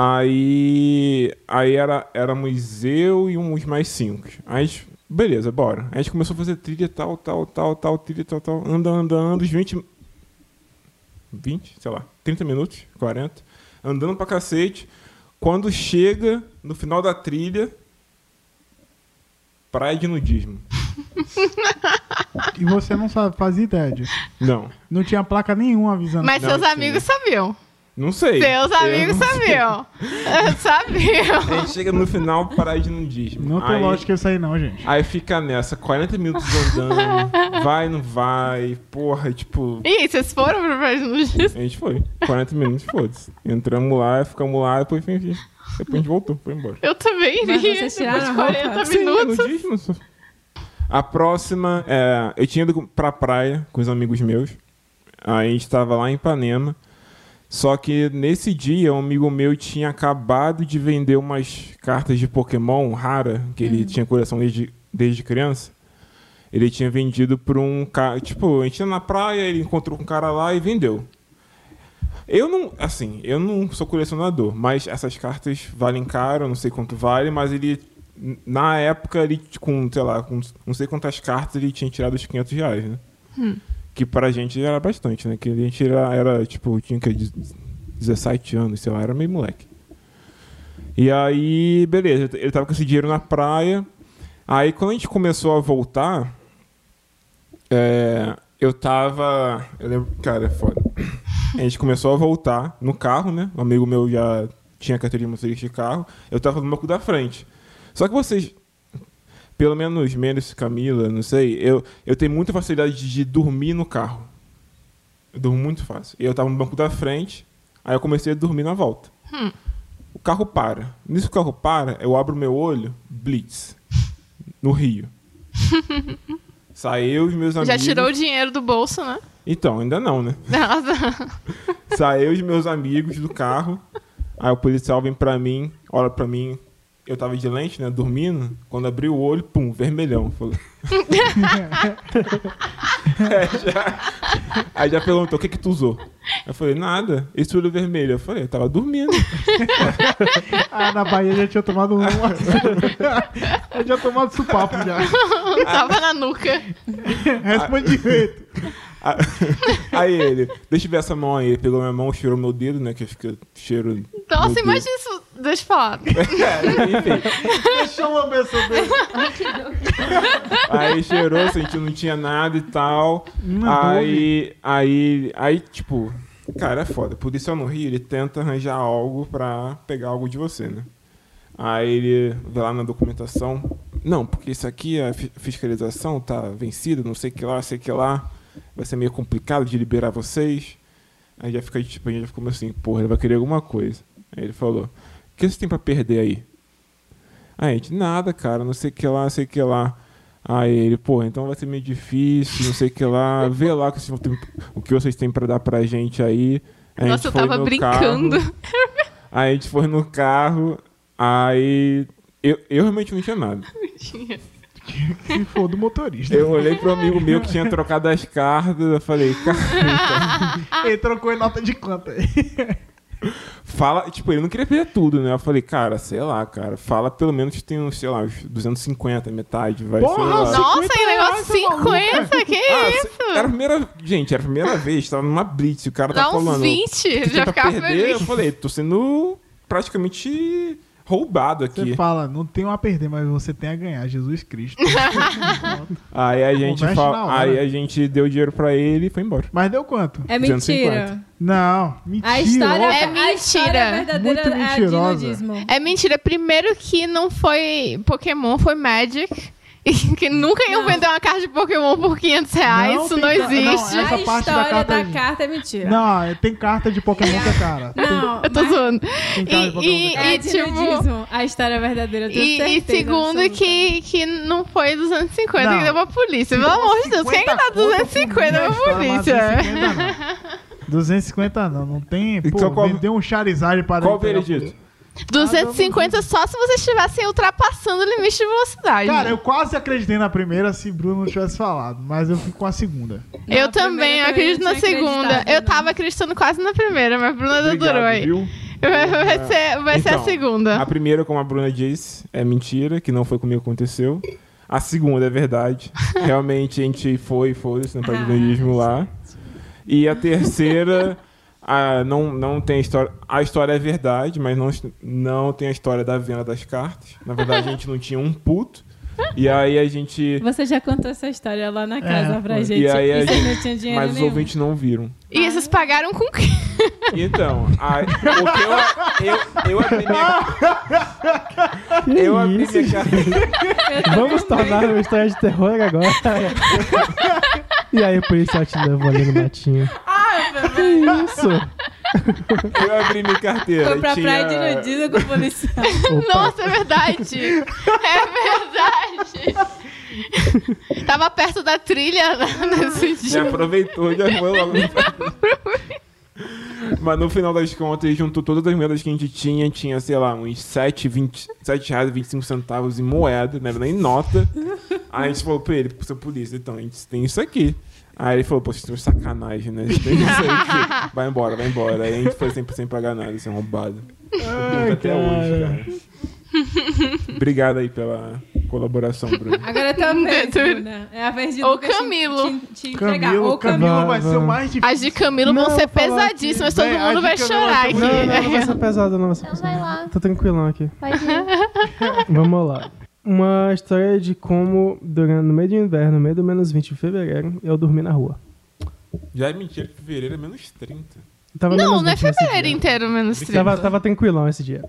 E: Aí. Aí era, éramos eu e uns mais cinco. Aí, a gente, beleza, bora. Aí a gente começou a fazer trilha tal, tal, tal, tal, trilha tal, tal. Anda, anda, anda, uns 20. 20, sei lá, 30 minutos, 40. Andando pra cacete. Quando chega no final da trilha. Praia de nudismo.
B: E você não sabe, fazia ideia disso.
E: Não.
B: Não tinha placa nenhuma avisando.
F: Mas
E: Não,
F: seus
E: sim.
F: amigos sabiam.
E: Não sei.
F: Seus
E: Eu
F: amigos
E: não sei.
F: sabiam. sabiam.
E: A gente chega no final, praia de nudismo.
B: Não tem
E: Aí-
B: lógica isso aí, não, gente.
E: Aí fica nessa, 40 minutos andando, vai, não vai, porra, tipo.
F: Ih, vocês foram pro Praia do Nudismo?
E: A gente foi, 40 minutos, foda-se. Entramos lá, ficamos lá, depois, enfim, depois a gente voltou, foi embora.
F: Eu também
A: Mas
F: iria.
A: vocês tiraram a roupa?
F: 40
E: Sim, é
F: minutos.
E: nudismo, só- A próxima, é, eu tinha ido pra praia com os amigos meus, aí a gente tava lá em Ipanema, só que nesse dia um amigo meu tinha acabado de vender umas cartas de Pokémon rara, que ele tinha coleção desde, desde criança. Ele tinha vendido pra um cara. Tipo, a gente ia na praia, ele encontrou com um cara lá e vendeu. Eu não. Assim, eu não sou colecionador, mas essas cartas valem caro, eu não sei quanto vale, mas ele. Na época, ele, com, sei lá, com não sei quantas cartas, ele tinha tirado os 500 reais, né? Que pra gente era bastante, né? Que a gente era, era tipo, tinha que 17 anos, sei lá, era meio moleque. E aí, beleza, ele tava com esse dinheiro na praia. Aí quando a gente começou a voltar, é, Eu tava. Eu lembro. Cara, é foda. A gente começou a voltar no carro, né? Um amigo meu já tinha carteira de motorista de carro. Eu tava no banco da frente. Só que vocês. Pelo menos, menos Camila, não sei. Eu, eu tenho muita facilidade de, de dormir no carro. Eu durmo muito fácil. E eu tava no banco da frente. Aí eu comecei a dormir na volta.
F: Hum.
E: O carro para. Nisso que o carro para, eu abro meu olho, blitz. No Rio. Saiu os meus amigos.
F: Já tirou o dinheiro do bolso, né?
E: Então, ainda não, né?
F: Nossa.
E: Saiu os meus amigos do carro. Aí o policial vem pra mim, olha pra mim. Eu tava de lente, né? Dormindo. Quando abri o olho, pum, vermelhão. Falei... É, já- Aí já perguntou, o que que tu usou? Eu falei, nada. Esse olho vermelho. Eu falei, eu tava dormindo.
B: Ah, na Bahia já tinha tomado um. eu já tomado supapo já.
E: Ah.
F: Tava na nuca.
B: Responde direito.
E: A- Aí ele, deixa eu ver essa mão aí. Ele pegou minha mão, cheirou meu dedo, né? Que fica cheiro.
F: Nossa,
E: meu dedo.
F: Então, assim, imagina isso. Deixa eu falar.
B: Deixa eu lamber seu dedo.
E: Aí cheirou, sentiu, não tinha nada e tal.
B: Não,
E: aí, aí, aí, tipo, cara, é foda. Por isso eu não rio, ele tenta arranjar algo pra pegar algo de você, né? Aí ele vai lá na documentação. Não, porque isso aqui, a fi- fiscalização tá vencida, não sei o que lá, sei o que lá. Vai ser meio complicado de liberar vocês. Aí já fica, tipo, a gente já ficou meio assim, porra, ele vai querer alguma coisa. Aí ele falou, o que você tem pra perder aí? Aí a gente, nada, cara, não sei o que lá, não sei o que lá. Aí ele, pô, então vai ser meio difícil, não sei o que lá. Vê lá o que vocês vão ter- o que vocês têm pra dar pra gente aí. Aí a gente
F: Nossa, eu
E: foi
F: tava
E: no
F: brincando.
E: carro. Aí a gente foi no carro, aí. Eu, eu realmente não tinha nada.
B: Se for do motorista.
E: Eu olhei pro amigo meu que tinha trocado as cartas, eu falei, cara,
A: Ah.
B: Ele trocou em nota de quanto aí?
E: fala. Tipo, ele não queria perder tudo, né? Eu falei, cara, sei lá, cara, fala pelo menos que tem, uns, sei lá, uns 250, metade, vai sei
B: Porra,
E: lá.
B: nossa,
F: Nossa, que negócio
B: reais, seu maluco.
F: 50, que
E: é Ah,
F: isso?
E: Era a primeira. Gente, era a primeira vez, tava numa blitz, o cara
F: Dá
E: tá
F: uns
E: falando. tá
F: 20,
E: "Tu
F: já
E: tenta
F: ficava
E: perder", Eu
F: feliz.
E: falei, tô sendo praticamente roubado aqui.
B: Você fala, não tem um a perder, mas você tem a ganhar, Jesus Cristo.
E: Aí a gente
B: Converte
E: fa-
B: na hora.
E: aí a gente deu dinheiro pra ele e foi embora.
B: mas deu quanto?
A: É
E: 250.
A: mentira.
B: Não, mentira.
A: A história
F: É
A: A história
F: mentira.
A: verdadeira
B: Muito
A: é a de
B: mentirosa.
A: nudismo.
F: É mentira. Primeiro que não foi Pokémon, foi Magic. E que nunca iam vender uma carta de Pokémon por 500 reais.
B: Não,
F: isso
B: tem
F: não
B: ca- não,
F: existe.
B: Essa
A: a
B: parte da
A: história
B: carta
A: da
B: aí.
A: carta é mentira.
B: Não, tem carta de Pokémon que é cara.
A: Não,
F: Eu tô zoando.
B: Tem cara de Pokémon que
F: E, e-
A: é
F: e,
A: de
F: tipo...
A: nudismo. A história é verdadeira, eu tenho
F: E, e
A: certeza
F: segundo
A: absoluta.
F: que, que não foi 250
B: Não. né?
F: que deu pra polícia. Pelo amor de Deus, quem é que dá 250 pra
B: Tá
F: polícia?
B: 250 não. 250 não, não tem.
E: E
B: Pô,
E: qual- qual-
B: vendeu um Charizard para
E: Qual o
B: ele pegar-
E: veredito?
F: 250 só se vocês estivessem ultrapassando o limite de velocidade.
B: Cara, eu quase acreditei na primeira se Bruno não tivesse falado, mas eu fico com a segunda.
A: Não,
F: Eu
A: a primeira
F: também
A: também
F: acredito
A: eu
F: na
A: tinha
F: segunda.
A: acreditado,
F: Eu
A: né?
F: tava acreditando quase na primeira, mas a Bruna dedurou aí.
E: viu?
F: Vai, vai ser, vai ser a
E: Então,
F: segunda.
E: A primeira, como a Bruna disse, é mentira, que não foi comigo que aconteceu. A segunda é verdade. Realmente a gente foi, foda-se, no
F: Ah.
E: pavilionismo lá. E a terceira, a, não, não tem história. A história é verdade, mas não, não tem a história da venda das cartas. Na verdade, a gente não tinha um puto. E aí a gente.
A: Você já contou essa história lá na casa pra
B: foi.
A: gente.
E: E aí a
A: e vocês
E: gente-
A: não tinham dinheiro
E: Mas os
A: nenhum.
E: ouvintes não viram.
F: E vocês pagaram com o quê?
E: Então, a, o que eu, eu, eu abri minha. eu abri minha carta.
D: Vamos tornar uma história de terror agora. e aí, o policial te levou ali no matinho. Que isso?
E: Eu abri minha carteira.
A: Foi pra
E: tinha...
A: praia de nudismo com o policial.
D: Opa,
F: Nossa, é verdade. É verdade. Tava perto da trilha né, nesse
E: Já
F: dia.
E: aproveitou, já foi logo. Mas no final das contas, juntou todas as moedas que a gente tinha. Tinha, sei lá, uns 7, 20, 7 reais e 25 centavos em moeda, não era nem nota. Aí a gente falou pra ele, pro seu polícia, então, a gente tem isso aqui. Aí ele falou, pô, vocês estão de sacanagem, né? A gente tem isso aqui. Vai embora, vai embora. Aí a gente foi sempre sem pagar nada, sem roubado.
B: Ai,
E: Até hoje, cara. Obrigado aí pela colaboração, Bruno.
A: Agora é tua vez,
F: Dedo.
A: Bruna. É a vez de
F: Ou
A: Lucas te-
F: Camilo.
A: Te, te entregar.
B: Camilo,
A: Ou Camilo.
B: Camilo vai ser o mais difícil.
F: As de Camilo
D: Não,
F: vão ser
D: eu vou falar
F: pesadíssimas,
B: aqui.
F: todo
B: Bem,
F: mundo
B: as
F: vai
B: de Camilo vai
F: chorar
B: ser
F: aqui.
D: Não, não, não vai ser pesado, não vai ser pesado.
G: Então vai lá.
D: Tô tranquilão aqui.
G: Pode ir.
D: Vamos lá. Uma história de como, durante, no meio do inverno, no meio do menos 20 de fevereiro, eu dormi na rua.
E: Já é mentira que fevereiro é menos 30.
D: Tava
F: Não,
D: menos
F: não é
D: 20 nesse
F: fevereiro então.
D: dia.
F: inteiro menos
E: Tava-
F: 30.
D: Tava, tava tranquilão esse dia.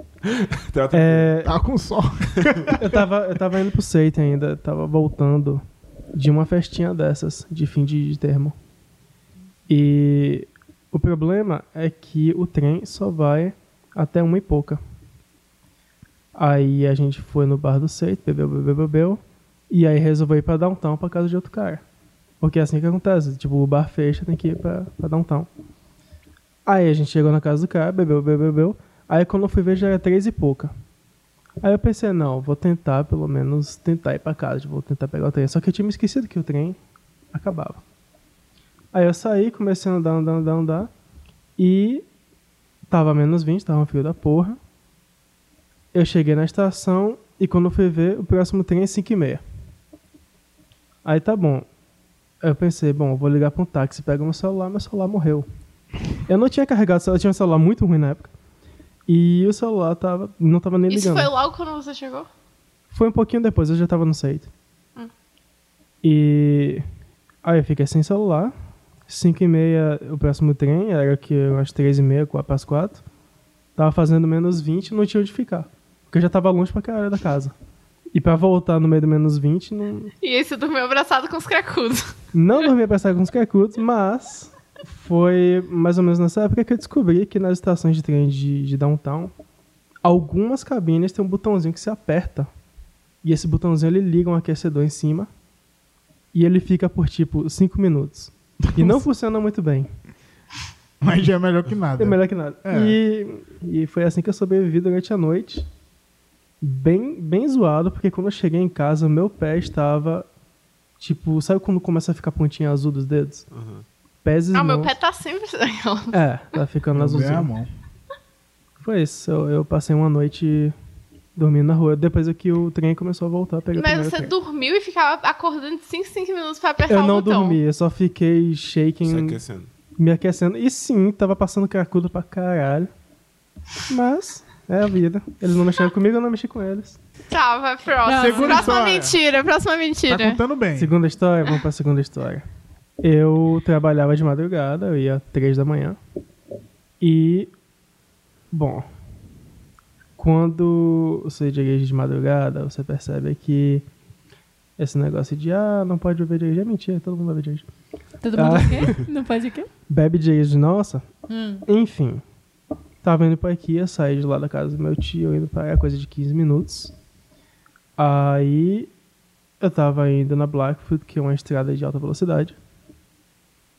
E: Tá, tá-
D: É,
B: Tá com sol.
D: eu, tava, eu tava indo pro Seita ainda, tava voltando de uma festinha dessas, de fim de, de termo. E o problema é que o trem só vai até uma e pouca. Aí a gente foi no bar do Seita, bebeu, bebeu, bebeu. E aí resolveu ir pra downtown pra casa de outro cara. Porque é assim que acontece, tipo, o bar fecha, tem que ir pra, pra downtown. Aí a gente chegou na casa do cara, bebeu, bebeu, bebeu. Aí quando eu fui ver já era três e pouca. Aí eu pensei, não, vou tentar pelo menos tentar ir pra casa, vou tentar pegar o trem. Só que eu tinha me esquecido que o trem acabava. Aí eu saí, comecei a andar, andar, andar, andar. E tava menos 20, tava um frio da porra. Eu cheguei na estação e quando eu fui ver, o próximo trem é 5 e meia. Aí tá bom. Eu pensei, bom, eu vou ligar pra um táxi, pego meu celular, meu celular morreu. Eu não tinha carregado, o celular, eu tinha um celular muito ruim na época. E o celular tava, não tava nem
F: Isso
D: ligando.
F: foi logo quando você chegou?
D: Foi um pouquinho depois, eu já tava no site. E aí eu fiquei sem celular. 5 e meia o próximo trem, era que umas 3 e meia, 4 para as 4. Tava fazendo menos 20 não tinha onde ficar. Porque eu já tava longe pra caralho da casa. E pra voltar no meio do menos 20, não,
F: E aí você dormiu abraçado com os cracudos.
D: não dormia pra sair com os cacutos, mas foi mais ou menos nessa época que eu descobri que nas estações de trem de, de downtown, algumas cabines têm um botãozinho que se aperta. E esse botãozinho ele liga um aquecedor em cima e ele fica por tipo 5 minutos. E não funciona muito bem.
B: Mas já é melhor que nada.
D: É melhor que nada.
B: É.
D: E, e foi assim que eu sobrevivi durante a noite. Bem, bem zoado, porque quando eu cheguei em casa, meu pé estava. Tipo, sabe quando começa a ficar pontinha azul dos dedos? Pés e
F: Ah, meu
D: mãos-
F: pé tá sempre.
D: É, tá ficando
B: Ganha a
D: azulzinho.
B: mão. Tá
D: Foi isso. Eu, eu passei uma noite dormindo na rua. Depois é que o trem começou a voltar a pegar o
F: Mas
D: primeiro
F: você
D: trem.
F: dormiu e ficava acordando de 5 5 minutos pra apertar
D: Eu
F: o
D: não
F: botão.
D: dormi, eu só fiquei
E: Se
D: shaking,
E: aquecendo.
B: tá
D: me aquecendo. E sim, tava passando cracudo pra caralho. Mas é a vida. Eles não mexeram comigo, eu não mexi com eles.
F: Tá, vai, próximo.
B: Segunda
F: Próxima
B: história.
F: mentira, próxima
B: Tá
F: mentira.
B: contando bem.
D: Segunda história, vamos pra segunda história. Eu trabalhava de madrugada, eu ia às três da manhã. E. Bom. Quando você dirige de madrugada, você percebe que esse negócio de ah, não pode beber e dirigir é mentira, todo mundo bebe e dirige.
A: Todo mundo o quê? Não pode o quê?
D: Bebe e dirige, nossa.
A: Hum.
D: Enfim. Tava indo pra Ikea, saí de lá da casa do meu tio, indo pra era coisa de 15 minutos. Aí eu tava indo na Blackfoot, que é uma estrada de alta velocidade.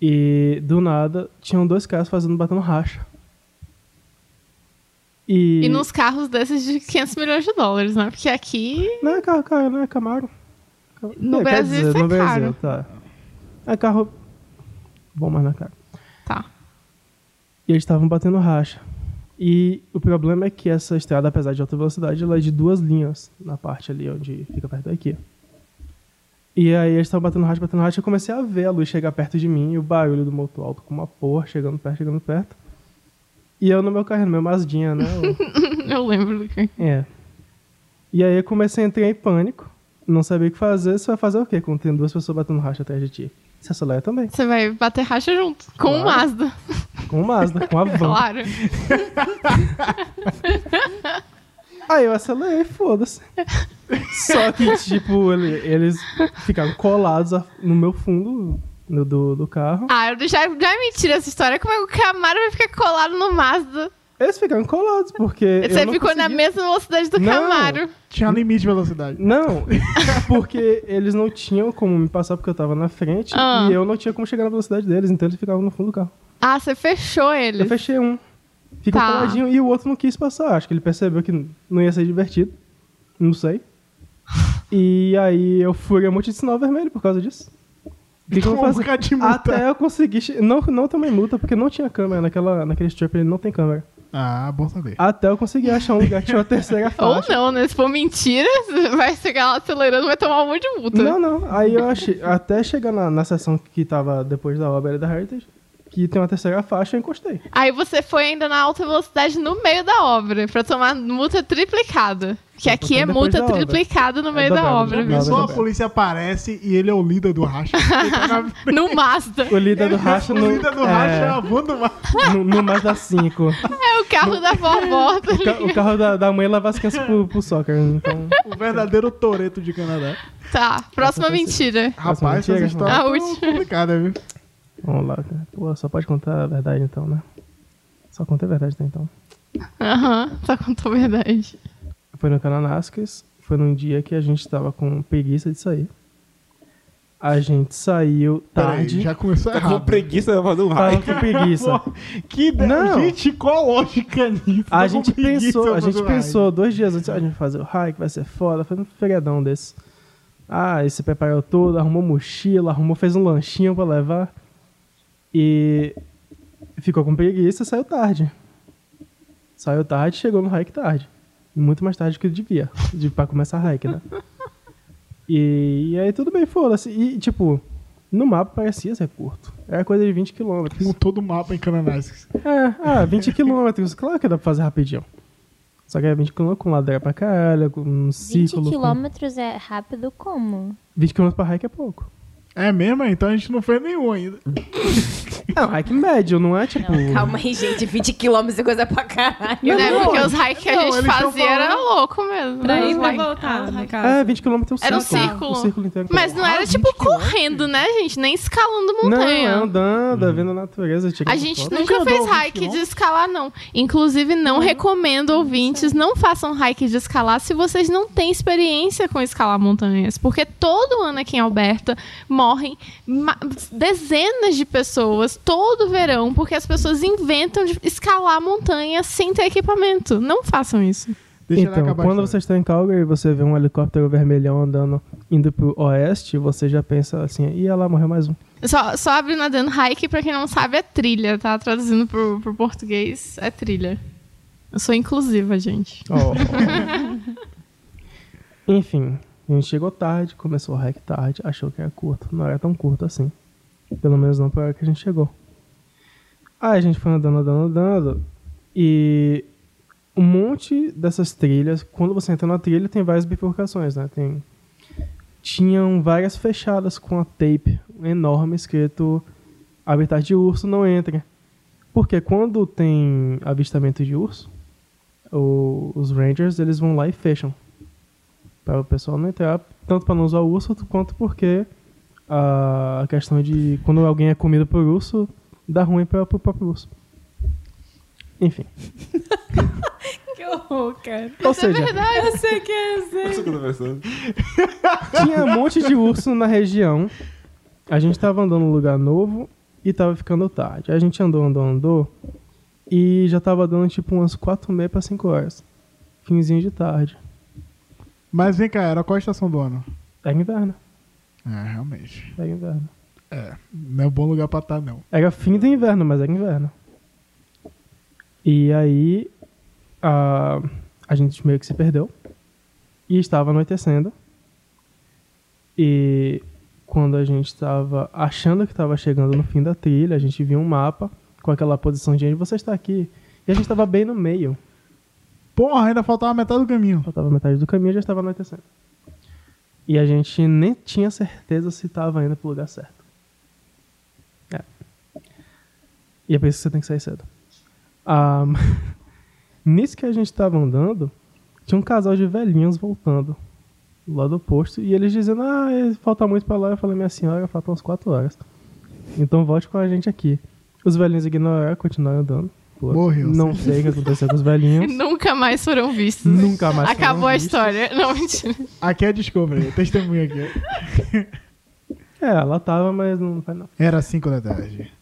D: E do nada tinham dois caras fazendo batendo racha. E,
F: E nos carros desses de 500 milhões de dólares, né? Porque aqui.
D: Não é carro caro, não é Camaro. Cam-
F: No
D: quer
F: Brasil isso é
D: no Brasil,
F: caro.
D: tá. É carro bom, mas não é caro.
F: Tá.
D: E eles estavam batendo racha. E o problema é que essa estrada, apesar de alta velocidade, ela é de duas linhas na parte ali onde fica perto daqui. E aí eles estavam batendo racha, batendo racha, eu comecei a ver a luz chegar perto de mim e o barulho do motor alto com uma porra, chegando perto, chegando perto. E eu no meu carro, no meu Mazdinha, né? o-
F: Eu lembro do que.
D: é. E aí eu comecei a entrar em pânico, não sabia o que fazer, você vai fazer o quê quando tem duas pessoas batendo racha atrás de ti? Você acelera também,
F: Você vai bater racha junto. Com o
D: Claro.
F: Mazda,
D: com o Mazda, com a van.
F: claro.
D: Aí eu acelerei, foda-se. Só que, tipo, ele- eles ficaram colados a- no meu fundo no- do, do carro.
F: Ah, eu já, já é mentira essa história. Como é que o Camaro vai ficar colado no Mazda?
D: Eles ficaram colados, porque.
F: Você
D: eu não
F: ficou na
D: conseguia-
F: mesma velocidade do
D: Não.
F: Camaro.
B: Tinha limite de velocidade.
D: Não, porque eles não tinham como me passar porque eu tava na frente
F: Ah.
D: e eu não tinha como chegar na velocidade deles, então eles ficavam no fundo do carro.
F: Ah, você fechou ele.
D: Eu fechei um. Ficou
F: Tá.
D: coladinho e o outro não quis passar. Acho que ele percebeu que não ia ser divertido. Não sei. E aí eu furei um monte de sinal vermelho por causa disso. O que que eu vou
B: Vou
D: fazer?
B: ficar de multa.
D: Até eu conseguir. che- Não, não tomei multa, porque não tinha câmera. Naquela, naquele strip ele não tem câmera.
B: Ah, bom saber.
D: Até eu conseguir achar um lugar que tinha uma terceira
F: Ou
D: faixa.
F: não, né? Se for mentira, você vai chegar lá acelerando, vai tomar um monte de multa.
D: Não, não. Aí eu achei. Até chegar na, na sessão que tava depois da obra da Heritage, que tem uma terceira faixa, eu encostei.
F: Aí você foi ainda na alta velocidade no meio da obra, pra tomar multa triplicada. Que aqui é
D: depois da
F: multa
D: obra. É
F: triplicada no meio da
D: dobrado,
F: obra,
D: dobrado.
F: viu?
B: Só a
D: Roberto.
B: polícia aparece e ele é o líder do racha. Ele tá na frente.
F: No Mazda.
D: O líder do racha
B: o
D: no,
B: líder do
D: é,
B: racha é a Wanda Marques.
D: no, no mais da 5.
F: É o carro da vovó. tá
D: O, ca- o carro da, da mãe leva as crianças pro, pro soccer. Então,
B: o verdadeiro Toreto de Canadá.
F: Tá, próxima mentira.
B: Rapaz, essa
D: mentira,
B: história
F: irmão. A
B: é
F: última.
B: complicada, viu?
D: vamos lá. né? Pô, só pode contar a verdade então, né? Só contei a verdade até então.
F: Aham, só contou a verdade.
D: Foi no Cananasques. Foi num dia que a gente tava com preguiça de sair. A gente saiu
B: Peraí,
D: tarde.
B: já começou
E: Tá com
B: errado.
E: preguiça pra fazer um
D: Tava
E: raio.
D: com preguiça.
B: Pô, que ideia.
D: Não.
B: Gente, qual lógica nisso? Tô
D: A
B: com
D: gente
B: preguiça
D: pensou, a
B: pra
D: gente
B: fazer um raio.
D: pensou dois dias antes, "Ah, a gente vai fazer o hike, vai ser foda, foi um feriadão desse. Ah, e se preparou todo, arrumou mochila, arrumou, fez um lanchinho pra levar. E ficou com preguiça e saiu tarde. Saiu tarde, chegou no hike tarde. Muito mais tarde do que devia, de, pra começar a hike, né? E, e aí tudo bem, foda-se. E tipo, no mapa parecia ser curto. Era coisa de 20 quilômetros.
B: Com todo o mapa em Cananás.
D: É, ah, 20 quilômetros, claro que dá pra fazer rapidinho. Só que é 20 quilômetros com ladeira pra caralho, com um
G: 20
D: círculo. com-
G: quilômetros é rápido como?
D: 20 quilômetros pra hike é pouco.
B: É mesmo? Então a gente não fez nenhum ainda.
D: É um hike médio, não é tipo.
I: Calma aí, gente. 20 quilômetros é coisa pra caralho.
F: né? Porque os hikes que a
B: Não,
F: gente
B: eles tão
F: fazia era
B: falando-
F: louco mesmo.
A: Pra
F: né?
A: ir
F: Os
A: pra
F: hikes.
A: voltar, no caso.
D: É, 20 quilômetros é um
F: Era um
D: círculo.
F: círculo.
D: Um círculo inteiro.
F: Mas não era tipo correndo, né, gente? Nem escalando
D: Não, é
F: montanha.
D: andando,
B: Uhum.
D: vendo a natureza. tirando
F: A gente
D: foto.
F: nunca
B: Já
F: fez
B: andou
F: hike
B: 20
F: de escalar, não. Inclusive, não recomendo ouvintes, não façam hike de escalar se vocês não têm experiência com escalar montanhas. Porque todo ano aqui em Alberta morrem ma- dezenas de pessoas todo verão, porque as pessoas inventam de escalar montanha sem ter equipamento. Não façam isso.
B: Deixa ele
D: então,
B: acabar a
D: quando você
B: história.
D: está em Calgary e você vê um helicóptero vermelhão andando, indo pro oeste, você já pensa assim, ia lá, morreu mais um.
F: Só, só abre na Dan Hike, pra quem não sabe, é trilha, tá? Traduzindo pro, pro português, é trilha. Eu sou inclusiva, gente.
D: Oh. Enfim, a gente chegou tarde, começou o hack tarde, achou que era curto. Não era tão curto assim. Pelo menos não pra hora que a gente chegou. Aí a gente foi andando, andando, andando. E um monte dessas trilhas, quando você entra na trilha, tem várias bifurcações, né? Tem... Tinham várias fechadas com a tape um enorme escrito Habitat de urso não entra. Porque quando tem avistamento de urso, o- os Rangers eles vão lá e fecham. Para o pessoal não entrar, tanto para não usar o urso, quanto porque a questão de quando alguém é comido por urso, dá ruim para o próprio urso. Enfim.
A: Que horror, cara.
D: Ou seja,
A: Eu sei que é assim.
E: Isso que eu tô pensando.
D: tinha um monte de urso na região. A gente tava andando num lugar novo e tava ficando tarde. A gente andou, andou, andou. E já tava dando tipo umas 4 e meia para 5 horas. Finzinho de tarde.
B: Mas vem cá, era qual a estação do ano?
D: Era inverno,
B: É, realmente.
D: era inverno.
B: É, não é um bom lugar pra estar, não.
D: Era é fim do inverno, mas era inverno. E aí a, a gente meio que se perdeu. E estava anoitecendo. E quando a gente estava achando que estava chegando no fim da trilha, a gente viu um mapa com aquela posição de onde você está aqui. E a gente estava bem no meio.
B: Porra, ainda faltava metade do caminho.
D: Faltava metade do caminho e já estava anoitecendo. E a gente nem tinha certeza se estava indo para o lugar certo. É. E é por isso que você tem que sair cedo. Ah, nisso que a gente estava andando, tinha um casal de velhinhos voltando lá do posto e eles dizendo: Ah, é, falta muito para lá. Eu falei: Minha senhora, faltam umas 4 horas. Então volte com a gente aqui. Os velhinhos ignoraram, continuaram andando. Pô,
B: Morreu.
D: Não sei o que aconteceu com os velhinhos.
F: Nunca mais foram vistos.
D: Nunca mais foram
F: Acabou a
D: vistos.
F: história. Não, mentira.
B: Aqui é Discovery, testemunha aqui.
D: É, ela tava, mas não vai não.
B: Era 5 da tarde.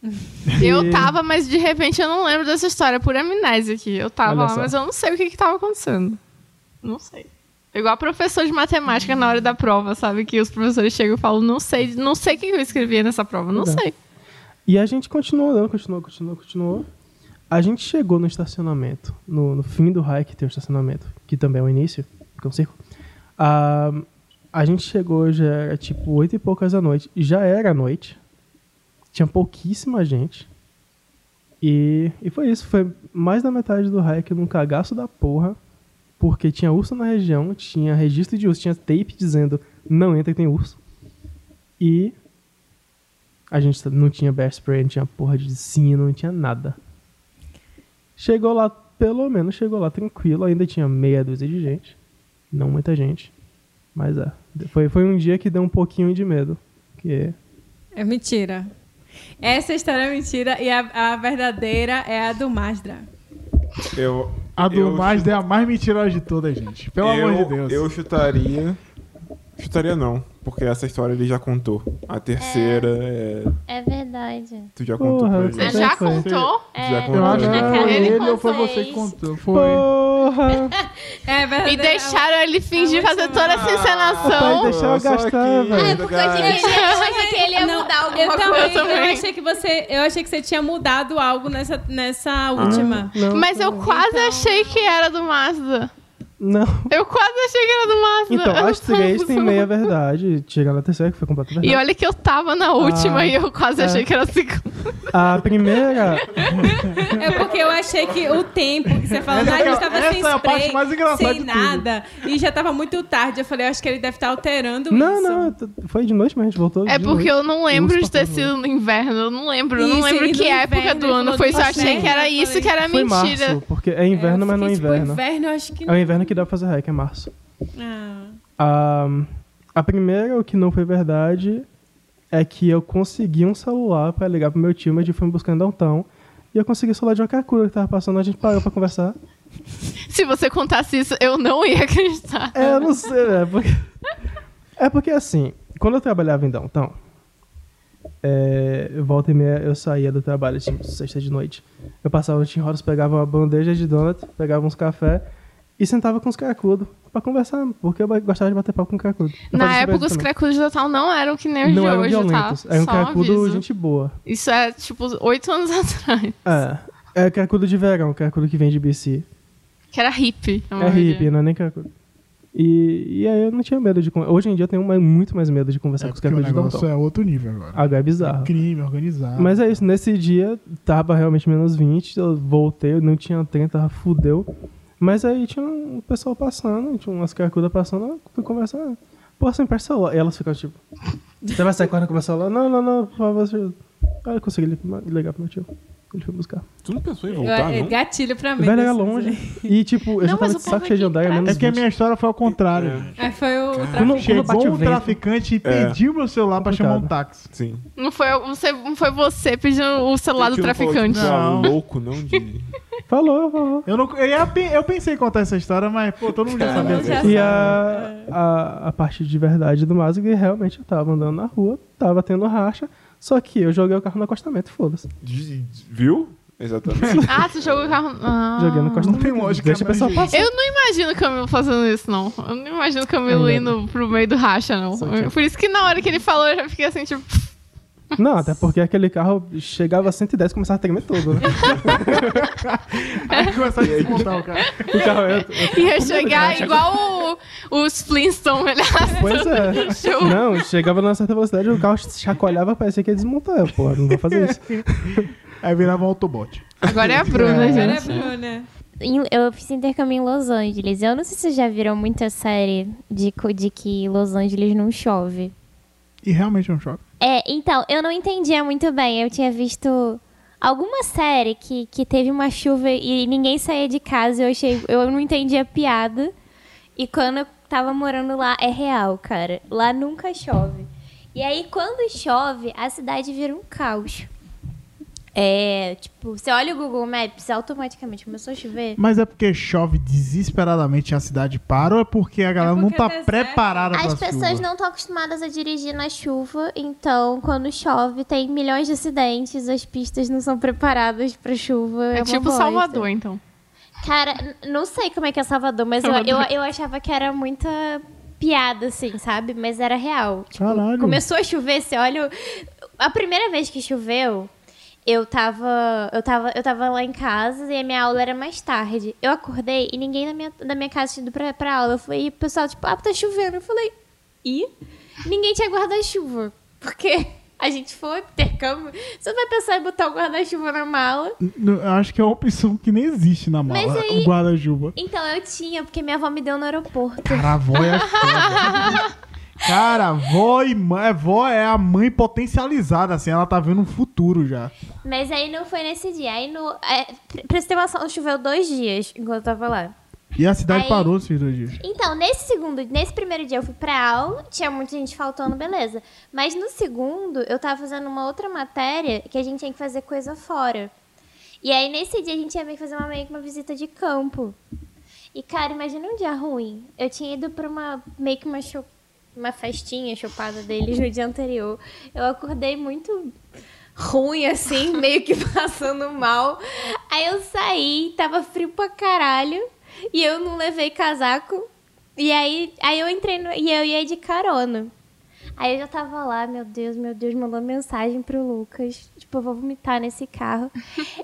F: Eu tava, mas de repente eu não lembro dessa história é por amnésia aqui. Eu
D: Olha
F: tava lá,
D: só.
F: mas eu não sei o que que tava acontecendo. Não sei. É Igual professor de matemática na hora da prova, sabe? Que os professores chegam e falam, não sei, não sei o que eu escrevia nessa prova, não
D: Verdade.
F: sei.
D: E a gente continuou andando, continuou, continuou, continuou. A gente chegou no estacionamento, no, no fim do hike tem um estacionamento, que também é o início, porque é um circo. Ah, a gente chegou, já era tipo oito e poucas da noite, já era noite, tinha pouquíssima gente, E, e foi isso, foi mais da metade do hike num cagaço da porra, porque tinha urso na região, tinha registro de urso, tinha tape dizendo não entra que tem urso. E a gente não tinha bear spray, não tinha porra de sino, não tinha nada. Chegou lá, pelo menos chegou lá tranquilo, ainda tinha meia dúzia de gente. Não muita gente, mas é. Foi, foi um dia que deu um pouquinho de medo, porque
A: É mentira. Essa história é mentira e a, a verdadeira é a do Masdra.
E: Eu,
B: A do
E: eu-
B: mais é a mais mentirosa de todas, gente. Pelo
E: eu,
B: amor de Deus.
E: Eu chutaria. Chutaria não, porque essa história ele já contou. A terceira é.
G: É verdade.
E: Tu já contou
D: Porra,
E: pra
D: eu
E: gente.
D: sei.
F: Já
D: é, foi.
F: contou?
E: Tu já
B: É, Eu
E: contou.
B: acho que
G: Na cara
B: foi
G: de
B: ele ou foi
G: vocês.
B: você que contou. Foi.
D: Porra!
A: É verdadeira.
F: E deixaram ele fingir
A: a
F: fazer toda essa encenação.
D: Deixa eu
E: Eu sou
D: gastar, velho.
E: aqui, guys.
D: É,
G: Porque eu achei que ele, eu achei que ele ia
A: Não,
G: mudar alguma
A: Eu também,
G: coisa.
A: eu,
F: também.
A: achei que você, eu achei que você tinha mudado algo nessa, nessa última.
D: Não,
F: Mas eu quase achei que era do Mazda.
D: não.
F: Eu quase achei que era do Mazda.
D: Então, as três tem meia verdade. Chega na terceira, que foi completa
F: E
D: verdade.
F: olha que eu tava na última
D: Ah,
F: e eu quase
D: é.
F: achei que era a segunda.
D: A primeira.
A: É porque eu achei que o tempo que você falou,
B: Essa
A: ah, a
B: é
A: gente
B: a-
A: tava
B: essa
A: sem
B: é a
A: spray,
B: parte mais engraçada
A: sem
B: de tudo.
A: nada, e já tava muito tarde. Eu falei, eu acho que ele deve estar alterando
D: Não,
A: isso.
D: não, t- foi de noite, mas a gente voltou.
F: É
D: de
F: porque
D: noite.
F: eu não lembro
D: Luz
F: de ter
D: pra
F: sido no inverno. Eu não lembro. Eu
A: Isso,
F: não
A: e
F: lembro
A: do
F: que época
A: inverno,
F: do
A: ele
F: ano
A: falou
F: foi.
A: do
F: Só achei
A: inverno,
F: que era
A: eu
F: isso
A: falei.
F: que
D: Foi
F: era é mentira.
D: março, porque é
A: É, eu
D: inverno, mas não é
A: fiquei, tipo,
D: inverno.
A: inverno, eu acho que
D: É
A: não.
D: o inverno que dá pra fazer hack, é março.
A: Ah.
D: A, a primeira, o que não foi verdade, é que eu consegui um celular pra ligar pro meu tio, meu tio foi me buscar em downtown. E eu consegui o celular de uma cacura que tava passando, a gente parou pra conversar.
F: Se você contasse isso, eu não ia acreditar.
D: É, eu não sei, é porque... É porque, assim, quando eu trabalhava em downtown, é, volta e meia eu saía do trabalho, tipo, sexta de noite. Eu passava no Tim Hortons, pegava uma bandeja de donut, pegava uns café e sentava com os cracudos pra conversar, porque eu gostava de bater papo com cracudo. Eu
F: Na
D: fazia isso
F: época, os
D: também.
F: cracudos de Natal não eram que nem os
D: Não
F: de
D: eram
F: hoje,
D: violentos,
F: tá?
D: era um
F: Só um
D: cracudo
F: aviso.
D: gente boa.
F: Isso é, tipo, oito anos atrás.
D: É, é cracudo de verão, cracudo que vem de BC.
F: Que era hippie. a
D: É
F: maioria.
D: hippie, não é nem cracudo. E, e aí eu não tinha medo de... con- Hoje em dia eu tenho mais- muito mais medo de conversar
B: É
D: com os
B: porque o
D: cracudos de
B: negócio
D: downtown.
B: é outro nível agora.
D: Agora é bizarro.
B: Crime organizado.
D: Mas é isso, nesse dia tava realmente menos 20, eu voltei, eu não tinha 30, tava fudeu. Mas aí tinha um pessoal passando, tinha umas cracudas passando, eu fui conversar. Pô, você me presta o celular. E elas ficam tipo. Você vai sair correndo com o meu celular? Não, não, não, por favor. senhor." Aí eu consegui li- ligar pro meu tio. Ele foi buscar.
E: Tu não pensou em
A: Eu-
E: voltar,
A: é
E: não?
A: gatilho pra mim. assim, né?
D: Velho era
A: dessas-
D: longe. E tipo, eu já
F: é Não, mas
D: tava
F: o
D: de
F: povo
D: saco cheio de
F: aqui
D: andar, era
F: atrás-
B: É
D: menos
B: que a
D: 20.
B: minha história foi ao contrário, gente.
A: Aí É, foi o
D: Quando- quando bate
B: Chegou
D: o
B: um
D: vento-
B: traficante e
E: É.
B: pediu meu celular pra chamar um
D: Complicado.
B: táxi.
E: Sim.
F: Não foi você, não foi você pedindo o celular do
E: Tu não falou, tipo,
F: traficante.
E: ah,
B: Não.
E: louco, não de.
D: Falou, falou.
B: Eu, não, eu, ia pe- eu pensei em contar essa história, mas, pô, todo mundo já
A: Todo
B: sabia.
A: mundo já
D: E
A: sabe.
D: a, a, a parte de verdade do Mazig, realmente eu tava andando na rua, tava tendo racha, só que eu joguei o carro no acostamento, foda-se.
E: de- de- Viu? Exatamente.
F: Ah, você jogou o carro. Ah.
D: Joguei no
B: Não
D: acostamento.
B: tem lógica.
D: Deixa a
B: mas,
D: pessoa
B: gente,
D: passar.
F: Eu não imagino o Camilo fazendo isso, não. Eu não imagino o Camilo
D: Ainda
F: indo pro meio do racha, não.
D: Só que-
F: Por isso que na hora que ele falou, eu já fiquei assim, tipo,
D: Não, até porque aquele carro chegava a 110 e começava a tremer todo. né?
B: Aí começar a desmontar o cara.
D: O carro é eu, eu-
F: ia chegar igual o- os Flintstones, ele
D: Pois é.
F: Show.
D: Não, chegava numa certa velocidade, o carro chacoalhava, parecia que ia desmontar. Eu, Porra, não vou fazer isso.
B: Aí virava um Autobot.
F: Agora é a Bruna,
D: É.
A: Era a
F: gente.
B: assim.
A: Bruna.
G: Em- Eu fiz intercâmbio em Los Angeles. Eu não sei se vocês já viram muita série de, co- de que Los Angeles não chove.
B: E realmente é um choque.
G: É, então, eu não entendia muito bem. Eu tinha visto alguma série que, que teve uma chuva e ninguém saía de casa. Eu achei. Eu não entendia a piada. E quando eu tava morando lá, é real, cara. Lá nunca chove. E aí, quando chove, a cidade vira um caos. É, tipo, você olha o Google Maps, automaticamente começou a chover.
B: Mas é porque chove desesperadamente e a cidade para ou é porque a galera não
A: porque
B: tá
A: é deserto.
B: preparada pra
G: As pessoas
B: chuva?
G: não estão acostumadas a dirigir na chuva, então quando chove tem milhões de acidentes, as pistas não são preparadas pra chuva. É,
F: É
G: uma
F: tipo
G: bosta.
F: Salvador, então.
G: Cara, n- não sei como é que é Salvador, mas eu- Eu, eu, achava que era muita piada, assim, sabe? Mas era real. Tipo,
B: Caralho.
G: Começou a chover, você olha. o- A primeira vez que choveu, eu tava, eu tava, eu tava lá em casa e a minha aula era mais tarde. Eu acordei e ninguém da minha, da minha casa tinha ido pra, pra aula. Eu fui, e o pessoal, tipo, ah, tá chovendo. Eu falei, e? Ninguém tinha guarda-chuva. Porque A gente foi, intercâmbio. Você vai pensar em botar o guarda-chuva na mala.
B: N- Eu acho que é uma opção que nem existe na mala,
G: Mas aí-
B: o guarda-chuva.
G: Então eu tinha, porque minha avó me deu no aeroporto.
B: Cara, a avó é foda. Cara, vó e mãe, vó é a mãe potencializada, assim, ela tá vendo um futuro já.
G: Mas aí não foi nesse dia. Aí no. É, pra- pra você ter uma noção, choveu dois dias enquanto eu tava lá.
B: E a cidade
G: Aí-
B: parou nesses dois dias.
G: Então, nesse segundo, nesse primeiro dia eu fui pra aula, tinha muita gente faltando, beleza. Mas no segundo, eu tava fazendo uma outra matéria que a gente tinha que fazer coisa fora. E aí, nesse dia, a gente ia meio que fazer uma, meio que uma visita de campo. E, cara, imagina um dia ruim. Eu tinha ido pra uma, meio que uma, chu- uma festinha chupada deles no dia anterior. Eu acordei muito ruim, assim, meio que passando mal. Aí eu saí, tava frio pra caralho. E eu não levei casaco. E aí, aí eu entrei no, e eu ia de carona. Aí eu já tava lá, meu Deus, meu Deus, mandou mensagem pro Lucas. Tipo, eu vou vomitar nesse carro.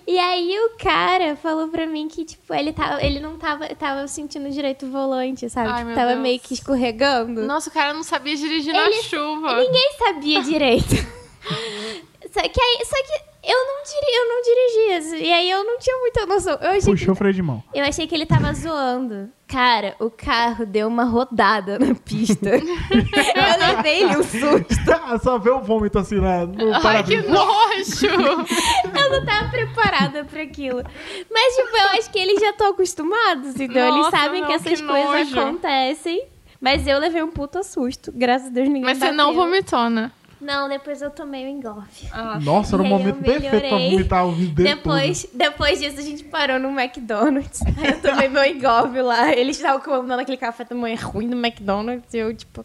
G: e aí o cara falou pra mim que, tipo, ele, tava, ele não tava, tava sentindo direito o volante, sabe?
F: Ai,
G: Tipo,
F: meu
G: tava
F: Deus.
G: meio que escorregando.
F: então. Nossa, o cara não sabia dirigir
G: Ele-
F: na chuva.
G: Ninguém sabia direito. só que aí, só que eu não, diri, eu não dirigia. assim, E aí eu não tinha muita noção. Eu achei que
B: Puxou o freio de mão.
G: eu achei que ele tava zoando. Cara, o carro deu uma rodada na pista. eu levei ele um susto.
B: Só vê o vômito assim, né? No
F: Ai, que
B: para-brisa.
F: nojo!
G: Eu não tava preparada pra aquilo. Mas, tipo, eu acho que eles já estão acostumados, entendeu? eles
F: Nossa,
G: sabem
F: não,
G: que essas
F: que
G: coisas
F: nojo.
G: acontecem. Mas eu levei um puta susto. Graças a Deus ninguém
F: Mas você
G: bateu.
F: não vomitou, né?
G: Não, depois eu tomei o engolfe.
B: Nossa, era o
G: E aí eu
B: momento perfeito pra
G: melhorei.
B: vomitar o vídeo dele todo.
G: Depois, depois disso, a gente parou no McDonald's. Aí eu tomei meu engolfe lá. Eles estavam comendo aquele café da manhã ruim do McDonald's. E eu, tipo...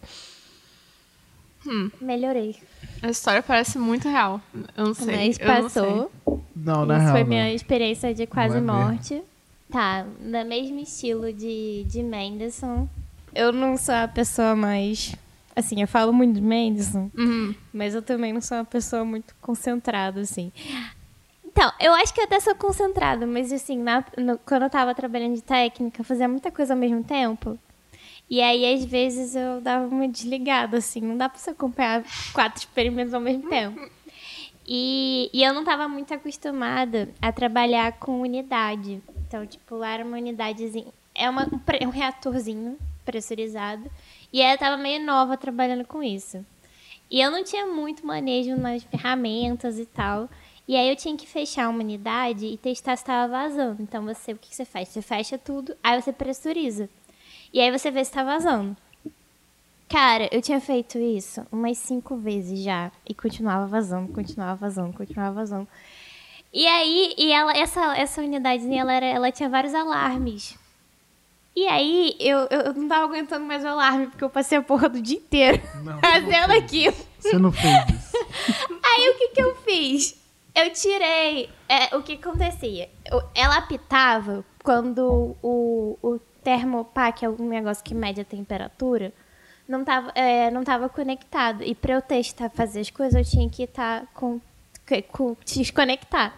F: Hum.
G: Melhorei.
F: A história parece muito real. Eu não sei.
G: Mas
F: eu não sei.
G: passou.
B: Não, na
G: Isso
B: real.
G: foi
B: não.
G: minha experiência de
B: Não é
G: quase
B: mesmo.
G: morte. Tá, no mesmo estilo de, de Mendelssohn. Eu não sou a pessoa mais. Assim, eu falo muito de Mendelssohn,
F: Uhum.
G: mas eu também não sou uma pessoa muito concentrada, assim. Então, eu acho que eu até sou concentrada, mas assim, na- no- quando eu tava trabalhando de técnica, eu fazia muita coisa ao mesmo tempo. E aí, às vezes, eu dava uma desligada, assim, não dá pra você acompanhar quatro experimentos ao mesmo tempo. E, e eu não estava muito acostumada a trabalhar com unidade. Então, tipo, lá era uma unidadezinha. É uma, um, pre- um reatorzinho pressurizado. E aí eu tava meio nova trabalhando com isso. E eu não tinha muito manejo nas ferramentas e tal. E aí eu tinha que fechar uma unidade e testar se estava vazando. Então, você, o que que você faz? Você fecha tudo, aí você pressuriza. E aí você vê se tá vazando. Cara, eu tinha feito isso umas cinco vezes já. E continuava vazando, continuava vazando, continuava vazando. E aí, e ela, essa, essa unidadezinha, ela, era, ela tinha vários alarmes. E aí, eu, eu eu não tava aguentando mais o alarme, porque eu passei a porra do dia inteiro fazendo aquilo.
B: Você não fez isso.
G: Aí o que que eu fiz? Eu tirei. é, o que acontecia? Eu- ela apitava quando o, o termopá, que é um negócio que mede a temperatura, não tava, é, não tava conectado. E pra eu testar fazer as coisas, eu tinha que estar com, que- com- desconectar.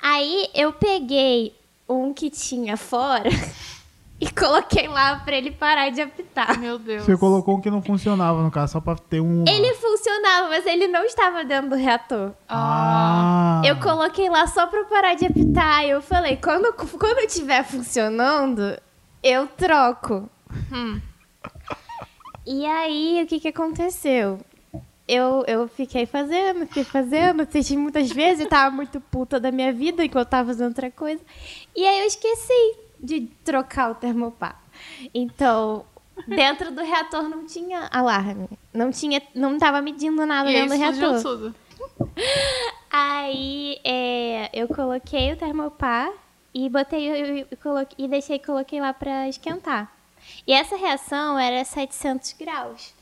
G: Aí eu peguei um que tinha fora e coloquei lá pra ele parar de apitar.
F: Meu Deus.
B: Você colocou um que não funcionava, no caso, só pra ter um.
G: Ele funcionava, mas ele não estava dentro do reator.
B: Ah.
G: Eu coloquei lá só pra parar de apitar. Eu falei, quando, quando eu tiver funcionando, eu troco. E aí, o que que aconteceu? Eu, eu fiquei fazendo, fiquei fazendo, assisti muitas vezes, eu tava muito puta da minha vida enquanto eu tava fazendo outra coisa. E aí eu esqueci de trocar o termopá. Então, dentro do reator não tinha alarme. Não tinha, não tava medindo nada
F: E aí
G: dentro do Tá reator.
F: explodiu tudo.
G: Aí é, eu coloquei o termopá e botei eu- eu- eu coloquei- e deixei coloquei lá pra esquentar. E essa reação era 700 graus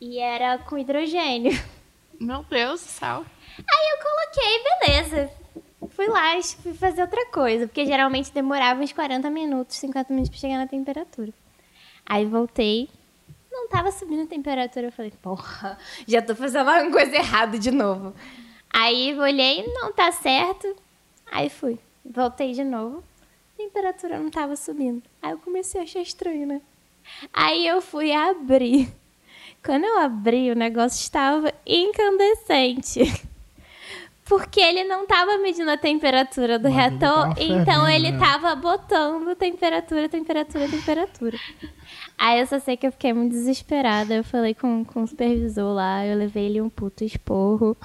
G: e era com hidrogênio.
F: Meu Deus do céu.
G: Aí eu coloquei, beleza. Fui lá e fui fazer outra coisa, porque geralmente demorava uns 40 minutos, 50 minutos pra chegar na temperatura. Aí voltei, não tava subindo a temperatura, eu falei, porra, já tô fazendo alguma coisa errada de novo. Aí eu olhei, não tá certo. Aí fui, voltei de novo, a temperatura não tava subindo. Aí eu comecei a achar estranho, né? Aí eu fui abrir. Quando eu abri, o negócio estava incandescente. Porque ele não estava medindo a temperatura do
B: Mas ele
G: reator,
B: tava fervendo,
G: então ele
B: né?
G: estava botando temperatura, temperatura, temperatura. Aí eu só sei que eu fiquei muito desesperada. Eu falei com, com o supervisor lá, eu levei ele um puto esporro.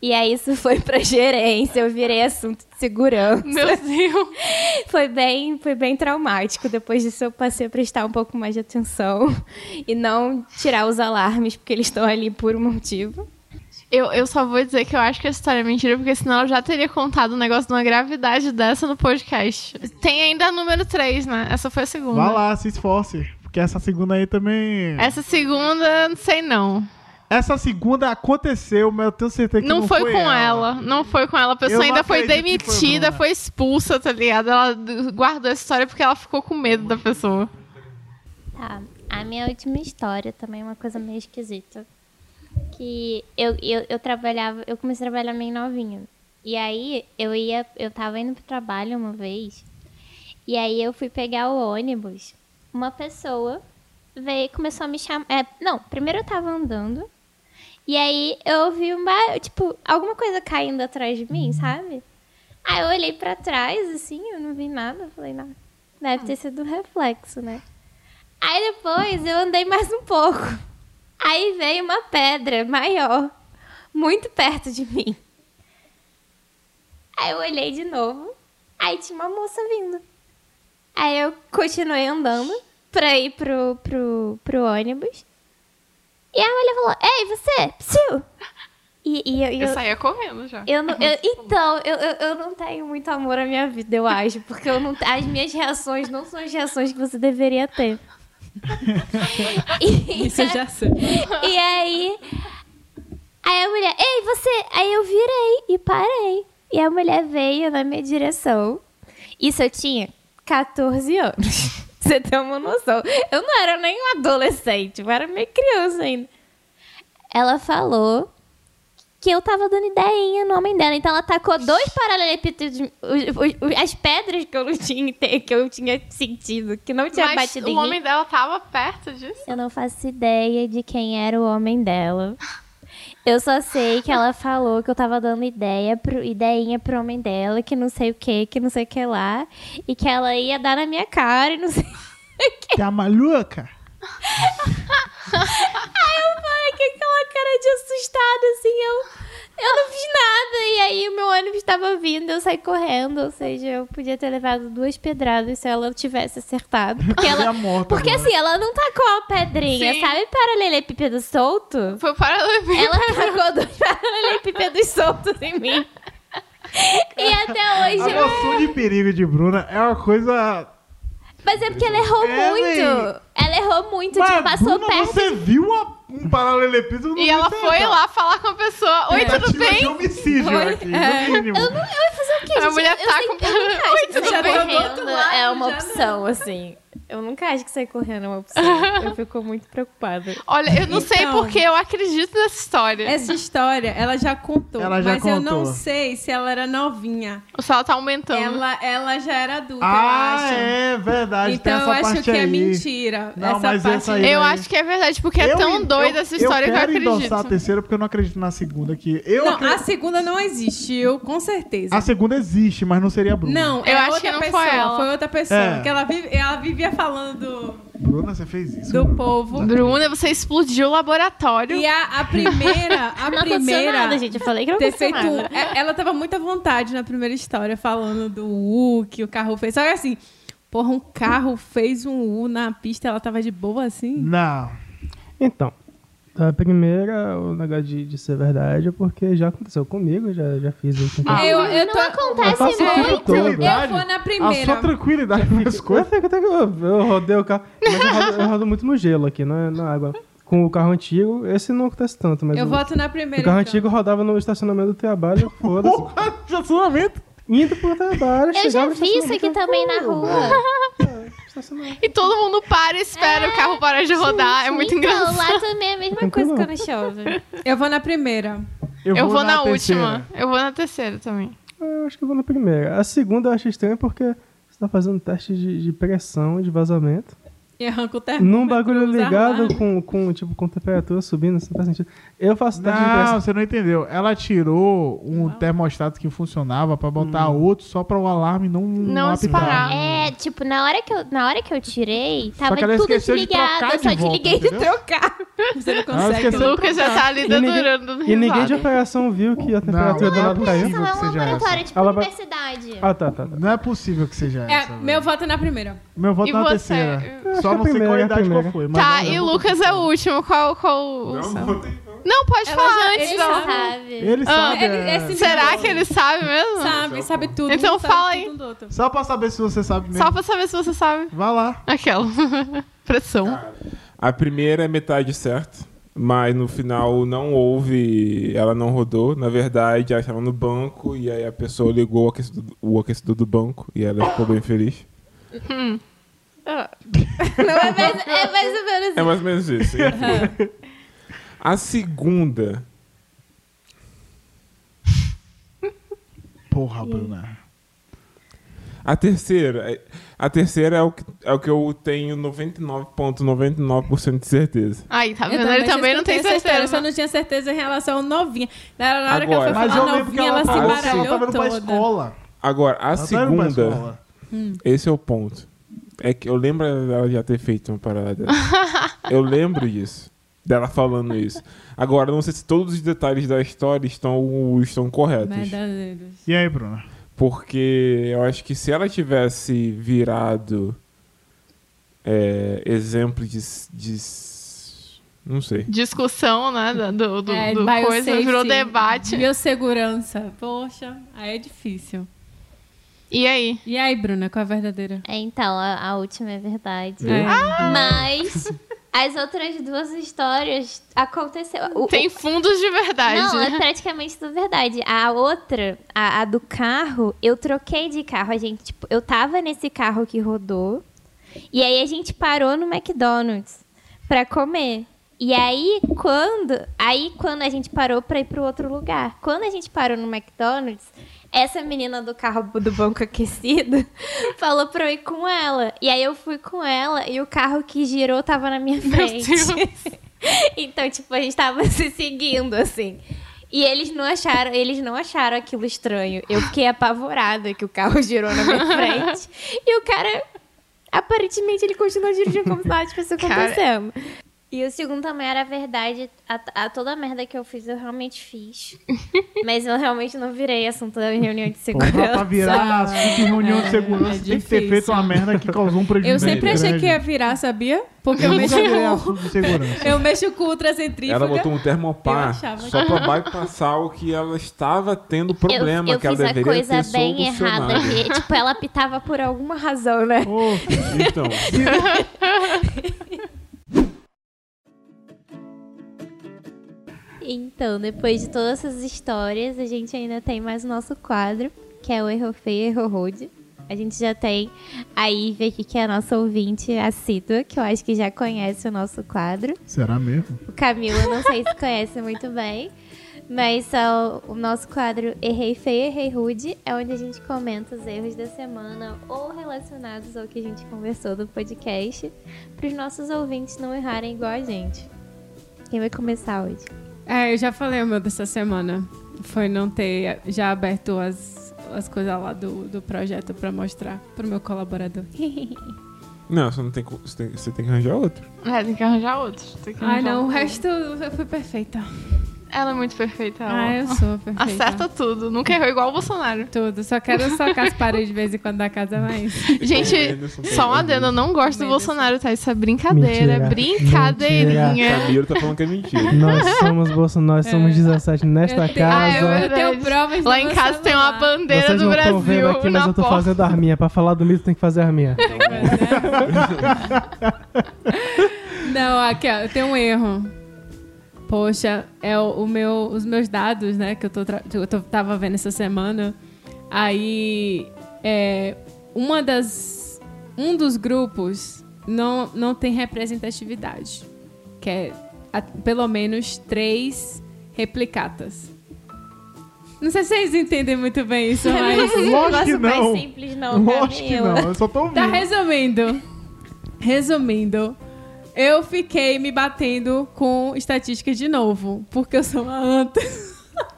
G: E aí isso foi pra gerência, eu virei assunto de segurança.
F: Meu Deus.
G: Foi bem, foi bem traumático. Depois disso, eu passei a prestar um pouco mais de atenção e não tirar os alarmes, porque eles estão ali por um motivo.
F: Eu, eu só vou dizer que eu acho que essa história é mentira, porque senão eu já teria contado um negócio de uma gravidade dessa no podcast. Tem ainda a número 3, né? Essa foi a segunda.
B: Vá lá, se esforce. Porque essa segunda aí também.
F: Essa segunda, não sei não.
B: Essa segunda aconteceu, mas eu tenho certeza É que não,
F: Não, foi, com ela. Não foi com ela. A
B: Eu
F: pessoa
B: não
F: ainda foi
B: acredito que foi
F: demitida,
B: Bruna.
F: foi expulsa, tá ligado? Ela d- guardou essa história porque ela ficou com medo da pessoa.
G: Tá. A minha última história também é uma coisa meio esquisita. Que eu, eu, eu trabalhava, eu comecei a trabalhar meio novinha. E aí eu ia, eu tava indo pro trabalho uma vez. E aí eu fui pegar o ônibus. Uma pessoa veio, começou a me chamar. é, não, primeiro eu tava andando. E aí eu ouvi um barulho, tipo, alguma coisa caindo atrás de mim, sabe? Aí eu olhei pra trás, assim, eu não vi nada, eu falei, não, deve ter sido um reflexo, né? Aí depois eu andei mais um pouco. Aí veio uma pedra maior, muito perto de mim. Aí eu olhei de novo, aí tinha uma moça vindo. Aí eu continuei andando pra ir pro, pro, pro ônibus. E a mulher falou, ei, você, psiu! E, e eu, e
F: Eu,
G: eu-
F: saía correndo já.
G: eu não, eu- então, eu, eu, eu não tenho muito amor à minha vida, eu acho. Porque eu não, as minhas reações não são as reações que você deveria ter. E,
A: Isso eu já sei.
G: e aí. Aí a mulher, ei, você. Aí eu virei e parei. E a mulher veio na minha direção. Isso eu tinha 14 anos. Você tem uma noção. Eu não era nem um adolescente, eu era meio criança ainda. Ela falou que eu tava dando ideinha no homem dela. Então ela tacou dois paralelepípedos, os- os- as pedras que eu não tinha, inte- que eu tinha sentido, que não tinha
F: Mas
G: batido em
F: o
G: mim.
F: homem dela tava perto disso.
G: Eu não faço ideia de quem era o homem dela. Eu só sei que ela falou que eu tava dando ideia pro, ideinha pro homem dela, que não sei o que, que não sei o que lá. E que ela ia dar na minha cara e não sei.
B: Tá maluca?
G: Aí eu falei com aquela cara de assustada, assim, eu, eu não fiz nada. E aí o meu ônibus tava vindo, eu saí correndo, ou seja, eu podia ter levado duas pedradas se ela tivesse acertado. Porque
B: Ela é
G: ela.
B: morta.
G: Porque
B: agora.
G: assim, ela não tacou a pedrinha,
F: Sim.
G: sabe? Paralelepípedo solto?
F: Foi para
G: Ela tacou dois paralelepípedos soltos em mim. E até
B: A
G: hoje.
B: noção de perigo de Bruna é uma coisa.
G: Mas é porque ela errou
B: Ela, hein?
G: muito. Ela errou muito,
B: Mas,
G: tipo, passou
B: Bruna,
G: perto.
B: você viu uma- um paralelepípedo no
F: E ela foi lá falar com a pessoa. Oi,
B: tentativa
F: tudo
B: de
F: bem? É.
B: homicídio
G: Oi?
B: aqui, no mínimo.
G: Eu, não, eu ia fazer o quê,
F: A
G: gente?
F: mulher
G: eu,
F: tá
G: eu
F: com-
G: sei- eu nunca acho que
F: Muito
G: sair
F: bem.
G: correndo é uma
A: já
G: opção, assim. Eu nunca acho que sair correndo é uma opção. Eu fico muito preocupada.
F: Olha, eu não sei
A: Então.
F: porque eu acredito nessa história.
A: Essa história, ela já contou.
B: Ela já
A: mas eu não
B: contou.
A: sei se ela era novinha.
F: O sal tá aumentando.
A: Ela, ela já era adulta, eu
B: Ah,
A: acho.
B: é verdade. tem
A: Então eu
B: essa
A: acho
B: parte
A: que é
B: aí.
A: mentira.
B: Não,
A: essa
B: mas
A: parte.
B: essa aí-
F: Eu
B: né?
F: acho que é verdade, porque é
B: Eu-
F: tão
B: eu-
F: doida essa história
B: eu
F: que eu
B: quero endossar a
F: acredito.
B: terceira porque eu não acredito na segunda aqui. Eu
A: Não,
B: acredito-
A: a segunda não existiu, com certeza.
B: A segunda existe, mas não seria a Bruna.
A: Não, é
F: Eu acho
A: outra
F: que não foi
A: pessoa.
F: ela.
A: outra pessoa.
B: É.
A: Porque ela, vive- ela vivia falando
B: Bruna, você fez isso.
A: do, do
B: Bruna.
A: povo.
F: Bruna, você explodiu o laboratório.
G: é-
A: E a, a primeira, a
G: não aconteceu
A: primeira
G: nada, gente. Eu falei que não
A: ter
G: aconteceu
A: feito.
G: nada.
A: é- Ela tava muito à vontade na primeira história, falando do U que o carro fez. Só que assim, porra, um carro fez um U na pista, ela tava de boa assim.
B: Não.
D: Então, a primeira, o negócio de, de ser verdade é porque já aconteceu comigo, já, já fiz isso. Então,
A: eu, eu
G: Não
A: tô-
D: eu faço
G: acontece
D: o tempo
G: muito.
D: todo.
A: Eu vou
D: Ah,
A: na
B: A
A: primeira.
B: sua tranquilidade com as
D: Eu,
B: coisas.
D: fico até que eu, eu rodei o carro. Mas eu rodo, eu rodo muito no gelo aqui, não é na água. Com o carro antigo, esse não acontece tanto, mas.
A: Eu
D: o-
A: voto na
D: o
A: primeira.
D: né? carro
A: então.
D: antigo rodava no estacionamento do trabalho, foda-se.
B: Porra, estacionamento.
D: Indo pro trabalho,
G: Eu já
D: chegava no
G: vi isso aqui
D: estacionamento,
G: também na rua.
D: estacionamento.
F: E todo mundo para e espera o carro parar de rodar. é muito
G: então,
F: engraçado.
G: lá também é a mesma coisa quando chove.
A: Eu vou na primeira.
F: Eu, vou, na,
B: terceira.
F: última. Eu vou na terceira também.
D: Eu acho que eu vou na tá primeira. A segunda eu acho estranho porque você tá fazendo teste de, de pressão, de vazamento.
A: E arranca o termômetro.
D: Num bagulho
A: usa
D: ligado
A: armário.
D: com, com, tipo, com temperatura subindo, isso não faz sentido. Eu faço teste de
B: Não,
D: pressão.
B: você não entendeu. Ela tirou um termostato que funcionava pra botar
D: Hum.
B: outro só pra o alarme não
F: Não
B: apitar.
F: disparar.
G: É, tipo, na hora que eu, na hora que eu tirei, tava
B: que ela
G: tudo
B: esqueceu de
G: desligado,
B: trocar
G: eu só
B: de volta,
G: desliguei de
B: entendeu?
G: trocar.
A: Você não
B: Ah, eu
A: consegue.
G: É.
B: esqueci.
A: né?
F: Lucas já tá ali
D: E ninguém-
F: dedurando
D: E ninguém de
F: risada.
D: operação viu que a temperatura
B: não
D: do
B: é
D: lado
B: possível.
D: caiu.
G: Não, é
B: que
G: um
B: seja
G: laboratório, tipo,
D: Ela vai-
G: universidade.
D: Ah, tá, tá. tá.
B: Não é possível que seja
A: É,
B: essa.
A: meu voto é na primeira.
B: Meu voto
F: E
B: é na
F: você?
B: terceira.
D: que
B: Só
D: é
B: não
D: a
B: sei qual
D: primeira, é a
B: idade qual
D: primeira.
B: foi. mas
F: Tá,
B: não,
F: e
B: não.
F: o Lucas é o último. Qual, qual o
E: Não,
F: seu?
E: não tem, não.
F: Não, pode
A: Ela
F: falar
G: é
D: é
A: já-
F: antes
A: ele
D: tipo,
F: da
A: já
F: outra.
G: Sabe?
B: Ele sabe.
A: Ah, ele-
B: é.
A: esse-
F: Será que ele sabe mesmo?
A: Sabe, sabe tudo.
F: Então
A: um sabe
F: fala
A: tudo
F: aí.
A: um do outro.
B: Só pra saber se você sabe mesmo.
F: Só pra saber se você sabe.
B: Vai lá.
F: Aquela. Pressão.
A: Ah.
E: A primeira é metade certa, mas no final não houve, ela não rodou. Na verdade, ela estava no banco e aí a pessoa ligou o aquecedor, o aquecedor do banco e ela ficou bem feliz.
G: Não, é mais, é mais ou menos
E: É mais ou menos isso. enfim. a segunda.
B: Porra, Bruna.
E: A terceira. A terceira é o que, é o que eu tenho 99,99% de certeza.
F: Aí, tá
A: Então, Eu
F: vendo? Ele também não
A: escutei
F: tem
A: essa história, Eu só
F: certeza.
A: não tinha certeza em relação ao novinha. Na hora que ela
E: Agora.
A: foi
B: Mas eu
A: falar
B: lembro que
A: novinha,
B: ela,
A: ela, se
E: tava-
B: ela tava
A: baralhou
B: indo pra
A: toda.
B: escola.
E: Agora, a
B: Ela tava indo pra
E: segunda.
B: escola.
E: Esse é o ponto. É que eu lembro dela já ter feito uma parada. dessa. eu lembro disso. Dela falando isso. Agora, eu não sei se todos os detalhes da história estão, estão corretos.
A: Verdadeiros.
B: E aí, Bruna?
E: Porque eu acho que se ela tivesse virado é, exemplo de, s- de s- Não sei.
F: Discussão, né? da- Do, do,
A: É,
F: do
A: biosafety,
F: coisa. Virou debate.
A: Biossegurança. Poxa, aí é difícil.
F: E aí?
A: E aí, Bruna, qual é a verdadeira?
G: É, Então, a, a última é verdade.
A: É.
G: Mas as outras duas histórias aconteceu. o-
F: Tem fundos de verdade.
G: Não, é praticamente tudo verdade. A outra, a, a do carro, eu troquei de carro. A gente, tipo, eu tava nesse carro que rodou. E aí a gente parou no McDonald's pra comer. E aí quando, aí quando a gente parou pra ir pro outro lugar. Quando a gente parou no McDonald's, essa menina do carro do banco aquecido falou pra eu ir com ela. E aí eu fui com ela e o carro que girou tava na minha
F: Meu
G: frente.
F: Deus.
G: Então, tipo, a gente tava se seguindo, assim. E eles não acharam, eles não acharam aquilo estranho. Eu fiquei apavorada que o carro girou na minha frente. E o cara, aparentemente, ele continuou dirigindo como se nada tivesse
F: Cara.
G: acontecendo. E o segundo também era verdade. A, a toda a merda que eu fiz, eu realmente fiz. Mas eu realmente não virei assunto da reunião de
B: Porra, pra
G: segurança.
B: virar assunto em reunião de segurança,
A: é
B: tem que ter
A: difícil.
B: feito uma merda que causou um prejuízo.
A: Eu sempre
B: grande.
A: achei que ia virar, sabia? Porque eu
B: Eu
A: mexo
B: nunca virei
A: com,
B: assunto de segurança.
A: eu mexo com ultracentrífuga.
G: né?
E: Ela botou um
A: Eu
E: termopar
A: achava
E: só pra bypassar o que ela estava tendo
G: Eu,
E: problema,
G: eu
E: que ela
G: fiz a
E: deveria
G: coisa
E: ter
G: bem
E: solucionado.
G: errada. Que, tipo, ela pitava por alguma razão, né?
B: Ô,
E: Então,
G: Então, depois de todas essas histórias, a gente ainda tem mais o nosso quadro, que é o Erro Feio, Erro Rude. A gente já tem a Ive aqui, que é a nossa ouvinte assídua, que eu acho que já conhece o nosso quadro.
B: será mesmo?
G: O Camilo, eu não sei se conhece muito bem, mas é o- o nosso quadro Errei Feio, Errei Rude, é onde a gente comenta os erros da semana ou relacionados ao que a gente conversou do podcast, para os nossos ouvintes não errarem igual a gente. Quem vai começar hoje?
A: É, eu já falei o meu dessa semana. Foi não ter já aberto as, as coisas lá do, do projeto pra mostrar pro meu colaborador.
E: não, você não tem, co- você tem, você tem que arranjar outro.
F: É, tem que arranjar outro. Tem que
A: Ai,
F: arranjar
A: Ah, não, é- o
F: outro.
A: resto eu fui perfeita.
F: Ela é muito perfeita. Ela.
A: Ah, eu sou perfeita.
F: Acerta tudo. Nunca errou igual o Bolsonaro.
A: tudo. Só quero socar as paredes de vez em quando da casa, mas...
D: É,
F: Gente,
E: Anderson,
F: só um adendo. Eu não gosto do
A: Anderson.
F: Bolsonaro, tá? Isso é brincadeira.
D: Mentira.
F: Brincadeirinha.
E: Camilo tá falando que é mentira.
D: Nós somos Bolsonaro, nós
F: É.
D: somos 17 nesta
A: Eu tenho- Ah, eu,
D: tá casa.
A: eu tenho provas
F: Lá
A: no
F: em
A: meu
F: casa tem uma
A: celular.
F: bandeira
D: Vocês
F: é do
D: não estão vendo
F: Brasil
D: aqui, mas
F: na
D: eu tô
F: porta.
D: fazendo arminha. Pra falar do mito tem que fazer arminha.
A: Não, aqui, ó, eu tenho um erro. Poxa, é o, o meu, os meus dados, né, que eu, tô tra- eu tô- tava vendo essa semana. Aí, é, uma das, um dos grupos não, não tem representatividade, que é a- pelo menos três replicatas. Não sei se vocês entendem muito bem isso, mas...
B: Lógico que
G: negócio mais
B: não.
G: simples, não,
B: Lógico que
G: Camila.
B: não, eu só tô
A: Tá
B: ouvindo.
A: resumindo. Resumindo, eu fiquei me batendo com estatística de novo, porque eu sou uma anta.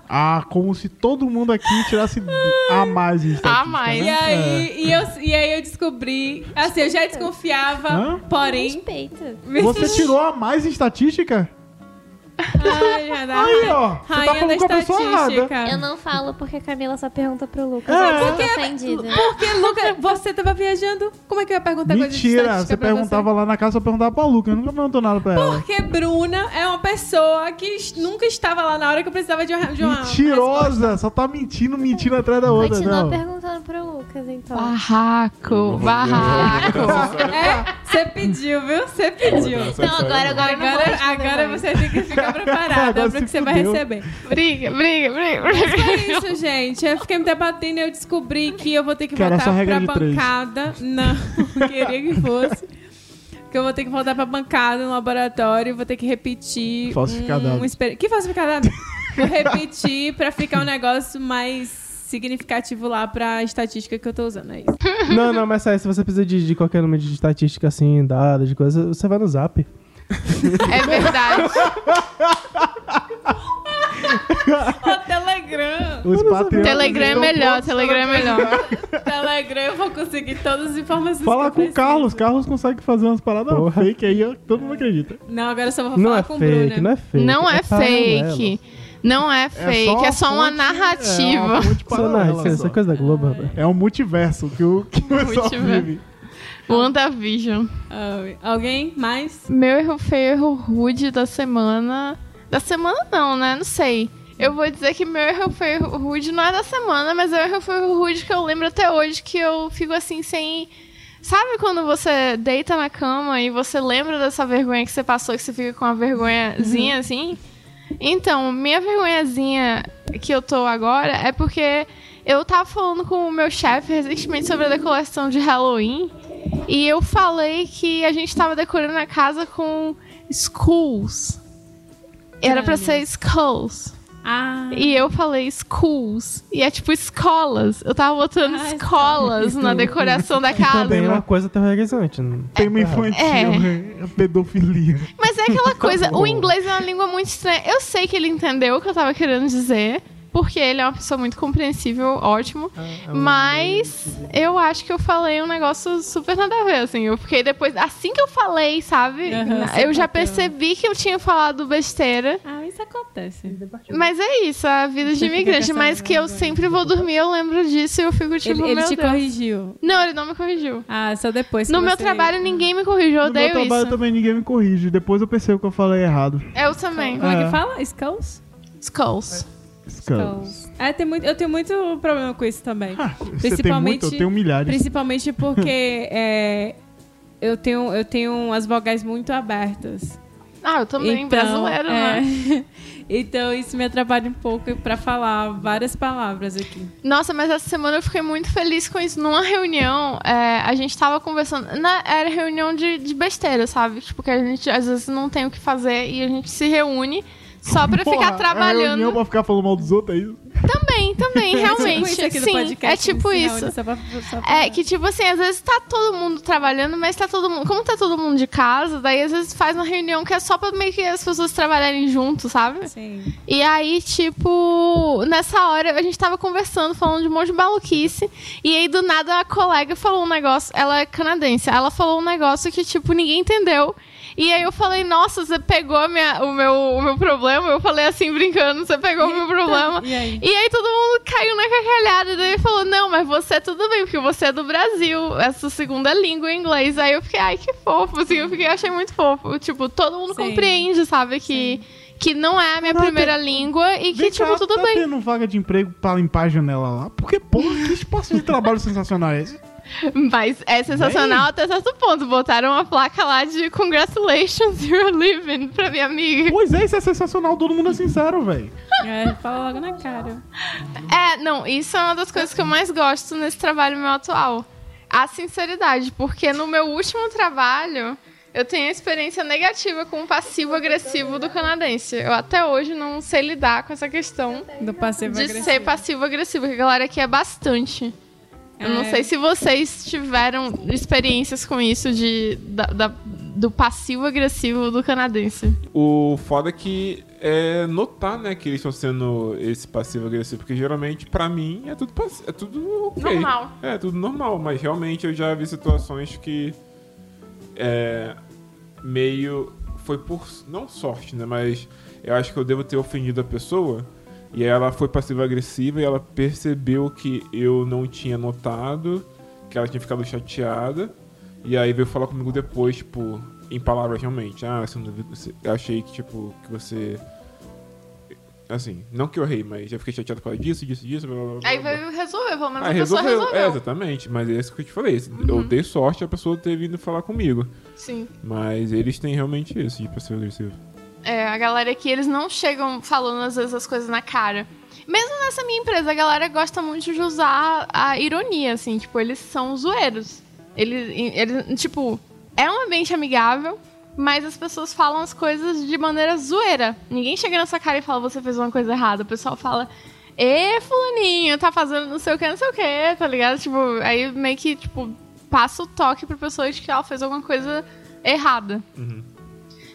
B: Ah, como se todo mundo aqui tirasse a mais em estatística,
F: A mais.
A: E
B: né?
A: aí, e eu, e aí eu descobri. Assim, eu já desconfiava,
B: Hã?
A: porém.
G: Respeito.
B: É. Você tirou a mais em estatística?
A: Ai, já dá
B: Aí,
A: ra-
B: ó, você tá
A: rainha
B: falando com a
A: da
B: pessoa errada.
A: estatística.
G: Eu não falo porque a Camila só pergunta pro Lucas.
B: É.
G: Eu
A: Porque-
G: tô ofendida.
A: Porque, Luca, você tava viajando? Como é que eu ia perguntar coisa de
B: Mentira,
A: estatística
B: você
A: pra
B: perguntava lá na casa, eu perguntava pra Luca, eu nunca perguntou nada pra ela.
A: Porque Bruna é uma pessoa que es- nunca estava lá na hora que eu precisava de uma. De uma
B: Mentirosa, só tá mentindo, mentindo atrás da outra,
G: Continua
B: não. Ah,
G: perguntando pro Lucas, então.
F: Barraco, barraco.
B: Tá.
A: É, você pediu, viu? Você pediu.
E: Não, agora,
A: Agora, agora você tem que ficar preparada
B: Agora
A: pro
B: se
A: que você vai
B: fudeu.
A: receber.
F: Briga, briga, briga, briga.
A: Foi isso, gente. Eu fiquei me debatendo e eu descobri que eu vou ter que
B: Que era
A: voltar
B: é só regra
A: pra
B: de três.
A: bancada. Não, queria que fosse. Que eu vou ter que voltar pra bancada no laboratório, vou ter que repetir.
B: Falsificadado.
A: Um exper... Que falsificadado? vou repetir pra ficar um negócio mais significativo lá pra estatística que eu tô usando. É isso.
D: Não, não, mas sério, se você precisa de, de qualquer número de estatística assim, dado, de coisa, você vai no zap.
F: É verdade.
A: Ó, Telegram!
B: Os então patriotas
F: Telegram é
B: estão
F: melhor,
B: todos-
F: Telegram é melhor.
A: Telegram, eu vou conseguir todas as informações.
B: Fala
A: que eu
B: com o
A: preciso.
B: Carlos, Carlos consegue fazer umas paradas
D: Porra.
B: fake aí, ó, todo mundo acredita.
A: Não, agora eu só vou
D: Não
A: falar
D: é
A: com o
D: fake,
A: Bruna.
B: né?
D: não é fake.
F: Não é
D: paralelo.
F: fake. Não é fake, é só
B: fonte- É
F: uma
B: uma
F: narrativa.
B: fonte
D: Isso não,
B: paralela
D: isso, isso
B: só.
D: é coisa da Globo, rapaz.
B: É um multiverso que o, que o pessoal
F: Multiverso.
B: vive.
F: WandaVision.
A: Ai, alguém mais?
F: Meu erro feio, erro rude da semana. Da semana não, né? Não sei. Eu vou dizer que meu erro feio, erro rude não é da semana, mas é o erro feio, erro rude que eu lembro até hoje, que eu fico assim sem. Sabe quando você deita na cama e você lembra dessa vergonha que você passou, que você fica com uma vergonhazinha assim? Então, minha vergonhazinha que eu tô agora é porque eu tava falando com o meu chefe recentemente sobre a decoração de Halloween e eu falei que a gente tava decorando a casa com schools. Era pra ser schools.
A: Ah,
F: E eu falei schools. E é tipo escolas. Eu tava botando
A: Ah,
F: escolas na decoração da
D: Também é
F: casa.
D: uma coisa terrorizante. não-
B: Tema infantil,
F: É.
B: né? pedofilia.
F: Mas é aquela coisa, o inglês é uma língua muito estranha. Eu sei que ele entendeu o que eu tava querendo dizer, porque ele é uma pessoa muito compreensível, ótimo. mas eu acho que eu falei um negócio super nada a ver, assim. Eu fiquei depois, assim que eu falei, sabe?
A: Aham,
F: eu já
A: sapateou.
F: percebi que eu tinha falado besteira.
A: ah, isso acontece.
F: Mas é isso, a vida de
A: Você fica com
F: imigrante.
A: essa é
F: Mas que eu
A: vergonha.
F: sempre vou dormir, eu lembro disso e eu fico tipo,
A: Ele, ele
F: meu
A: te
F: Deus.
A: corrigiu.
F: Não, ele não me corrigiu.
A: Ah, só depois.
F: No
A: que
F: meu
A: você-
F: trabalho ninguém me corrigiu, eu
B: no meu
F: odeio
B: trabalho
F: isso.
B: também ninguém me corrige. Depois eu percebo que eu falei errado.
F: Eu também.
A: Como é
B: É.
A: que fala? Skulls?
F: Skulls.
B: Skulls.
A: É, tem muito, eu tenho muito problema com isso também.
B: Ah, Você tem
A: Principalmente-
B: muito, eu tenho um milhares.
A: Principalmente porque é, eu, tenho, eu tenho as vogais muito abertas.
F: Ah, eu também,
A: Então,
F: brasileiro,
A: é.
F: né?
A: então isso me atrapalha um pouco pra falar várias palavras aqui.
F: Nossa, mas essa semana eu fiquei muito feliz com isso. Numa reunião, é, a gente tava conversando. Na, era reunião de, de besteira, sabe? Tipo, que a gente às vezes não tem o que fazer e a gente se reúne só pra
B: Porra,
F: ficar
B: É reunião
F: trabalhando.
B: pra ficar falando mal dos outros, é isso?
F: Também, também, realmente.
A: É tipo isso aqui do
F: Sim,
A: podcast,
F: é tipo
A: se
F: isso.
A: reúne só pra- só pra-
F: É que, tipo assim, às vezes tá todo mundo trabalhando, mas tá todo mundo. Como tá todo mundo de casa, daí às vezes faz uma reunião que é só pra meio que as pessoas trabalharem junto, sabe?
A: Sim.
F: E aí, tipo, nessa hora a gente tava conversando, falando de um monte de maluquice. E aí, do nada, a colega falou um negócio. Ela é canadense. Ela falou um negócio que, tipo, ninguém entendeu. E aí eu falei, nossa, você pegou a minha- o, meu, o meu problema. Eu falei assim, brincando, você pegou o meu problema.
A: E aí?
F: E aí todo mundo caiu na carcalhada. E daí falou, não, mas você tudo bem, porque você é do Brasil. Essa segunda língua é inglês. Aí eu fiquei, ai, que fofo. Assim, eu fiquei, achei muito fofo. Tipo, todo mundo
A: Sim.
F: compreende, sabe, que, que não é a minha
B: Não,
F: primeira língua e que,
B: Vem
F: tipo,
B: cá,
F: tudo
B: tá
F: bem.
B: tendo vaga de emprego pra limpar a janela lá? Porque, porra, que espaço de trabalho sensacional é esse?
F: Mas é sensacional até certo ponto. Botaram uma placa lá de Congratulations, you're living pra minha amiga.
B: Pois é, isso é sensacional, todo mundo é sincero, velho.
A: É, fala logo na cara.
F: É, não, isso é uma das coisas que eu mais gosto nesse trabalho meu atual. A sinceridade, porque no meu último trabalho eu tenho a experiência negativa com o passivo agressivo do canadense. Eu até hoje não sei lidar com essa questão
A: Do passivo
F: de
A: agressivo.
F: ser passivo agressivo, que a galera aqui é bastante. Eu não
A: É.
F: sei se vocês tiveram experiências com isso de, da- da- do passivo-agressivo do canadense.
E: O foda é que é notar, né, que eles estão sendo esse passivo agressivo, porque geralmente, pra mim, é tudo, pass- é tudo ok.
F: Normal.
E: É, tudo normal, mas realmente eu já vi situações que é, meio foi por não sorte, né, mas eu acho que eu devo ter ofendido a pessoa e aí ela foi passiva agressiva e ela percebeu que eu não tinha notado, que ela tinha ficado chateada e aí veio falar comigo depois, tipo, em palavras realmente. Ah, você não devia- você- eu achei que tipo que você assim, não que eu errei, mas eu fiquei chateado por causa disso, disso, disso, blá, blá, blá,
F: Aí
E: blá.
F: veio resolver, pelo menos
E: Ah,
F: a pessoa
E: resolveu.
F: resolveu. Uhum.
E: É, exatamente, mas é isso que eu te falei. Eu dei sorte a pessoa ter vindo falar comigo.
F: Sim.
E: Mas eles têm realmente isso tipo assim, de passivo agressivo.
F: É, a galera aqui, eles não chegam falando às vezes as coisas na cara. Mesmo nessa minha empresa, a galera gosta muito de usar a ironia, assim, tipo, eles são zoeiros. Eles, eles tipo, é um ambiente amigável, mas as pessoas falam as coisas de maneira zoeira. Ninguém chega na sua cara e fala, você fez uma coisa errada. O pessoal fala, ê, fulaninho, tá fazendo não sei o que, não sei o que, tá ligado? Tipo, aí meio que, tipo, passa o toque pra pessoa de que ela fez alguma coisa errada.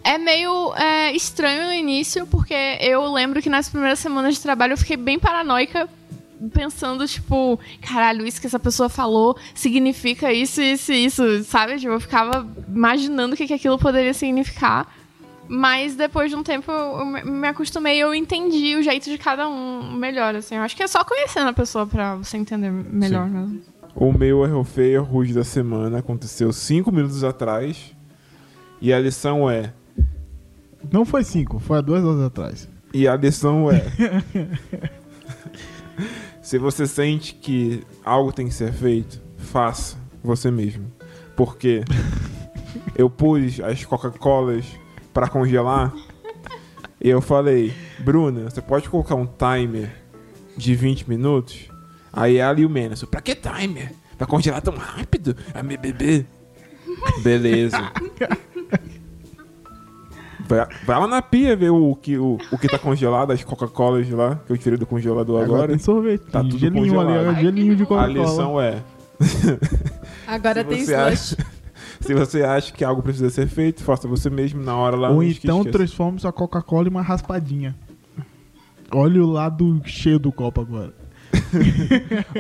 F: É meio é, estranho no início, porque eu lembro que nas primeiras semanas de trabalho eu fiquei bem paranoica, pensando, tipo, caralho, isso que essa pessoa falou significa isso, isso, e isso, sabe? Tipo, eu ficava imaginando o que, que aquilo poderia significar. Mas depois de um tempo eu me- me acostumei, eu entendi o jeito de cada um melhor, assim. Eu acho que é só conhecendo a pessoa pra você entender melhor mesmo.
E: O meu erro feio e rude da semana aconteceu cinco minutos atrás. E a lição é.
B: Não foi cinco, foi há duas horas atrás.
E: E a lição é. Se você sente que algo tem que ser feito, faça você mesmo. Porque eu pus as Coca-Colas pra congelar e eu falei, Bruna, você pode colocar um timer de 20 minutos? Aí ela e o Menos, pra que timer? Pra congelar tão rápido? A minha bebê. Beleza. Vai, vai lá na pia ver o que, o, o que tá congelado, as Coca-Colas lá, que eu tirei do congelador
B: Agora
E: agora.
B: tem sorvete.
E: Tá
B: tem
E: tudo
B: gelinho ali,
E: congelado.
B: ó, gelinho de
E: A
B: Coca-Cola.
E: lição é.
I: Agora tem
E: você
I: slush.
E: Se você acha que algo precisa ser feito, faça você mesmo na hora lá.
B: Ou
E: não
B: então
E: esqueça.
B: transforme sua Coca-Cola em uma raspadinha. Olha o lado cheio do copo agora.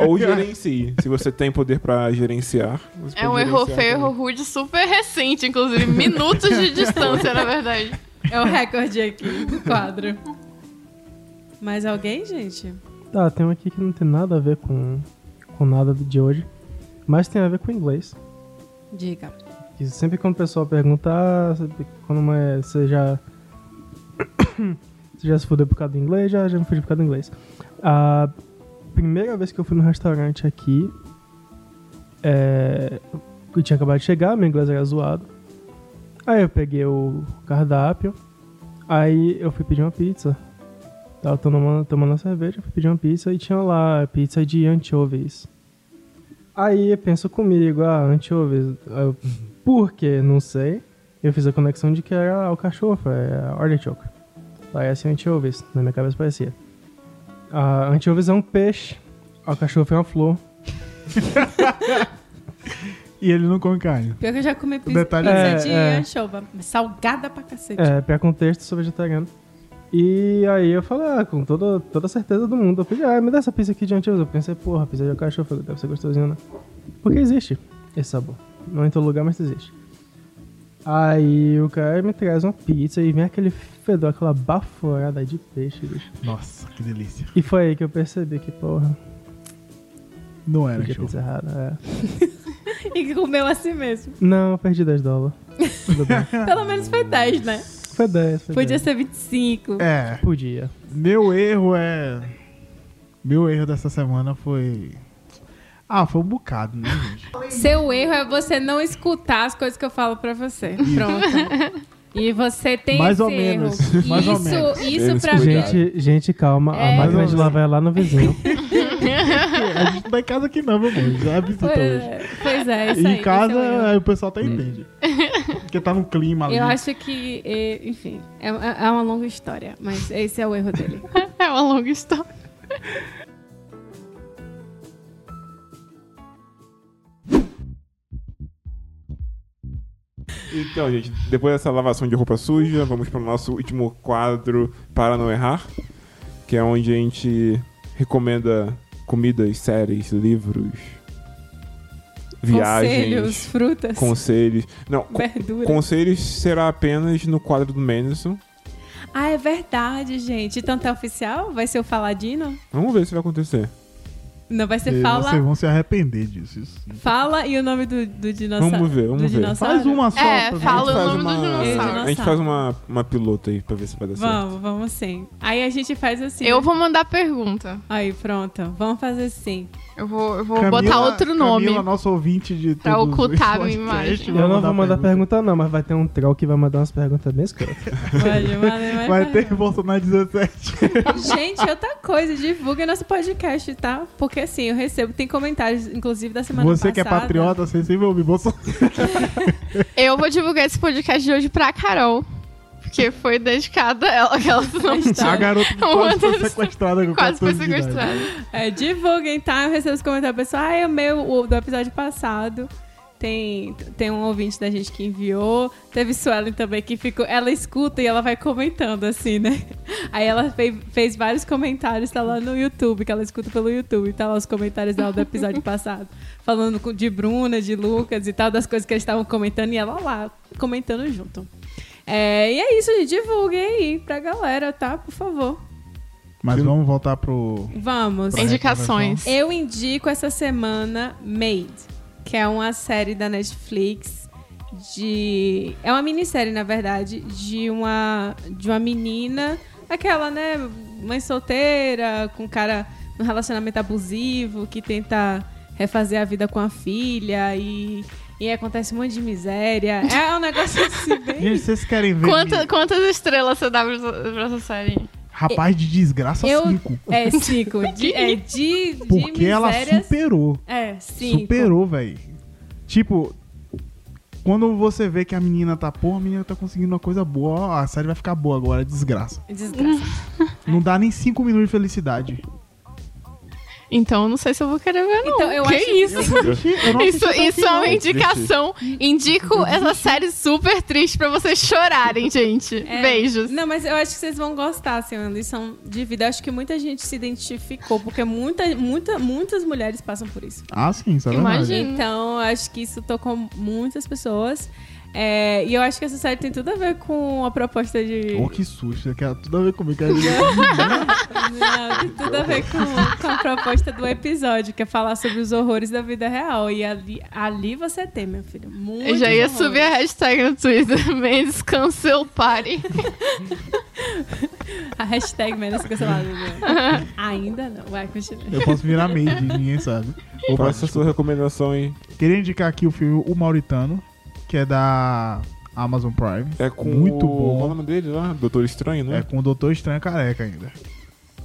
E: Ou gerencie. Se você tem poder pra gerenciar. você
F: É
E: pode
F: um erro
E: gerenciar
F: feio,
E: também.
F: erro rude super recente, inclusive. Minutos de distância, na verdade.
A: É o recorde aqui do quadro. Mais alguém, gente?
D: Tá, tem um aqui que não tem nada a ver com, com nada de hoje, mas tem a ver com inglês.
I: Diga.
D: E sempre quando o pessoal pergunta, ah, você- quando uma, você já. você já se fudeu por causa do inglês? Já, já me fudi por causa do inglês. A primeira vez que eu fui no restaurante aqui, é, eu tinha acabado de chegar, meu inglês era zoado. Aí eu peguei o cardápio, aí eu fui pedir uma pizza. Tava tomando, tomando uma cerveja, fui pedir uma pizza e tinha lá pizza de anchovies. Aí eu penso comigo, ah, anchovies. Eu, por quê? Não sei. Eu fiz a conexão de que era alcachofa, é artichoke. Parece anchovies, assim, na minha cabeça parecia. Ah, anchovies é um peixe, alcachofa é uma flor.
B: E ele não come carne.
A: Pior que eu já comi pizza,
B: detalhe
A: pizza
D: é-
A: de
D: é.
A: anchova. Salgada pra cacete.
D: É, pra contexto, sou vegetariano. E aí eu falei, ah, com toda, toda a certeza do mundo, eu pedi, ah, me dá essa pizza aqui de anchovies. Eu pensei, porra, pizza de alcachofa deve ser gostosinha, né? Porque existe esse sabor. Não em todo lugar, mas existe. Aí o cara me traz uma pizza e vem aquele fedor, aquela baforada de peixe, bicho.
B: Nossa, que delícia.
D: E foi aí que eu percebi que, porra,
B: Não era
D: pedi a
B: show.
D: pizza errada. é.
A: E comeu
G: É
A: assim mesmo.
D: Não, eu perdi 10 dólares. Tudo bem.
A: Pelo menos foi 10, né?
D: Foi 10, foi
A: Podia
D: 10.
A: ser 25.
B: É,
D: Podia.
B: meu erro é. Meu erro dessa semana foi. Ah, foi um bocado, né, gente?
J: Seu erro é você não escutar as coisas que eu falo pra você. Pronto. E você tem
B: Mais
J: esse
B: ou
J: erro.
B: menos, mais ou
J: isso,
B: menos.
J: isso pra
E: Menos
J: mim.
E: cuidado.
D: Gente, gente, calma.
J: É.
D: A máquina de lavar é lá no vizinho.
B: A gente não tá em casa aqui não, meu amor. Já é
J: Pois
B: visita hoje.
J: é, pois é, isso
B: E
J: aí.
B: em
J: esse
B: casa,
J: é o erro.
B: aí o pessoal até entende. Porque tá no clima ali.
J: Eu acho que, eh, enfim, é, é uma longa história, mas esse é o erro dele.
F: É uma longa história.
E: Então, gente, depois dessa lavação de roupa suja, vamos para o nosso último quadro para não errar, que é onde a gente recomenda comidas, séries, livros,
A: Conselhos,
E: viagens,
A: frutas,
E: conselhos. Não, con-
A: verduras.
E: conselhos será apenas no quadro do Menison.
A: Ah, é verdade, gente. Então tá oficial? Vai ser o Faladino?
E: Vamos ver se vai acontecer.
A: Não, vai ser
B: E
A: Fala.
B: Vocês vão se arrepender disso. isso.
A: Fala e o nome do, do dinossauro.
E: Vamos ver, vamos
A: do
E: ver.
A: dinossauro.
B: Faz uma só.
F: É,
B: pra ver.
F: fala o
E: faz
F: nome do
E: uma-
A: Nossa.
E: A
F: dinossauro.
E: gente faz uma, uma pilota aí pra ver se vai dar certo.
A: Vamos, vamos sim. Aí a gente faz assim.
F: Eu vou mandar pergunta.
A: Aí, pronto. Vamos fazer assim.
F: Eu vou, eu vou
B: Camila-
F: botar outro nome.
B: Camila, nosso ouvinte de
F: Pra
B: todos os
F: ocultar a minha
B: podcasts,
F: imagem.
B: vai
D: Eu não vou mandar pergunta. não, mas vai ter um troll que vai mandar umas perguntas bem escrotas.
A: Pode, manda, manda.
B: Vai ter Bolsonaro 17.
A: Gente, outra coisa, divulga nosso podcast, tá? Porque assim, eu recebo, tem comentários, inclusive da semana
B: Você
A: passada.
B: que é patriota, você sempre ouve Bolsonaro.
F: Eu vou divulgar esse podcast de hoje pra Carol. Porque foi dedicado a ela, que ela não
B: A
F: tinha.
B: garota que quase foi sequestrada com
F: Tá. Quase foi
B: 14 de idade.
F: sequestrada.
A: É, divulguem, tá? Eu recebo os comentários da pessoa. Ah, é o meu o do episódio passado. Tem, tem um ouvinte da gente que enviou. Teve Suelen também que ficou. Ela escuta e ela vai comentando, assim, né? Aí ela fez, fez vários comentários, tá lá no YouTube, que ela escuta pelo YouTube. Tá lá os comentários dela do episódio passado. Falando com- de Bruna, de Lucas e tal, das coisas que eles estavam comentando. E ela lá, comentando junto. É, e é isso, gente. Divulguem aí pra galera, tá? Por favor.
B: Mas vamos voltar pro.
A: Vamos.
F: Indicações.
A: Eu indico essa semana Made, que é uma série da Netflix de é uma minissérie na verdade de uma de uma menina, aquela, né, mãe solteira com cara num relacionamento abusivo que tenta refazer a vida com a filha e e acontece um monte de miséria. É um negócio assim bem
B: Gente, vocês querem ver?
F: Quanta- quantas estrelas você dá pra essa- pra essa série?
B: Rapaz de desgraça
A: Eu-
B: 5.
A: é cinco, de, é de, de
B: Porque ela
A: misérias.
B: superou.
A: É, cinco.
B: Superou, velho. Tipo, quando você vê que a menina tá, porra, a menina tá conseguindo uma coisa boa, ó, a série vai ficar boa agora, desgraça.
A: Desgraça.
B: Não dá nem 5 minutos de felicidade.
F: Então, eu não sei se eu vou querer ver, não.
A: Então, eu
F: que
A: acho-
F: isso?
B: Eu não
A: tá
F: Isso,
B: assisti
F: isso é uma
E: Triste.
F: indicação. Indico essa série super triste pra vocês chorarem, gente.
A: É.
F: Beijos.
A: Não, mas eu acho que vocês vão gostar, assim, uma lição de vida. Eu acho que muita gente se identificou, porque muita, muita, muitas mulheres passam por isso.
B: Ah, sim, isso é verdade.
F: Imagina.
A: Então, eu acho que isso tocou muitas pessoas. É, e eu acho que essa série tem tudo a ver com a proposta de.
B: Oh, que susto, que é tudo a ver comigo. que é-
A: Não, tem tudo a ver com, com a proposta do episódio, que é falar sobre os horrores da vida real. E ali, ali você tem, meu filho. Muito
F: Eu já ia
A: horror.
F: subir a hashtag no Twitter. Mendes cancel party.
A: a hashtag menos cancelada. né? Ainda não, vai continuar.
B: Eu posso virar made, ninguém sabe. Ou
E: Passa a
B: posso...
E: sua recomendação aí.
B: Queria indicar aqui o filme O Mauritano, que é da Amazon Prime.
E: É com
B: Muito
E: o...
B: bom.
E: Qual é o nome dele lá? Doutor Estranho, né?
B: É com o Doutor Estranho careca ainda.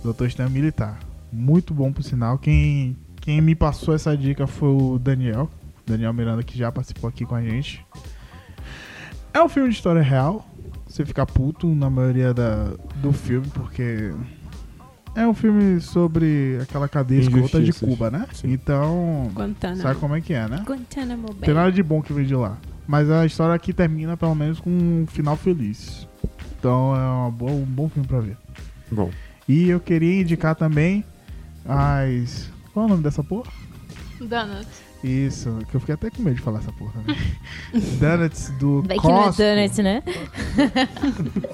B: Doutor Estranho é militar. Muito bom, por sinal. Quem, quem me passou essa dica foi o Daniel. Daniel Miranda, que já participou aqui com a gente. É um filme de história real. Você fica puto na maioria da, do filme, porque... É um filme sobre aquela cadeia escrota de
E: Injustiças.
B: Cuba, né?
E: Sim.
B: Então, sabe
A: Guantanamo.
B: como é que é, né?
A: Guantanamo Bay.
B: Tem nada de bom que vem de lá. Mas a história aqui termina, pelo menos, com um final feliz. Então, é uma boa- um bom filme pra ver.
E: Bom.
B: E eu queria indicar também as. Qual é o nome dessa porra?
F: Donuts.
B: Isso, que eu fiquei até com medo de falar essa porra também. Donuts do
G: Vai que não é
B: Costco.
G: donut, né?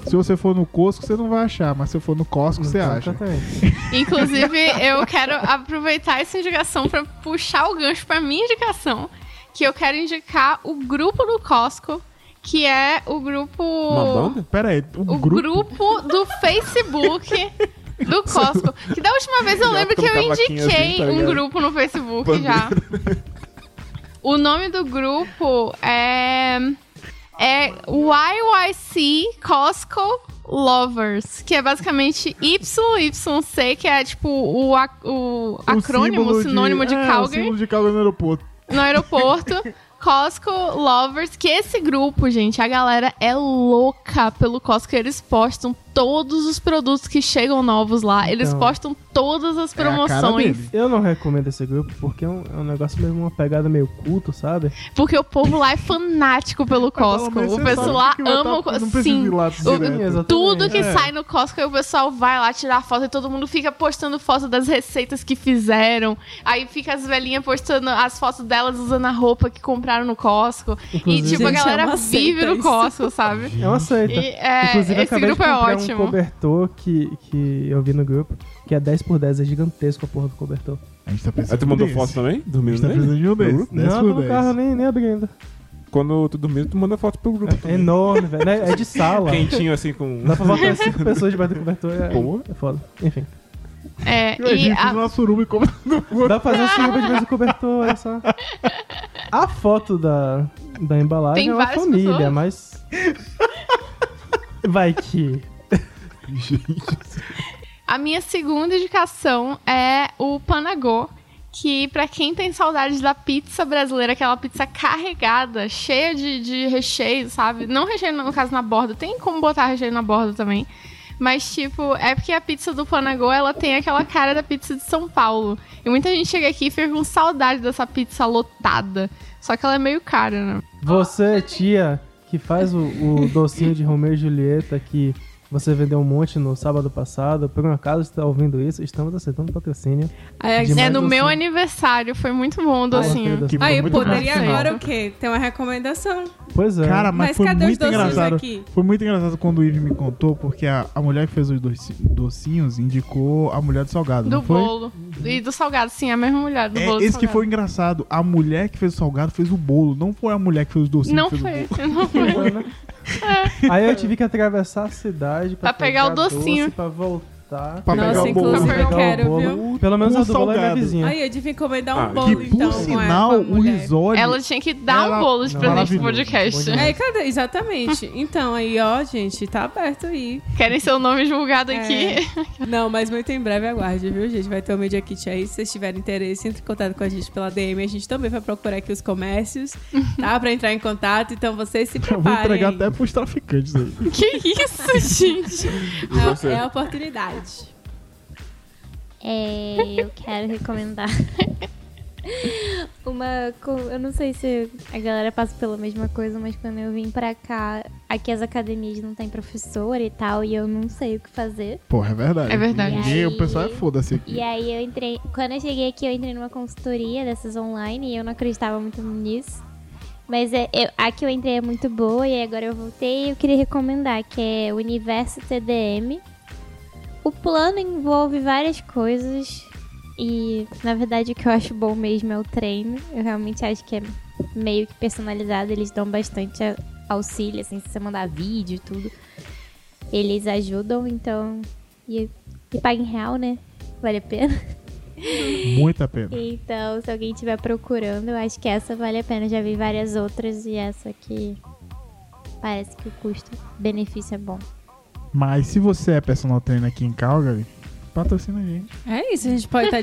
B: Se você for no Costco, você não vai achar, mas se eu for no Costco, você acha.
D: Exatamente.
F: Inclusive, eu quero aproveitar essa indicação pra puxar o gancho pra minha indicação, que eu quero indicar o grupo do Costco, que é o grupo
E: Uma banda?
B: Pera aí, o,
F: o
B: grupo.
F: grupo do Facebook do Costco. Que da última vez eu
E: Já
F: lembro que
E: fica um
F: eu
E: cavaquinho
F: indiquei
E: assim, tá
F: um
E: ligado?
F: grupo no Facebook já. O nome do grupo é é YYC Costco Lovers, que é basicamente YYC, que é tipo o, ac- o
B: o
F: acrônimo,
B: símbolo
F: sinônimo de,
B: é, O
F: Calgary
B: símbolo de Calgary no aeroporto.
F: no aeroporto. Costco Lovers, que esse grupo, gente, a galera é louca pelo Costco. Eles postam todos os produtos que chegam novos lá. Eles
D: Então.
F: postam todas as
B: É a cara
F: promoções.
B: dele.
D: Eu não recomendo esse grupo porque é um, é um negócio mesmo, uma pegada meio culto, sabe?
F: porque o povo lá é fanático pelo
B: Mas, pelo
F: Costco.
B: menos,
F: O
B: você
F: pessoal
B: sabe
F: lá
B: que vai
F: ama o
B: tá- Não
F: Costco.
B: precisa
F: Sim.
B: ir lá
D: O-
B: direto.
D: Exatamente.
F: Tudo que
B: É.
F: sai no Costco, aí o pessoal vai lá tirar foto e todo mundo fica postando foto das receitas que fizeram. Aí fica as velhinhas postando as fotos delas usando a roupa que compraram no Costco. e
D: Inclusive-
F: tipo, a
A: Gente, é uma
F: galera
A: seita
F: vive no
A: isso.
F: Costco, sabe?
D: É uma seita.
F: E, é,
D: Inclusive, eu
F: esse
D: acabei
F: grupo
D: de
F: é
D: comprar um
F: ótimo.
D: cobertor que, que eu vi no grupo, que é 10x10, é gigantesco a porra do cobertor.
B: A gente tá
E: Aí
B: precisando
E: tu mandou
B: desse.
E: foto também?
B: A gente
E: Dormindo
B: tá
E: nele?
B: precisando de um
E: Não,
B: desses.
E: tô
B: 10
D: não,
B: por
D: tô no
B: 10.
D: carro, nem, nem abri ainda.
E: Quando tu dormindo, tu manda foto pro grupo.
D: É enorme, velho. É é de sala.
E: Quentinho assim com.
D: Dá pra botar cinco pessoas debaixo do cobertor. É,
E: Boa.
D: é foda. Enfim.
F: É, e
B: Imagina,
F: a-
B: fiz uma suruba e como...
D: Dá pra fazer um suruba debaixo do cobertor, olha só. A foto da, da embalagem
F: Tem
D: é uma
F: várias
D: família,
F: pessoas?
D: mas. Vai que.
F: a minha segunda indicação é o Panagô. Que pra quem tem saudades da pizza brasileira, aquela pizza carregada, cheia de, de recheio, sabe? Não recheio, no caso, na borda. Tem como botar recheio na borda também. Mas, tipo, é porque a pizza do Panagô, ela tem aquela cara da pizza de São Paulo. E muita gente chega aqui e fica com saudade dessa pizza lotada. Só que ela é meio cara, né?
D: Você, tia, que faz o, o docinho de Romeu e Julieta que você vendeu um monte no sábado passado, por um acaso está ouvindo isso, estamos aceitando patrocínio.
A: Aí,
D: Demais.
F: É no
D: docinho.
F: meu aniversário, foi muito bom assim, o docinho.
D: Olha, querido.
B: Foi
A: aí eu
B: muito
A: poderia
F: massa.
A: agora o quê? Ter uma recomendação.
D: Pois é.
B: Cara, mas,
A: Mas
B: foi
A: cadê os
B: muito
A: docinhos
B: engraçado.
A: aqui?
B: Foi muito engraçado quando o Ive me contou, porque a, a mulher que fez os doci- docinhos indicou a mulher do salgado,
F: Do
B: não foi?
F: bolo. E do salgado, sim, a mesma mulher do
B: É,
F: bolo. e do
B: esse que
F: salgado.
B: foi o engraçado. A mulher que fez o salgado fez o bolo, não foi a mulher que fez os docinhos.
F: Não
B: que fez o
F: foi.
B: bolo.
F: Não foi.
D: É. Aí eu tive que atravessar a cidade pra,
F: Pra pegar o
D: doce,
F: docinho.
D: pra voltar.
B: Pra
A: Nossa,
B: pegar o bolo.
A: inclusive
D: pra
A: eu
D: pegar o
A: quero,
D: bolo.
A: viu?
D: Pelo menos a do bolo é minha
B: salgado.
D: vizinha.
A: Aí eu devia encomendar um
E: Ah,
A: bolo,
E: que
B: Por
A: então. com
B: sinal, um
A: essa
B: o
A: mulher.
B: risole...
F: Ela tinha que dar
B: Ela-
F: um bolo de
D: Não,
F: presente
B: maravilhoso.
F: pro
D: Bom
F: podcast.
D: demais.
A: É, cadê? Exatamente. Então, aí, ó, gente, tá aberto aí.
F: Querem seu nome julgado
A: É.
F: aqui?
A: Não, mas muito em breve aguarde, viu, gente? Vai ter o Media Kit aí. Se vocês tiverem interesse, entre em contato com a gente pela DM. A gente também vai procurar aqui os comércios, tá? Pra entrar em contato. Então, vocês se
B: Eu vou
A: preparem.
B: entregar até pros traficantes aí.
F: Que isso, gente?
A: É-
E: você?
A: É, a oportunidade.
G: É, eu quero recomendar uma. co- Eu não sei se a galera passa pela mesma coisa, mas quando eu vim pra cá, aqui as academias não tem professor e tal, e eu não sei o que fazer.
B: Porra, é verdade.
F: É verdade.
B: Ninguém,
G: E
B: o pessoal é
G: aí-
B: foda-se aqui.
G: E aí eu entrei. Quando eu cheguei aqui, eu entrei numa consultoria dessas online e eu não acreditava muito nisso. Mas é, eu- a que eu entrei é muito boa e agora eu voltei e eu queria recomendar, que é o Universo TDM. O plano envolve várias coisas e, na verdade, o que eu acho bom mesmo é o treino. Eu realmente acho que é meio que personalizado, eles dão bastante a- auxílio, assim, se você mandar vídeo e tudo. Eles ajudam, então... E, e paga em real, né? Vale a pena.
B: Muita pena.
G: Então, se alguém estiver procurando, eu acho que essa vale a pena. Eu Já vi várias outras e essa aqui parece que o custo-benefício é bom.
B: Mas se você é personal trainer aqui em Calgary, patrocina a gente.
A: É isso, a gente pode estar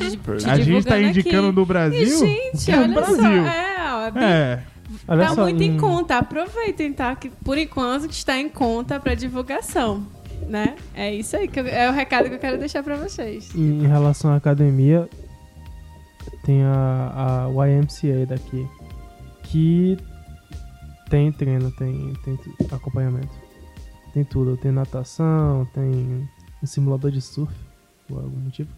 B: a gente tá indicando
A: aqui.
B: do Brasil.
A: E, gente,
B: É,
A: olha só.
B: Brasil.
A: É, ó, é bem
B: É,
D: Olha
A: tá
D: só,
A: muito em
D: hum,
A: conta. Aproveitem, tá? Que por enquanto está em conta para divulgação, né? É isso aí, que eu- é o recado que eu quero deixar para vocês.
D: Em relação à academia, tem a, a YMCA daqui, que tem treino, tem, tem tu- acompanhamento. Tem tudo, tem natação, tem um simulador de surf, por algum motivo.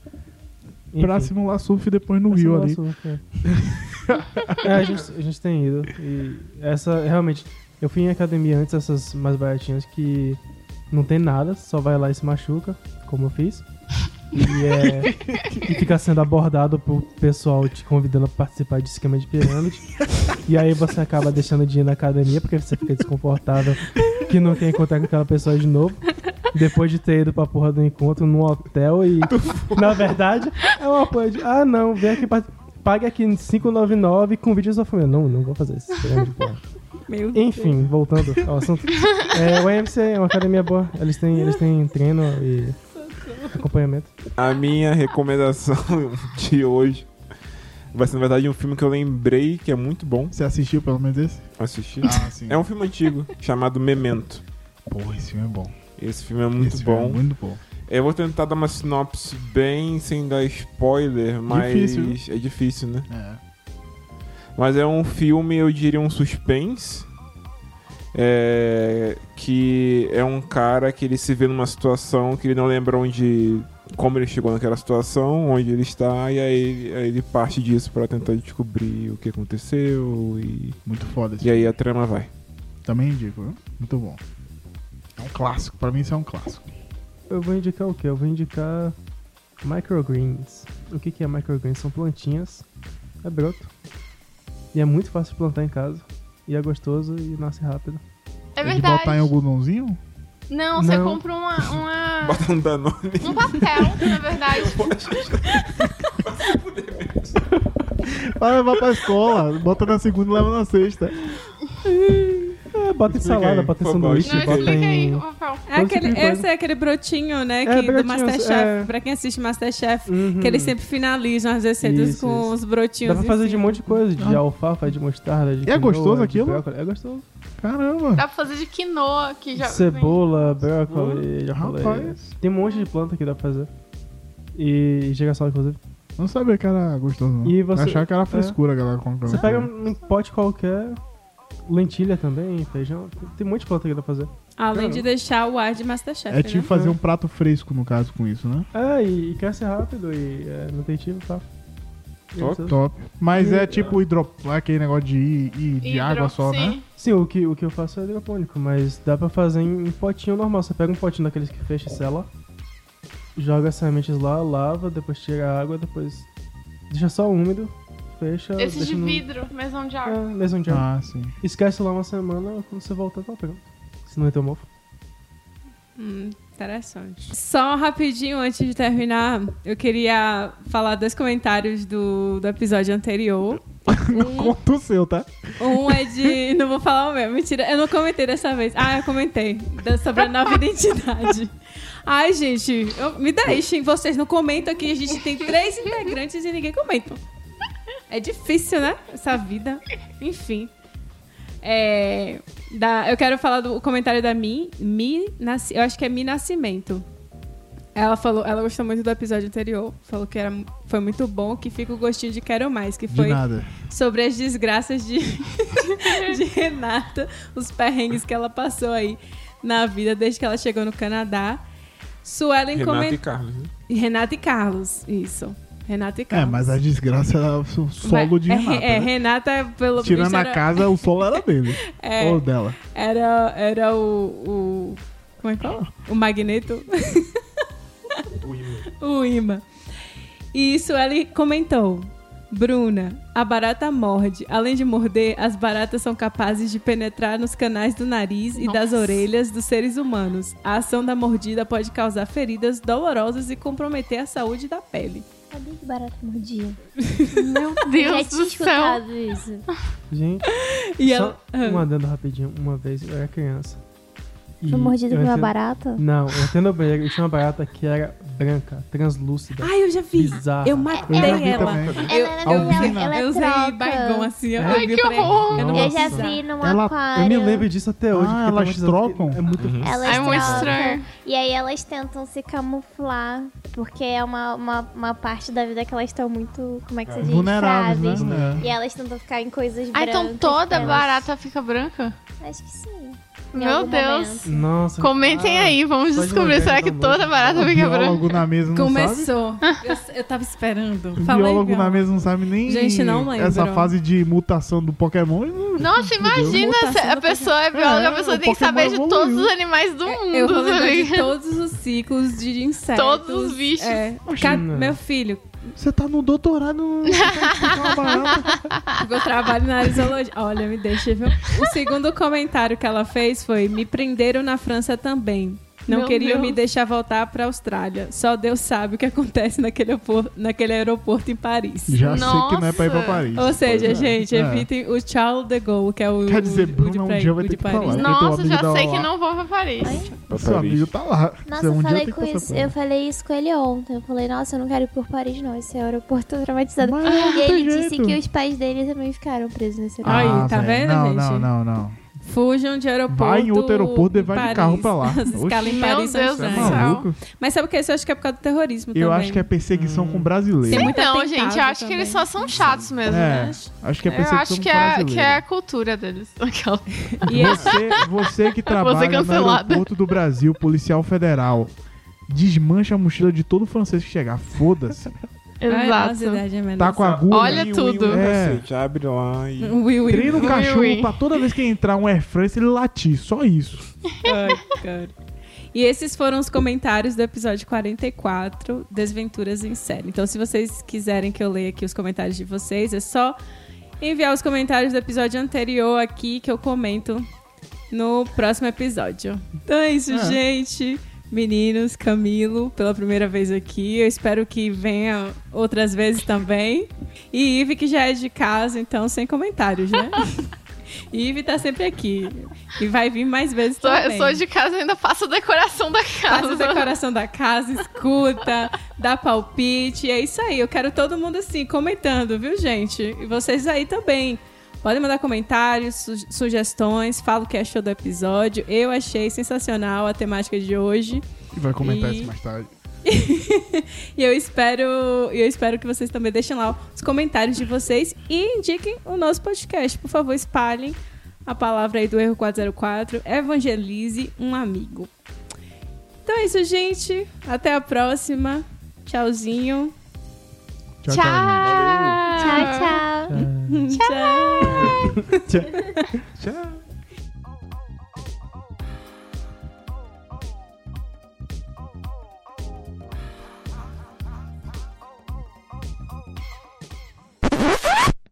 B: pra
D: Enfim,
B: simular surf depois no
D: pra
B: Rio
D: simular
B: ali.
D: surf, é. É, a gente, a gente tem ido. E essa, realmente, eu fui em academia antes, essas mais baratinhas que não tem nada, só vai lá e se machuca, como eu fiz. E, é, e fica sendo abordado por pessoal te convidando a participar de esquema de pirâmide. E aí você acaba deixando de ir na academia porque você fica desconfortável que não quer encontrar com aquela pessoa de novo. Depois de ter ido pra porra do encontro num hotel e. na verdade, é uma coisa de. Ah, não, vem aqui pra. Pague aqui 599 com vídeo só família. Não, não vou fazer isso. pirâmide, porra.
A: Meu Deus.
D: Enfim, voltando ao assunto. É, o AMC é uma academia boa. Eles têm, eles têm treino e acompanhamento.
E: A minha recomendação de hoje Vai ser, na verdade, um filme que eu lembrei que é muito bom
B: Você assistiu pelo menos esse?
E: assistir.
B: Ah, sim.
E: É um filme antigo, chamado Memento.
B: Porra, esse filme é bom.
E: Esse filme é muito
B: Esse filme
E: bom.
B: é muito bom.
E: Eu vou tentar dar uma sinopse bem sem dar spoiler, mas
B: Difícil.
E: é difícil, né?
B: É.
E: Mas é um filme, eu diria, um suspense. É, que é um cara que ele se vê numa situação que ele não lembra onde. como ele chegou naquela situação, onde ele está, e aí, aí ele parte disso pra tentar descobrir o que aconteceu e.
B: Muito foda esse
E: E aí a trama vai.
B: filme. Também indico, viu? Muito bom. É um clássico. Pra mim isso é um clássico.
D: Eu vou indicar o quê? Eu vou indicar microgreens. O que, que é microgreens? São plantinhas. É broto. E é muito fácil de plantar em casa. E é gostoso e nasce rápido.
F: É
B: de botar em
F: verdade.
B: algodãozinho?
F: Não, você
D: Não.
F: compra uma, uma-
E: Bota um Danone.
F: um papel, na verdade.
B: Vai levar pra escola. Bota na segunda e leva na sexta.
D: É, bota em
E: Explica aí,
D: salada, bota em
E: por favor,
D: sanduíche,
F: Não,
E: Explica aí.
D: bota
F: explica aí
B: um
D: em.
F: o papel.
A: É aquele,
D: tipo de coisa.
A: esse é aquele brotinho, né?
D: É,
A: Que, do
D: brotinho,
A: Masterchef.
D: é.
A: Pra quem assiste Masterchef,
D: Uhum.
A: que eles sempre finalizam as receitas
D: Isso,
A: com
D: isso.
A: os
D: Dá
A: brotinhos.
D: pra fazer
A: em
D: de um
A: cima.
D: monte de coisa, de
B: Ah.
D: alfafa, de mostarda, de
B: E é
D: quinoa,
B: gostoso
D: de
B: aquilo?
D: brócolis. É gostoso.
B: Caramba.
F: Dá pra fazer de quinoa, que já.
D: Cebola, brócolis, já falei.
B: rapaz.
D: Tem um monte de planta que dá pra fazer. E girassol, inclusive.
B: Não sabia que era gostoso, não.
D: E você- É.
B: Achava que era frescura, galera. com-
D: Você pega um pote qualquer, lentilha também, feijão. Tem um monte de planta que dá pra fazer.
A: assim, Além de deixar o ar de Masterchef,
B: É tipo
A: né?
B: fazer um prato fresco, no caso, com isso, né?
D: É, e, e cresce rápido e é nutritivo e tal. E é
E: Top.
D: gostoso.
B: Top. Mas é
D: E-
B: tipo hidro... aquele negócio de, ir- ir de
F: hidro-
B: água só,
F: sim.
B: né?
D: Sim, o que, o que eu faço é hidropônico, mas dá pra fazer em, em potinho normal. Você pega um potinho daqueles que fecha e sela, joga as sementes lá, lava, depois tira a água, depois deixa só úmido, fecha.
F: Esse de
D: deixa no-
F: vidro, mas não de
D: É,
F: água.
D: mesmo de água.
B: Ah, sim.
D: Esquece lá uma semana, quando você voltar tá pronto. Se não é teu mofo.
A: Hum, interessante. Só rapidinho antes de terminar, eu queria falar dois comentários do, do episódio anterior.
B: Conta o seu, tá?
A: Um é de. Não vou falar o meu, mentira. Eu não comentei dessa vez. Ah, eu comentei. da- Sobre a nova identidade. Ai, gente, eu- me deixem. Vocês não comentam aqui. A gente tem três integrantes e ninguém comenta. É difícil, né? Essa vida. Enfim. É, da- eu quero falar do o comentário da Mi. Mi Nasci- eu acho que é Mi Nascimento. Ela falou, ela gostou muito do episódio anterior. Falou que era, foi muito bom, que fica o gostinho de Quero Mais, que
B: De
A: foi
B: nada.
A: sobre as desgraças de, de Renata, os perrengues que ela passou aí na vida desde que ela chegou no Canadá. Suelen
E: Renata e
A: comentou.
E: Carlos. né?
A: Renata e Carlos, isso. Renata e
B: É,
A: Carlos.
B: mas a desgraça era o solo
A: Mas-
B: de
A: é,
B: Renata.
A: É,
B: né?
A: Renata, pelo
B: Tirando
A: visto,
B: a
A: era-
B: casa, o solo era dele.
A: É.
B: Ou dela.
A: Era, era o, o. Como é que fala? O magneto. o imã. E isso ele comentou. Bruna, a barata morde. Além de morder, as baratas são capazes de penetrar nos canais do nariz e das orelhas dos seres humanos. A ação da mordida pode causar feridas dolorosas e comprometer a saúde da pele.
G: Cadê que barata mordia?
F: Meu
G: Já
F: Deus
G: tinha
F: do céu.
G: escutado isso.
D: Gente,
A: E
D: só
A: ela.
D: um adendo rapidinho. Uma vez eu era criança. e
B: Hum,
G: Foi mordida
D: eu
G: por uma
D: entendo-
G: barata?
D: Não, eu entendo bem. Eu tinha uma barata que era branca, translúcida.
A: Ah. Ai, eu já vi.
D: bizarra.
A: Eu
B: Eu já
A: matei
B: vi
A: ela.
B: é também.
G: Ela era
B: eu
G: ela,
B: vi na-
G: ela
A: eu usei
G: troca.
A: baigão assim. eu
D: Ai,
A: vi,
F: que
A: eu falei, Eu,
F: horror.
A: não
D: Eu
A: vou
G: Eu já
A: precisar.
G: vi num
B: Ela- eu
D: Eu
G: aquário.
D: me lembro disso até hoje.
B: Ah,
D: fiquei
B: elas
D: traumatizado,
B: trocam?
D: que É muito
E: Uhum.
G: Elas
F: É muito
G: trocam,
F: estranho.
G: E aí elas tentam se camuflar, porque é uma, uma, uma parte da vida que elas estão muito, como é que se diz?
B: Vulneráveis,
G: Frágeis.
B: né?
G: E elas tentam ficar em coisas
F: Ah,
G: brancas.
F: então toda
G: elas-
F: barata fica branca?
G: Acho que sim. Em
F: Meu
G: algum
F: Deus.
G: momento.
D: Nossa.
F: Comentem
B: Ah,
D: cara.
F: aí, vamos
D: Só de
F: descobrir.
D: olhar
F: Será
B: tá
D: já
F: que é
D: dá um
F: toda
D: monte.
F: barata fica branca?
B: biólogo na mesa não sabe.
A: Começou. Eu, eu tava esperando.
B: O
A: Falei,
B: biólogo na
A: biólogo.
B: mesa não sabe nem
A: Gente, não lembro.
B: essa fase de mutação do Pokémon.
F: Nossa, imagina
A: Mutação
F: se a
A: do
F: pessoa é bióloga, a
B: É,
F: pessoa
B: o
F: tem que saber de
B: Pokémon
F: todos
B: evoluiu.
F: os animais do
A: Eu vou
F: mundo, tá
A: lembrar
F: sabe?
A: de todos os ciclos de insetos.
F: Todos os bichos.
A: É. Ca-
D: não.
A: Meu filho,
B: Você tá no doutorado. você tá com uma barata.
A: porque eu trabalho na zoologia. Olha, me deixa, viu? O segundo comentário que ela fez foi: Me prenderam na França também. Não
F: Meu
A: queriam
F: Deus.
A: me deixar voltar pra Austrália. Só Deus sabe o que acontece naquele, apor- naquele aeroporto em Paris.
B: Já sei que não é pra ir pra
F: Nossa.
B: Paris.
A: Ou seja,
B: Pois é.
A: gente,
B: É.
A: evitem o Charles de Gaulle, que é o,
B: Quer dizer,
A: o, o de,
B: Bruna, um
A: pra-
B: dia vai
A: o
B: ter
A: de
B: que
A: Paris.
B: falar. Tem um
F: Nossa,
B: amigo
F: já
B: da
F: sei
B: lá.
F: que não vou pra Paris.
E: Pra
B: Seu
E: Paris.
B: amigo tá lá.
G: Nossa,
B: Você um
G: eu
B: dia
G: falei
B: tem que
G: com
B: passar
G: isso.
B: por lá.
G: Eu falei isso com ele ontem. Eu falei, nossa, eu não quero ir por Paris, não. Esse aeroporto é traumatizado.
B: Mas não
G: e
B: tem
G: ele disse
B: jeito.
G: que os pais dele também ficaram presos nesse
A: Ai,
G: aeroporto.
A: Aí, tá
B: velho,
A: vendo,
B: não,
A: gente?
B: Não, não, não.
A: Fujam de aeroporto.
B: Vai em outro aeroporto e vai de
A: em Paris.
B: carro pra lá.
A: As
B: Oxe.
A: escalas em
F: Meu
A: Paris são
F: Deus do
B: Tá
A: estranhas.
F: céu.
B: maluco?
A: Mas sabe o que é isso? Eu acho que é por causa do terrorismo
B: Eu
A: também.
B: acho que é perseguição
F: Hum.
B: com brasileiro.
A: Tem muito
F: Não,
A: atentado
F: Então, gente, eu acho que
A: também.
F: eles só são chatos mesmo,
B: É,
F: né?
B: acho que é
F: Eu
B: perseguição
F: acho
B: com
F: que é,
B: brasileiro.
F: que é a cultura deles. Aquela-
A: E é-
B: Você, você que trabalha no
F: cancelada.
B: aeroporto do Brasil, policial federal, desmancha a mochila de todo francês que chegar. Foda-se.
A: Ai, nossa,
F: Exato.
A: idade é melhor.
B: Tá com agulha.
F: Olha tudo.
B: É.
E: um Cacete, abre lá e.
A: Will, Will.
B: Treina o
F: Ui,
B: cachorro
F: ui.
B: pra toda vez que entrar um Air France ele latir. Só isso.
A: Ai, cara. E esses foram os comentários do episódio 44, Desventuras em Série. Então, se vocês quiserem que eu leia aqui os comentários de vocês, é só enviar os comentários do episódio anterior aqui que eu comento no próximo episódio. Então é isso,
B: É.
A: gente. Meninos, Camilo, pela primeira vez aqui. Eu espero que venha outras vezes também. E Ive, que já é de casa, então sem comentários, né? Ive tá sempre aqui. E vai vir mais vezes
F: Sou,
A: também.
F: sou de casa e ainda faço a decoração da
A: Faz
F: casa.
A: a decoração da casa, escuta, dá palpite. É isso aí. Eu quero todo mundo assim, comentando, viu, gente? E vocês aí também. Podem mandar comentários, su- sugestões, fala o que achou do episódio. Eu achei sensacional a temática de hoje.
B: E vai comentar
A: E-
B: isso mais tarde.
A: E eu espero, eu espero que vocês também deixem lá os comentários de vocês e indiquem o nosso podcast. Por favor, espalhem a palavra aí do Erro 404. Evangelize um amigo. Então é isso, gente. Até a próxima. Tchauzinho.
B: Tchau, tchau. gente.
F: Ah.
G: Tchau, tchau.
A: Tchau.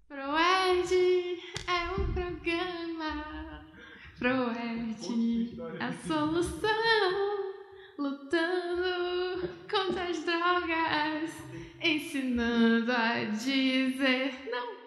F: Proerd é um programa. Proerd, é a solução. Lutando contra as drogas, ensinando a dizer não.